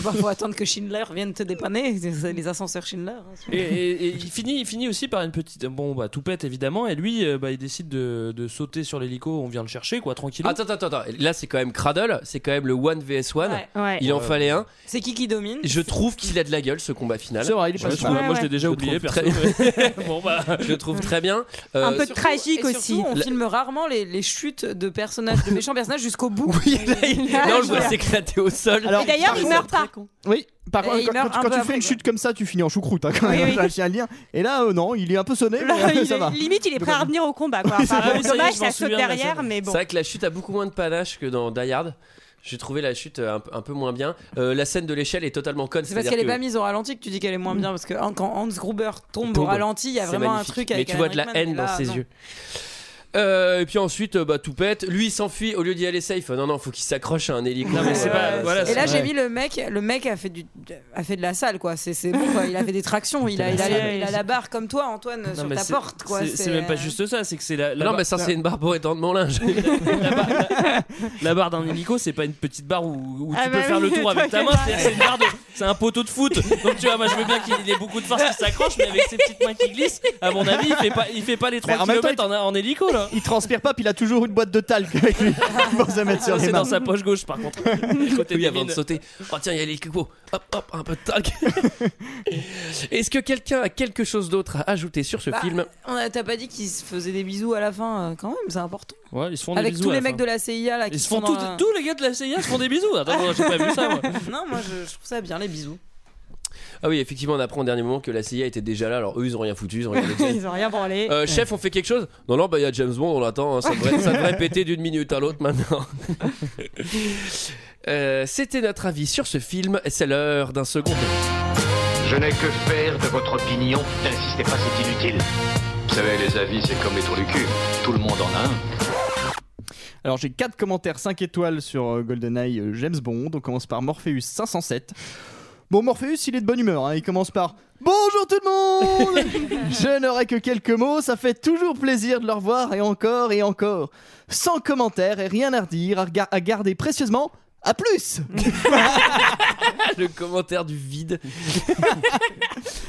Speaker 11: Bah, faut attendre que Schindler vienne te dépanner. C'est Les ascenseurs Schindler. hein,
Speaker 7: Et, et- et il, finit, il finit aussi par une petite. Bon, bah, tout pète évidemment, et lui, euh, bah, il décide de, de sauter sur l'hélico, on vient le chercher, quoi, tranquille.
Speaker 1: Attends, attends, attends, attends. là c'est quand même Cradle, c'est quand même le 1 vs 1.
Speaker 11: Ouais. Ouais.
Speaker 1: Il en
Speaker 11: Ouais.
Speaker 1: fallait un.
Speaker 11: C'est qui qui domine
Speaker 1: Je trouve qu'il a de la gueule ce combat final.
Speaker 7: C'est vrai, il est pas
Speaker 1: Je
Speaker 7: mal.
Speaker 1: trouve-
Speaker 7: Ouais, ouais. Je le trouve très-
Speaker 1: bon, bah, je le trouve très bien.
Speaker 11: un
Speaker 1: Euh,
Speaker 11: peu
Speaker 1: surtout-
Speaker 11: tragique
Speaker 1: et
Speaker 11: aussi.
Speaker 1: surtout, on
Speaker 11: on filme rarement les, chutes de personnages, de méchants personnages jusqu'au bout.
Speaker 1: Oui, Là, on le voit s'éclater au sol.
Speaker 10: Alors,
Speaker 11: Et d'ailleurs, il meurt pas.
Speaker 10: Oui, par
Speaker 11: Et
Speaker 10: contre,
Speaker 11: il
Speaker 10: quand,
Speaker 11: meurt
Speaker 10: quand-
Speaker 11: un
Speaker 10: quand
Speaker 11: peu
Speaker 10: tu
Speaker 11: après,
Speaker 10: fais une chute comme ça, tu finis en choucroute. hein, quand
Speaker 11: Oui,
Speaker 10: même,
Speaker 11: oui.
Speaker 10: je tiens à le dire. Et là, euh, non, il est un peu sonné.
Speaker 6: Là,
Speaker 10: mais, euh,
Speaker 6: il
Speaker 10: ça
Speaker 6: est-
Speaker 10: va.
Speaker 6: limite, il est prêt à revenir au combat. Quoi. Enfin, dommage, ça saute derrière, mais bon.
Speaker 1: C'est vrai que la chute a beaucoup moins de panache que dans Die Hard. J'ai trouvé la chute euh, un, peu- un peu moins bien. Euh, la scène de l'échelle est totalement conne.
Speaker 11: C'est parce
Speaker 1: c'est-à-dire
Speaker 11: qu'elle est
Speaker 1: que-
Speaker 11: pas mise au ralenti que tu dis qu'elle est moins
Speaker 7: Mm.
Speaker 11: bien. Parce que hein, quand Hans Gruber tombe, au
Speaker 1: Tombe.
Speaker 11: ralenti, il y a
Speaker 1: C'est
Speaker 11: vraiment un
Speaker 1: magnifique.
Speaker 11: truc
Speaker 1: Mais
Speaker 11: avec.
Speaker 1: tu vois de la
Speaker 11: Alan
Speaker 1: haine
Speaker 11: Rickman,
Speaker 1: dans
Speaker 11: et là,
Speaker 1: ses
Speaker 11: non.
Speaker 1: yeux. Euh, et puis ensuite, euh, bah, tout pète. Lui, il s'enfuit. Au lieu d'y aller safe, euh, non, non, faut qu'il s'accroche à un hélico.
Speaker 7: Non, mais c'est pas-
Speaker 1: Euh,
Speaker 7: voilà,
Speaker 1: ça-
Speaker 11: Et là, j'ai mis le mec. Le mec a fait, du, a fait de la salle, quoi. C'est c'est bon, quoi. Il a fait des tractions. Il a, il, a, il a- il a la barre comme toi, Antoine,
Speaker 7: Non,
Speaker 11: sur
Speaker 7: mais
Speaker 11: ta
Speaker 7: c'est-
Speaker 11: porte, quoi.
Speaker 7: c'est- C'est même pas juste ça, c'est que c'est la. la
Speaker 1: Bah non,
Speaker 7: barre-
Speaker 1: mais ça, c'est une barre pour étendre mon linge.
Speaker 7: La barre d'un hélico, c'est pas une petite barre où, où
Speaker 1: Ah
Speaker 7: tu
Speaker 1: bah
Speaker 7: peux
Speaker 1: oui,
Speaker 7: faire le tour avec ta main.
Speaker 1: t'inquiète.
Speaker 7: C'est c'est une barre de, c'est un poteau de foot. Donc tu vois, moi je veux bien qu'il ait beaucoup de force qui s'accroche, mais avec ses petites mains qui glissent, à mon avis, il fait pas, il fait pas les 3
Speaker 10: Mais en même
Speaker 7: km en, en hélico là.
Speaker 10: Il transpire pas, puis il a toujours une boîte de talc avec lui pour se
Speaker 1: Ah
Speaker 10: mettre sur
Speaker 7: Ça,
Speaker 10: les
Speaker 7: c'est
Speaker 10: mains.
Speaker 7: dans sa poche gauche par contre. Côté
Speaker 1: Oui,
Speaker 7: des
Speaker 1: avant de
Speaker 7: mines.
Speaker 1: sauter. Oh, tiens, il y a l'hélico. Hop, hop, un peu de tac. Est-ce que quelqu'un a quelque chose d'autre à ajouter sur ce
Speaker 11: Bah,
Speaker 1: film
Speaker 11: On a- T'as pas dit qu'ils se faisaient des bisous à la fin, euh, quand même, c'est important.
Speaker 7: Ouais, ils se font
Speaker 11: Avec
Speaker 7: des bisous.
Speaker 11: tous
Speaker 7: à
Speaker 11: les
Speaker 7: la
Speaker 11: mecs
Speaker 7: fin.
Speaker 11: de la CIA là, qui
Speaker 7: Ils se font
Speaker 11: sont
Speaker 7: tous,
Speaker 11: dans un-
Speaker 7: tous les gars de la CIA se font des bisous. Attends, attends, j'ai pas vu ça. Moi.
Speaker 11: Non, moi je, je trouve ça bien les bisous.
Speaker 1: Ah oui, effectivement, on apprend au dernier moment que la CIA était déjà là. Alors eux, ils ont rien foutu. Ils ont regardé le film.
Speaker 11: Ils ont rien branlé.
Speaker 1: Euh, chef, on fait quelque chose Non, non, bah il y a James Bond, on l'attend. hein, ça, devrait, ça devrait péter d'une minute à l'autre maintenant. Euh, C'était notre avis sur ce film. C'est l'heure d'un second.
Speaker 16: Je n'ai que faire de votre opinion. N'insistez pas, c'est inutile. Vous savez, les avis, c'est comme les trous du cul. Tout le monde en a un.
Speaker 10: Alors j'ai 4 commentaires 5 étoiles sur euh, GoldenEye euh, James Bond. On commence par Morpheus 507. Bon, Morpheus, il est de bonne humeur. hein. Il commence par Bonjour tout le monde Je n'aurai que quelques mots, ça fait toujours plaisir de le revoir et encore et encore. Sans commentaire et rien à redire, à, rega- à garder précieusement. À plus
Speaker 1: Le commentaire du vide.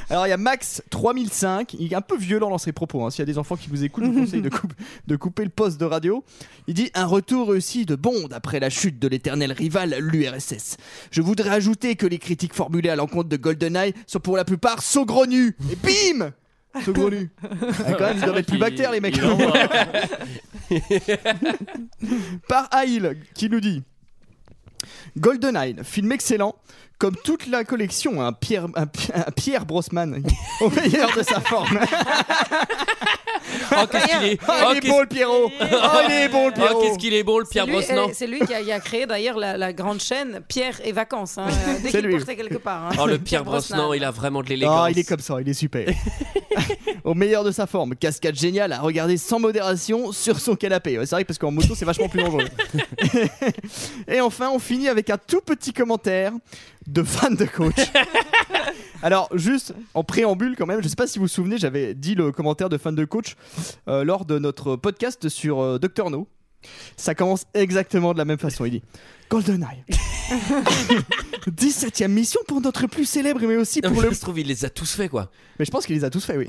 Speaker 10: Alors il y a Max 3005, il est un peu violent dans ses propos. hein. S'il y a des enfants qui vous écoutent, je vous conseille de, coupe- de couper le poste de radio. Il dit un retour réussi de Bond après la chute de l'éternel rival, l'URSS. Je voudrais ajouter que les critiques formulées à l'encontre de GoldenEye sont pour la plupart saugrenues. Et bim Saugrenues. Ah, quand même, ils doivent être plus bactères les mecs.
Speaker 7: Il envoie.
Speaker 10: Par Aïl qui nous dit GoldenEye, film excellent, comme toute la collection, un Pierre, un, Pi- un Pierre Brosman au meilleur de sa forme.
Speaker 11: Ah,
Speaker 1: Oh, qu'est-ce qu'il est
Speaker 10: Oh, il est
Speaker 1: qu'est-ce-
Speaker 10: beau le Pierrot Oh, il est beau le
Speaker 1: Oh,
Speaker 10: Pierrot
Speaker 1: qu'est-ce qu'il est beau le Pierre
Speaker 11: C'est lui,
Speaker 1: Brosnan
Speaker 11: euh, C'est lui qui a, qui a créé d'ailleurs la, la grande chaîne Pierre et Vacances. hein, euh, dès
Speaker 10: C'est
Speaker 11: qu'il
Speaker 10: lui.
Speaker 11: partait quelque part. hein.
Speaker 1: Oh, le Pierre Brosnan, il a vraiment de
Speaker 10: Ah,
Speaker 1: l'élégance.
Speaker 10: il est comme ça, il est super. Au meilleur de sa forme, cascade géniale à regarder sans modération sur son canapé. Ouais, c'est vrai parce qu'en moto c'est vachement plus dangereux. Et enfin, on finit avec un tout petit commentaire de fan de coach. Alors, juste en préambule, quand même, je sais pas si vous vous souvenez, j'avais dit le commentaire de fan de coach euh, lors de notre podcast sur euh, Dr. No. Ça commence exactement de la même façon. Il dit GoldenEye. 17 e mission pour notre plus célèbre, mais aussi
Speaker 1: Non,
Speaker 10: pour
Speaker 1: mais
Speaker 10: le
Speaker 1: ça se trouve, il les a tous faits, quoi. Oh
Speaker 10: mais je pense qu'il les a tous faits, oui.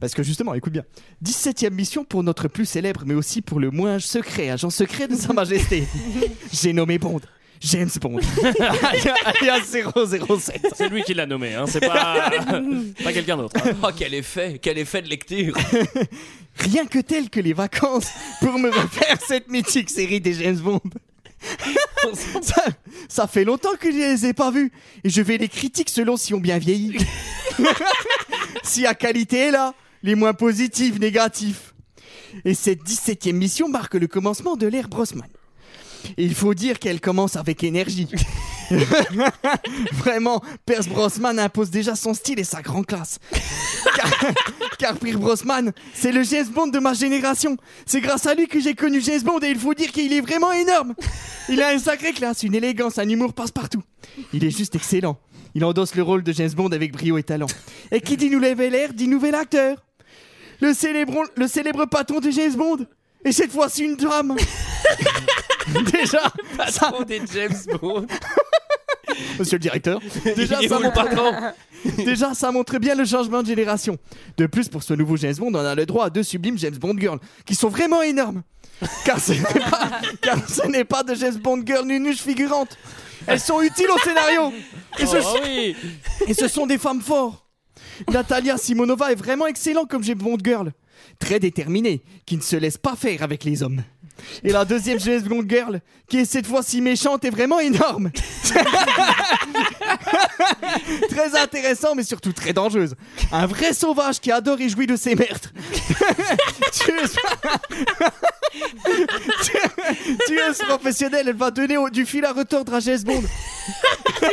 Speaker 10: Parce que justement, écoute bien. 17ème mission pour notre plus célèbre, mais aussi pour le moins secret, agent secret de Sa Majesté. J'ai nommé Bond. James Bond. Alias 007.
Speaker 7: C'est lui qui l'a nommé, hein, c'est pas, pas quelqu'un d'autre. hein.
Speaker 1: Oh, quel effet, quel effet de lecture.
Speaker 10: Rien que tel que les vacances pour me refaire cette mythique série des James Bond. ça, ça fait longtemps que je les ai pas vus et je vais les critiques selon si on bien vieilli. si la qualité est là, les moins positifs, négatifs. Et cette 17e mission marque le commencement de l'ère Brosman. Et il faut dire qu'elle commence avec énergie. Vraiment, Pierce Brosman impose déjà son style et sa grande classe. Car, car Pierce Brosman, c'est le James Bond de ma génération. C'est grâce à lui que j'ai connu James Bond et il faut dire qu'il est vraiment énorme. Il a une sacrée classe, une élégance, un humour passe-partout. Il est juste excellent. Il endosse le rôle de James Bond avec brio et talent. Et qui dit nouvel air dit nouvel acteur. Le célèbre, le célèbre patron de James Bond. Et cette fois-ci une drame. Déjà, ça,
Speaker 1: Patron Oh, des James Bond.
Speaker 10: Monsieur le directeur.
Speaker 1: Il est où, le patron
Speaker 10: Déjà, ça montre bien le changement de génération. De plus, pour ce nouveau James Bond, on a le droit à deux sublimes James Bond Girls, qui sont vraiment énormes. Car ce n'est pas, car ce n'est pas de James Bond Girl nunuche figurante. Elles sont utiles au scénario. Et ce,
Speaker 7: Oh, oui.
Speaker 10: et ce sont des femmes fortes. Natalia Simonova est vraiment excellente comme James Bond Girl. Très déterminée, qui ne se laisse pas faire avec les hommes. Et la deuxième James Bond Girl, qui est cette fois si méchante, est vraiment énorme. très intéressant, mais surtout très dangereuse. Un vrai sauvage qui adore et jouit de ses meurtres. tu es professionnelle, elle va donner au- du fil à retordre à James Bond.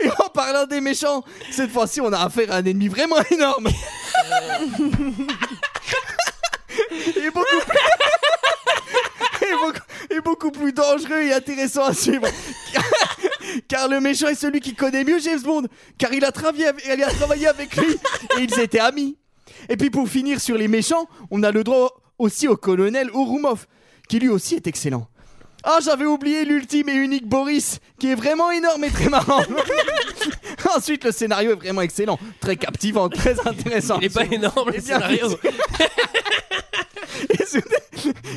Speaker 10: Et en parlant des méchants, cette fois-ci, on a affaire à un ennemi vraiment énorme. Il est beaucoup plus... Il est beaucoup- il est beaucoup plus dangereux et intéressant à suivre. Car le méchant est celui qui connaît mieux James Bond, car il a travaillé avec, il a travaillé avec lui et ils étaient amis. Et puis pour finir sur les méchants, on a le droit aussi au colonel Ouroumov, qui lui aussi est excellent. Ah, j'avais oublié l'ultime et unique Boris, qui est vraiment énorme et très marrant. Ensuite, le scénario est vraiment excellent, très captivant, très intéressant.
Speaker 1: Il est pas énorme,
Speaker 10: Et bien-
Speaker 1: le scénario.
Speaker 10: et soutenu-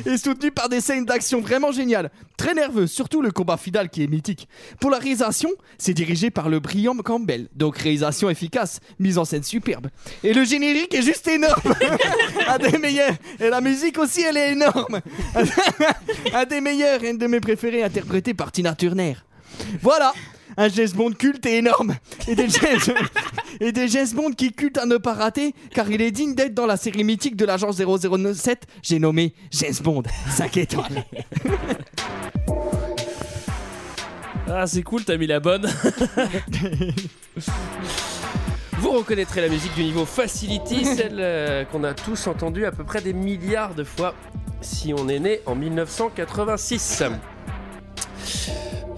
Speaker 10: et soutenu par des scènes d'action vraiment géniales. Très nerveux, surtout le combat final qui est mythique. Pour la réalisation, c'est dirigé par le brillant Campbell. Donc réalisation efficace, mise en scène superbe. Et le générique est juste énorme. Un des meilleurs. Et la musique aussi, elle est énorme. Un des meilleurs et une de mes préférées interprétée par Tina Turner. Voilà un James Bond culte et énorme et des James, et des James Bond qui cultent à ne pas rater car il est digne d'être dans la série mythique de l'agent 007 j'ai nommé James Bond 5 étoiles
Speaker 7: Ah, c'est cool, t'as mis la bonne.
Speaker 1: Vous reconnaîtrez la musique du niveau Facility, celle euh, qu'on a tous entendue à peu près des milliards de fois si on est né en 1986.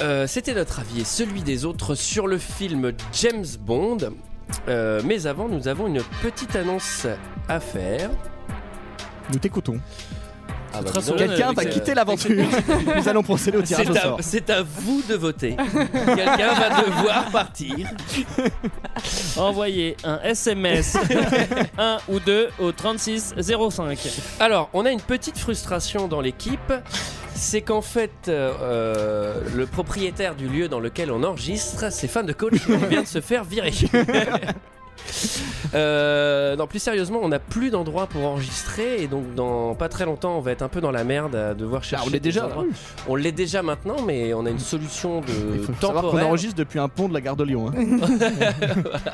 Speaker 1: Euh, C'était notre avis et celui des autres sur le film James Bond. Euh, mais avant, nous avons une petite annonce à faire.
Speaker 10: nous t'écoutons
Speaker 1: Ah bah,
Speaker 10: Très
Speaker 1: dis donc,
Speaker 10: solennel, Quelqu'un
Speaker 1: avec
Speaker 10: va
Speaker 1: cette-
Speaker 10: quitter l'aventure. Nous allons procéder au tirage
Speaker 1: C'est
Speaker 10: au
Speaker 1: à-
Speaker 10: sort.
Speaker 1: C'est à vous de voter. Quelqu'un va devoir partir.
Speaker 7: Envoyez un SMS, un ou deux, au 3605.
Speaker 1: Alors, on a une petite frustration dans l'équipe. C'est qu'en fait, euh, le propriétaire du lieu dans lequel on enregistre, ses fans de coach, vient de se faire virer. Euh, non, plus sérieusement, on n'a plus d'endroit pour enregistrer et donc dans pas très longtemps, on va être un peu dans la merde à devoir chercher.
Speaker 10: Ah, on l'est
Speaker 1: des
Speaker 10: déjà,
Speaker 1: endroits.
Speaker 10: oui.
Speaker 1: On l'est déjà maintenant, mais on a une solution de
Speaker 10: Il faut savoir qu'on
Speaker 1: temporaire.
Speaker 10: enregistre depuis un pont de la gare de Lyon. hein.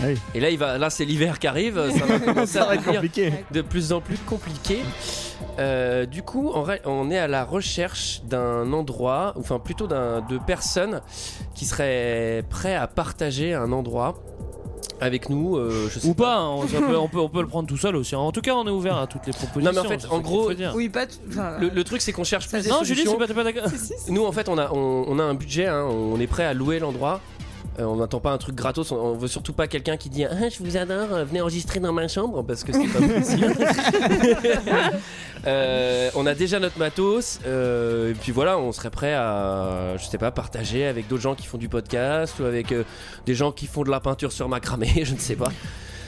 Speaker 10: Ah oui.
Speaker 1: Et là, il va, là, c'est l'hiver qui arrive, ça va commencer
Speaker 10: Ça
Speaker 1: à
Speaker 10: va être
Speaker 1: devenir
Speaker 10: compliqué.
Speaker 1: de plus en plus compliqué. Euh, du coup, on, ra- on est à la recherche d'un endroit, ou enfin plutôt d'un- de personnes qui seraient prêts à partager un endroit avec nous. euh, je sais
Speaker 7: Ou pas, hein, on, ça peut, on, peut, on peut le prendre tout seul aussi. hein. En tout cas, on est ouvert à toutes les propositions.
Speaker 1: Non mais en fait,
Speaker 7: c'est ça
Speaker 1: en
Speaker 7: qu'il
Speaker 1: gros,
Speaker 7: faut dire.
Speaker 1: le, le truc c'est qu'on cherche plus. de
Speaker 7: Non, Julie,
Speaker 1: solutions.
Speaker 7: c'est pas, t'es pas d'accord.
Speaker 1: Nous en fait, on a on, on a un budget, hein, on est prêt à louer l'endroit. Euh, on n'attend pas un truc gratos, on, on veut surtout pas quelqu'un qui dit ah, je vous adore, euh, venez enregistrer dans ma chambre parce que c'est pas possible. Euh, on a déjà notre matos, euh, et puis voilà, on serait prêt à, je sais pas, partager avec d'autres gens qui font du podcast ou avec euh, des gens qui font de la peinture sur macramé, je ne sais pas.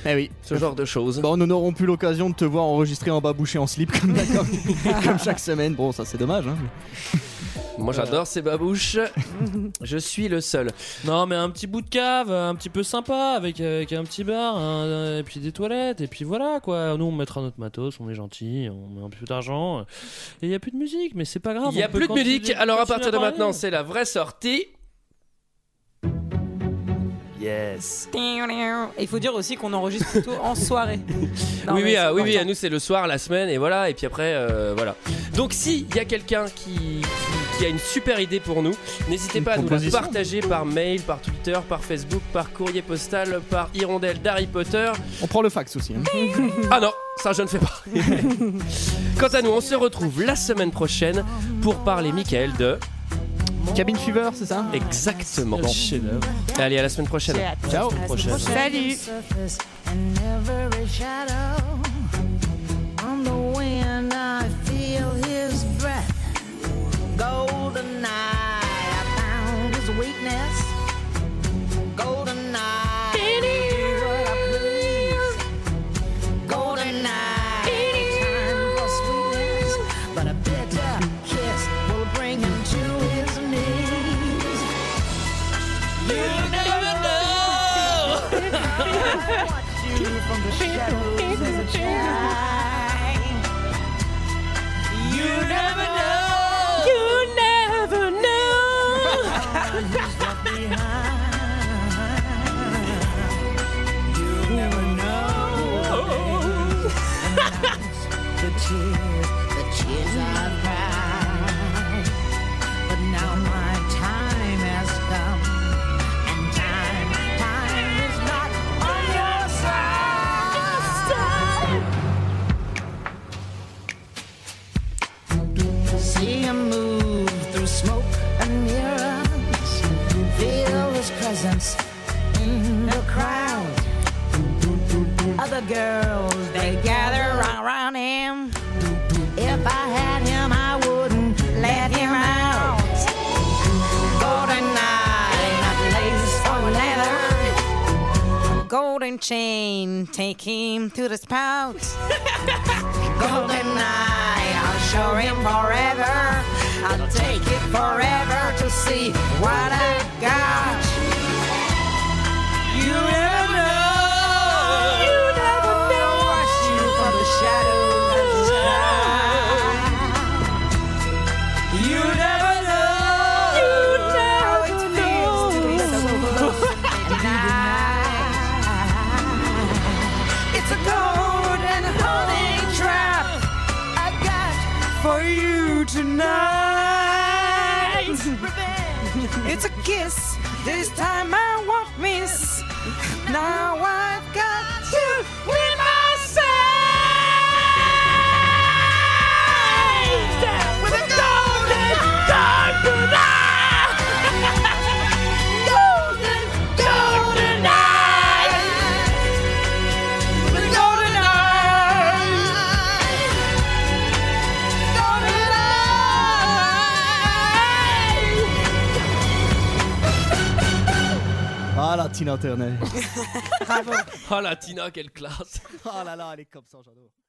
Speaker 10: Eh oui.
Speaker 1: Ce genre de choses.
Speaker 10: Bon, nous n'aurons plus l'occasion de te voir enregistrer en bas bouché en slip comme, comme- comme chaque semaine. Bon, ça c'est dommage. hein.
Speaker 1: Moi
Speaker 7: euh,
Speaker 1: j'adore ces babouches. Je suis le seul.
Speaker 7: Non, mais un petit bout de cave, un petit peu sympa, avec, euh, avec un petit bar, un- et puis des toilettes, et puis voilà quoi. Nous, on mettra notre matos, on est gentil, on met un peu d'argent, euh, et il n'y a plus de musique, mais c'est pas grave.
Speaker 1: Il n'y a
Speaker 7: on peut
Speaker 1: plus de
Speaker 7: continuer-
Speaker 1: musique, alors à
Speaker 7: continuer
Speaker 1: partir de
Speaker 7: parler.
Speaker 1: maintenant, c'est la vraie sortie. Yes.
Speaker 11: Il faut dire aussi qu'on enregistre plutôt en soirée. Non, mais
Speaker 1: oui, oui,
Speaker 11: c'est
Speaker 1: ah, oui, oui,
Speaker 11: important.
Speaker 1: à nous c'est le soir, la semaine, et voilà, et puis après, euh, voilà. Donc s'il y a quelqu'un qui, qui, qui a une super idée pour nous, n'hésitez pas à nous la
Speaker 7: proposition.
Speaker 1: partager par mail, par Twitter, par Facebook, par courrier postal, par hirondelle d'Harry Potter.
Speaker 10: On prend le fax aussi. hein.
Speaker 1: Ah non, ça je ne fais pas. Quant à nous, on se retrouve la semaine prochaine pour parler, Michael, de...
Speaker 10: Cabin Fever, c'est ça
Speaker 1: Exactement. Allez, à la semaine prochaine.
Speaker 10: Ciao.
Speaker 1: prochaine.
Speaker 17: Salut. On the wind, I feel his breath. Golden eye, I found his weakness. Golden eye, do what I please. Golden eye, time for sweetness. But a bitter kiss will bring him to his knees. You never know. you from the shadows as a child. You never know. You never know. Who's left behind? You never know. the tears, the tears I've cried. But now my time has come. And time, time is not on your side. See him move through smoke and mirrors. Feel his presence in the crowd. Other girls, they gather around him. If I had him, I wouldn't let him out. Golden eye, not lace or leather. Golden chain, take him to the spout. Golden eye, I'll show him forever. I'll take it forever to see what I've got. You never know. You never know. Watch you from the shadows. You never know. You never How it feels to be so close at night. It's a golden holding trap I got for you tonight. It's a kiss. This time I won't miss. Now I've got you in my sight. With a golden, golden eye. Golden, golden eye. With a golden eye. Golden eye.
Speaker 10: Ah la Tina Turner.
Speaker 1: Oh la Tina, quelle classe
Speaker 10: Oh là là, elle est comme ça, j'adore.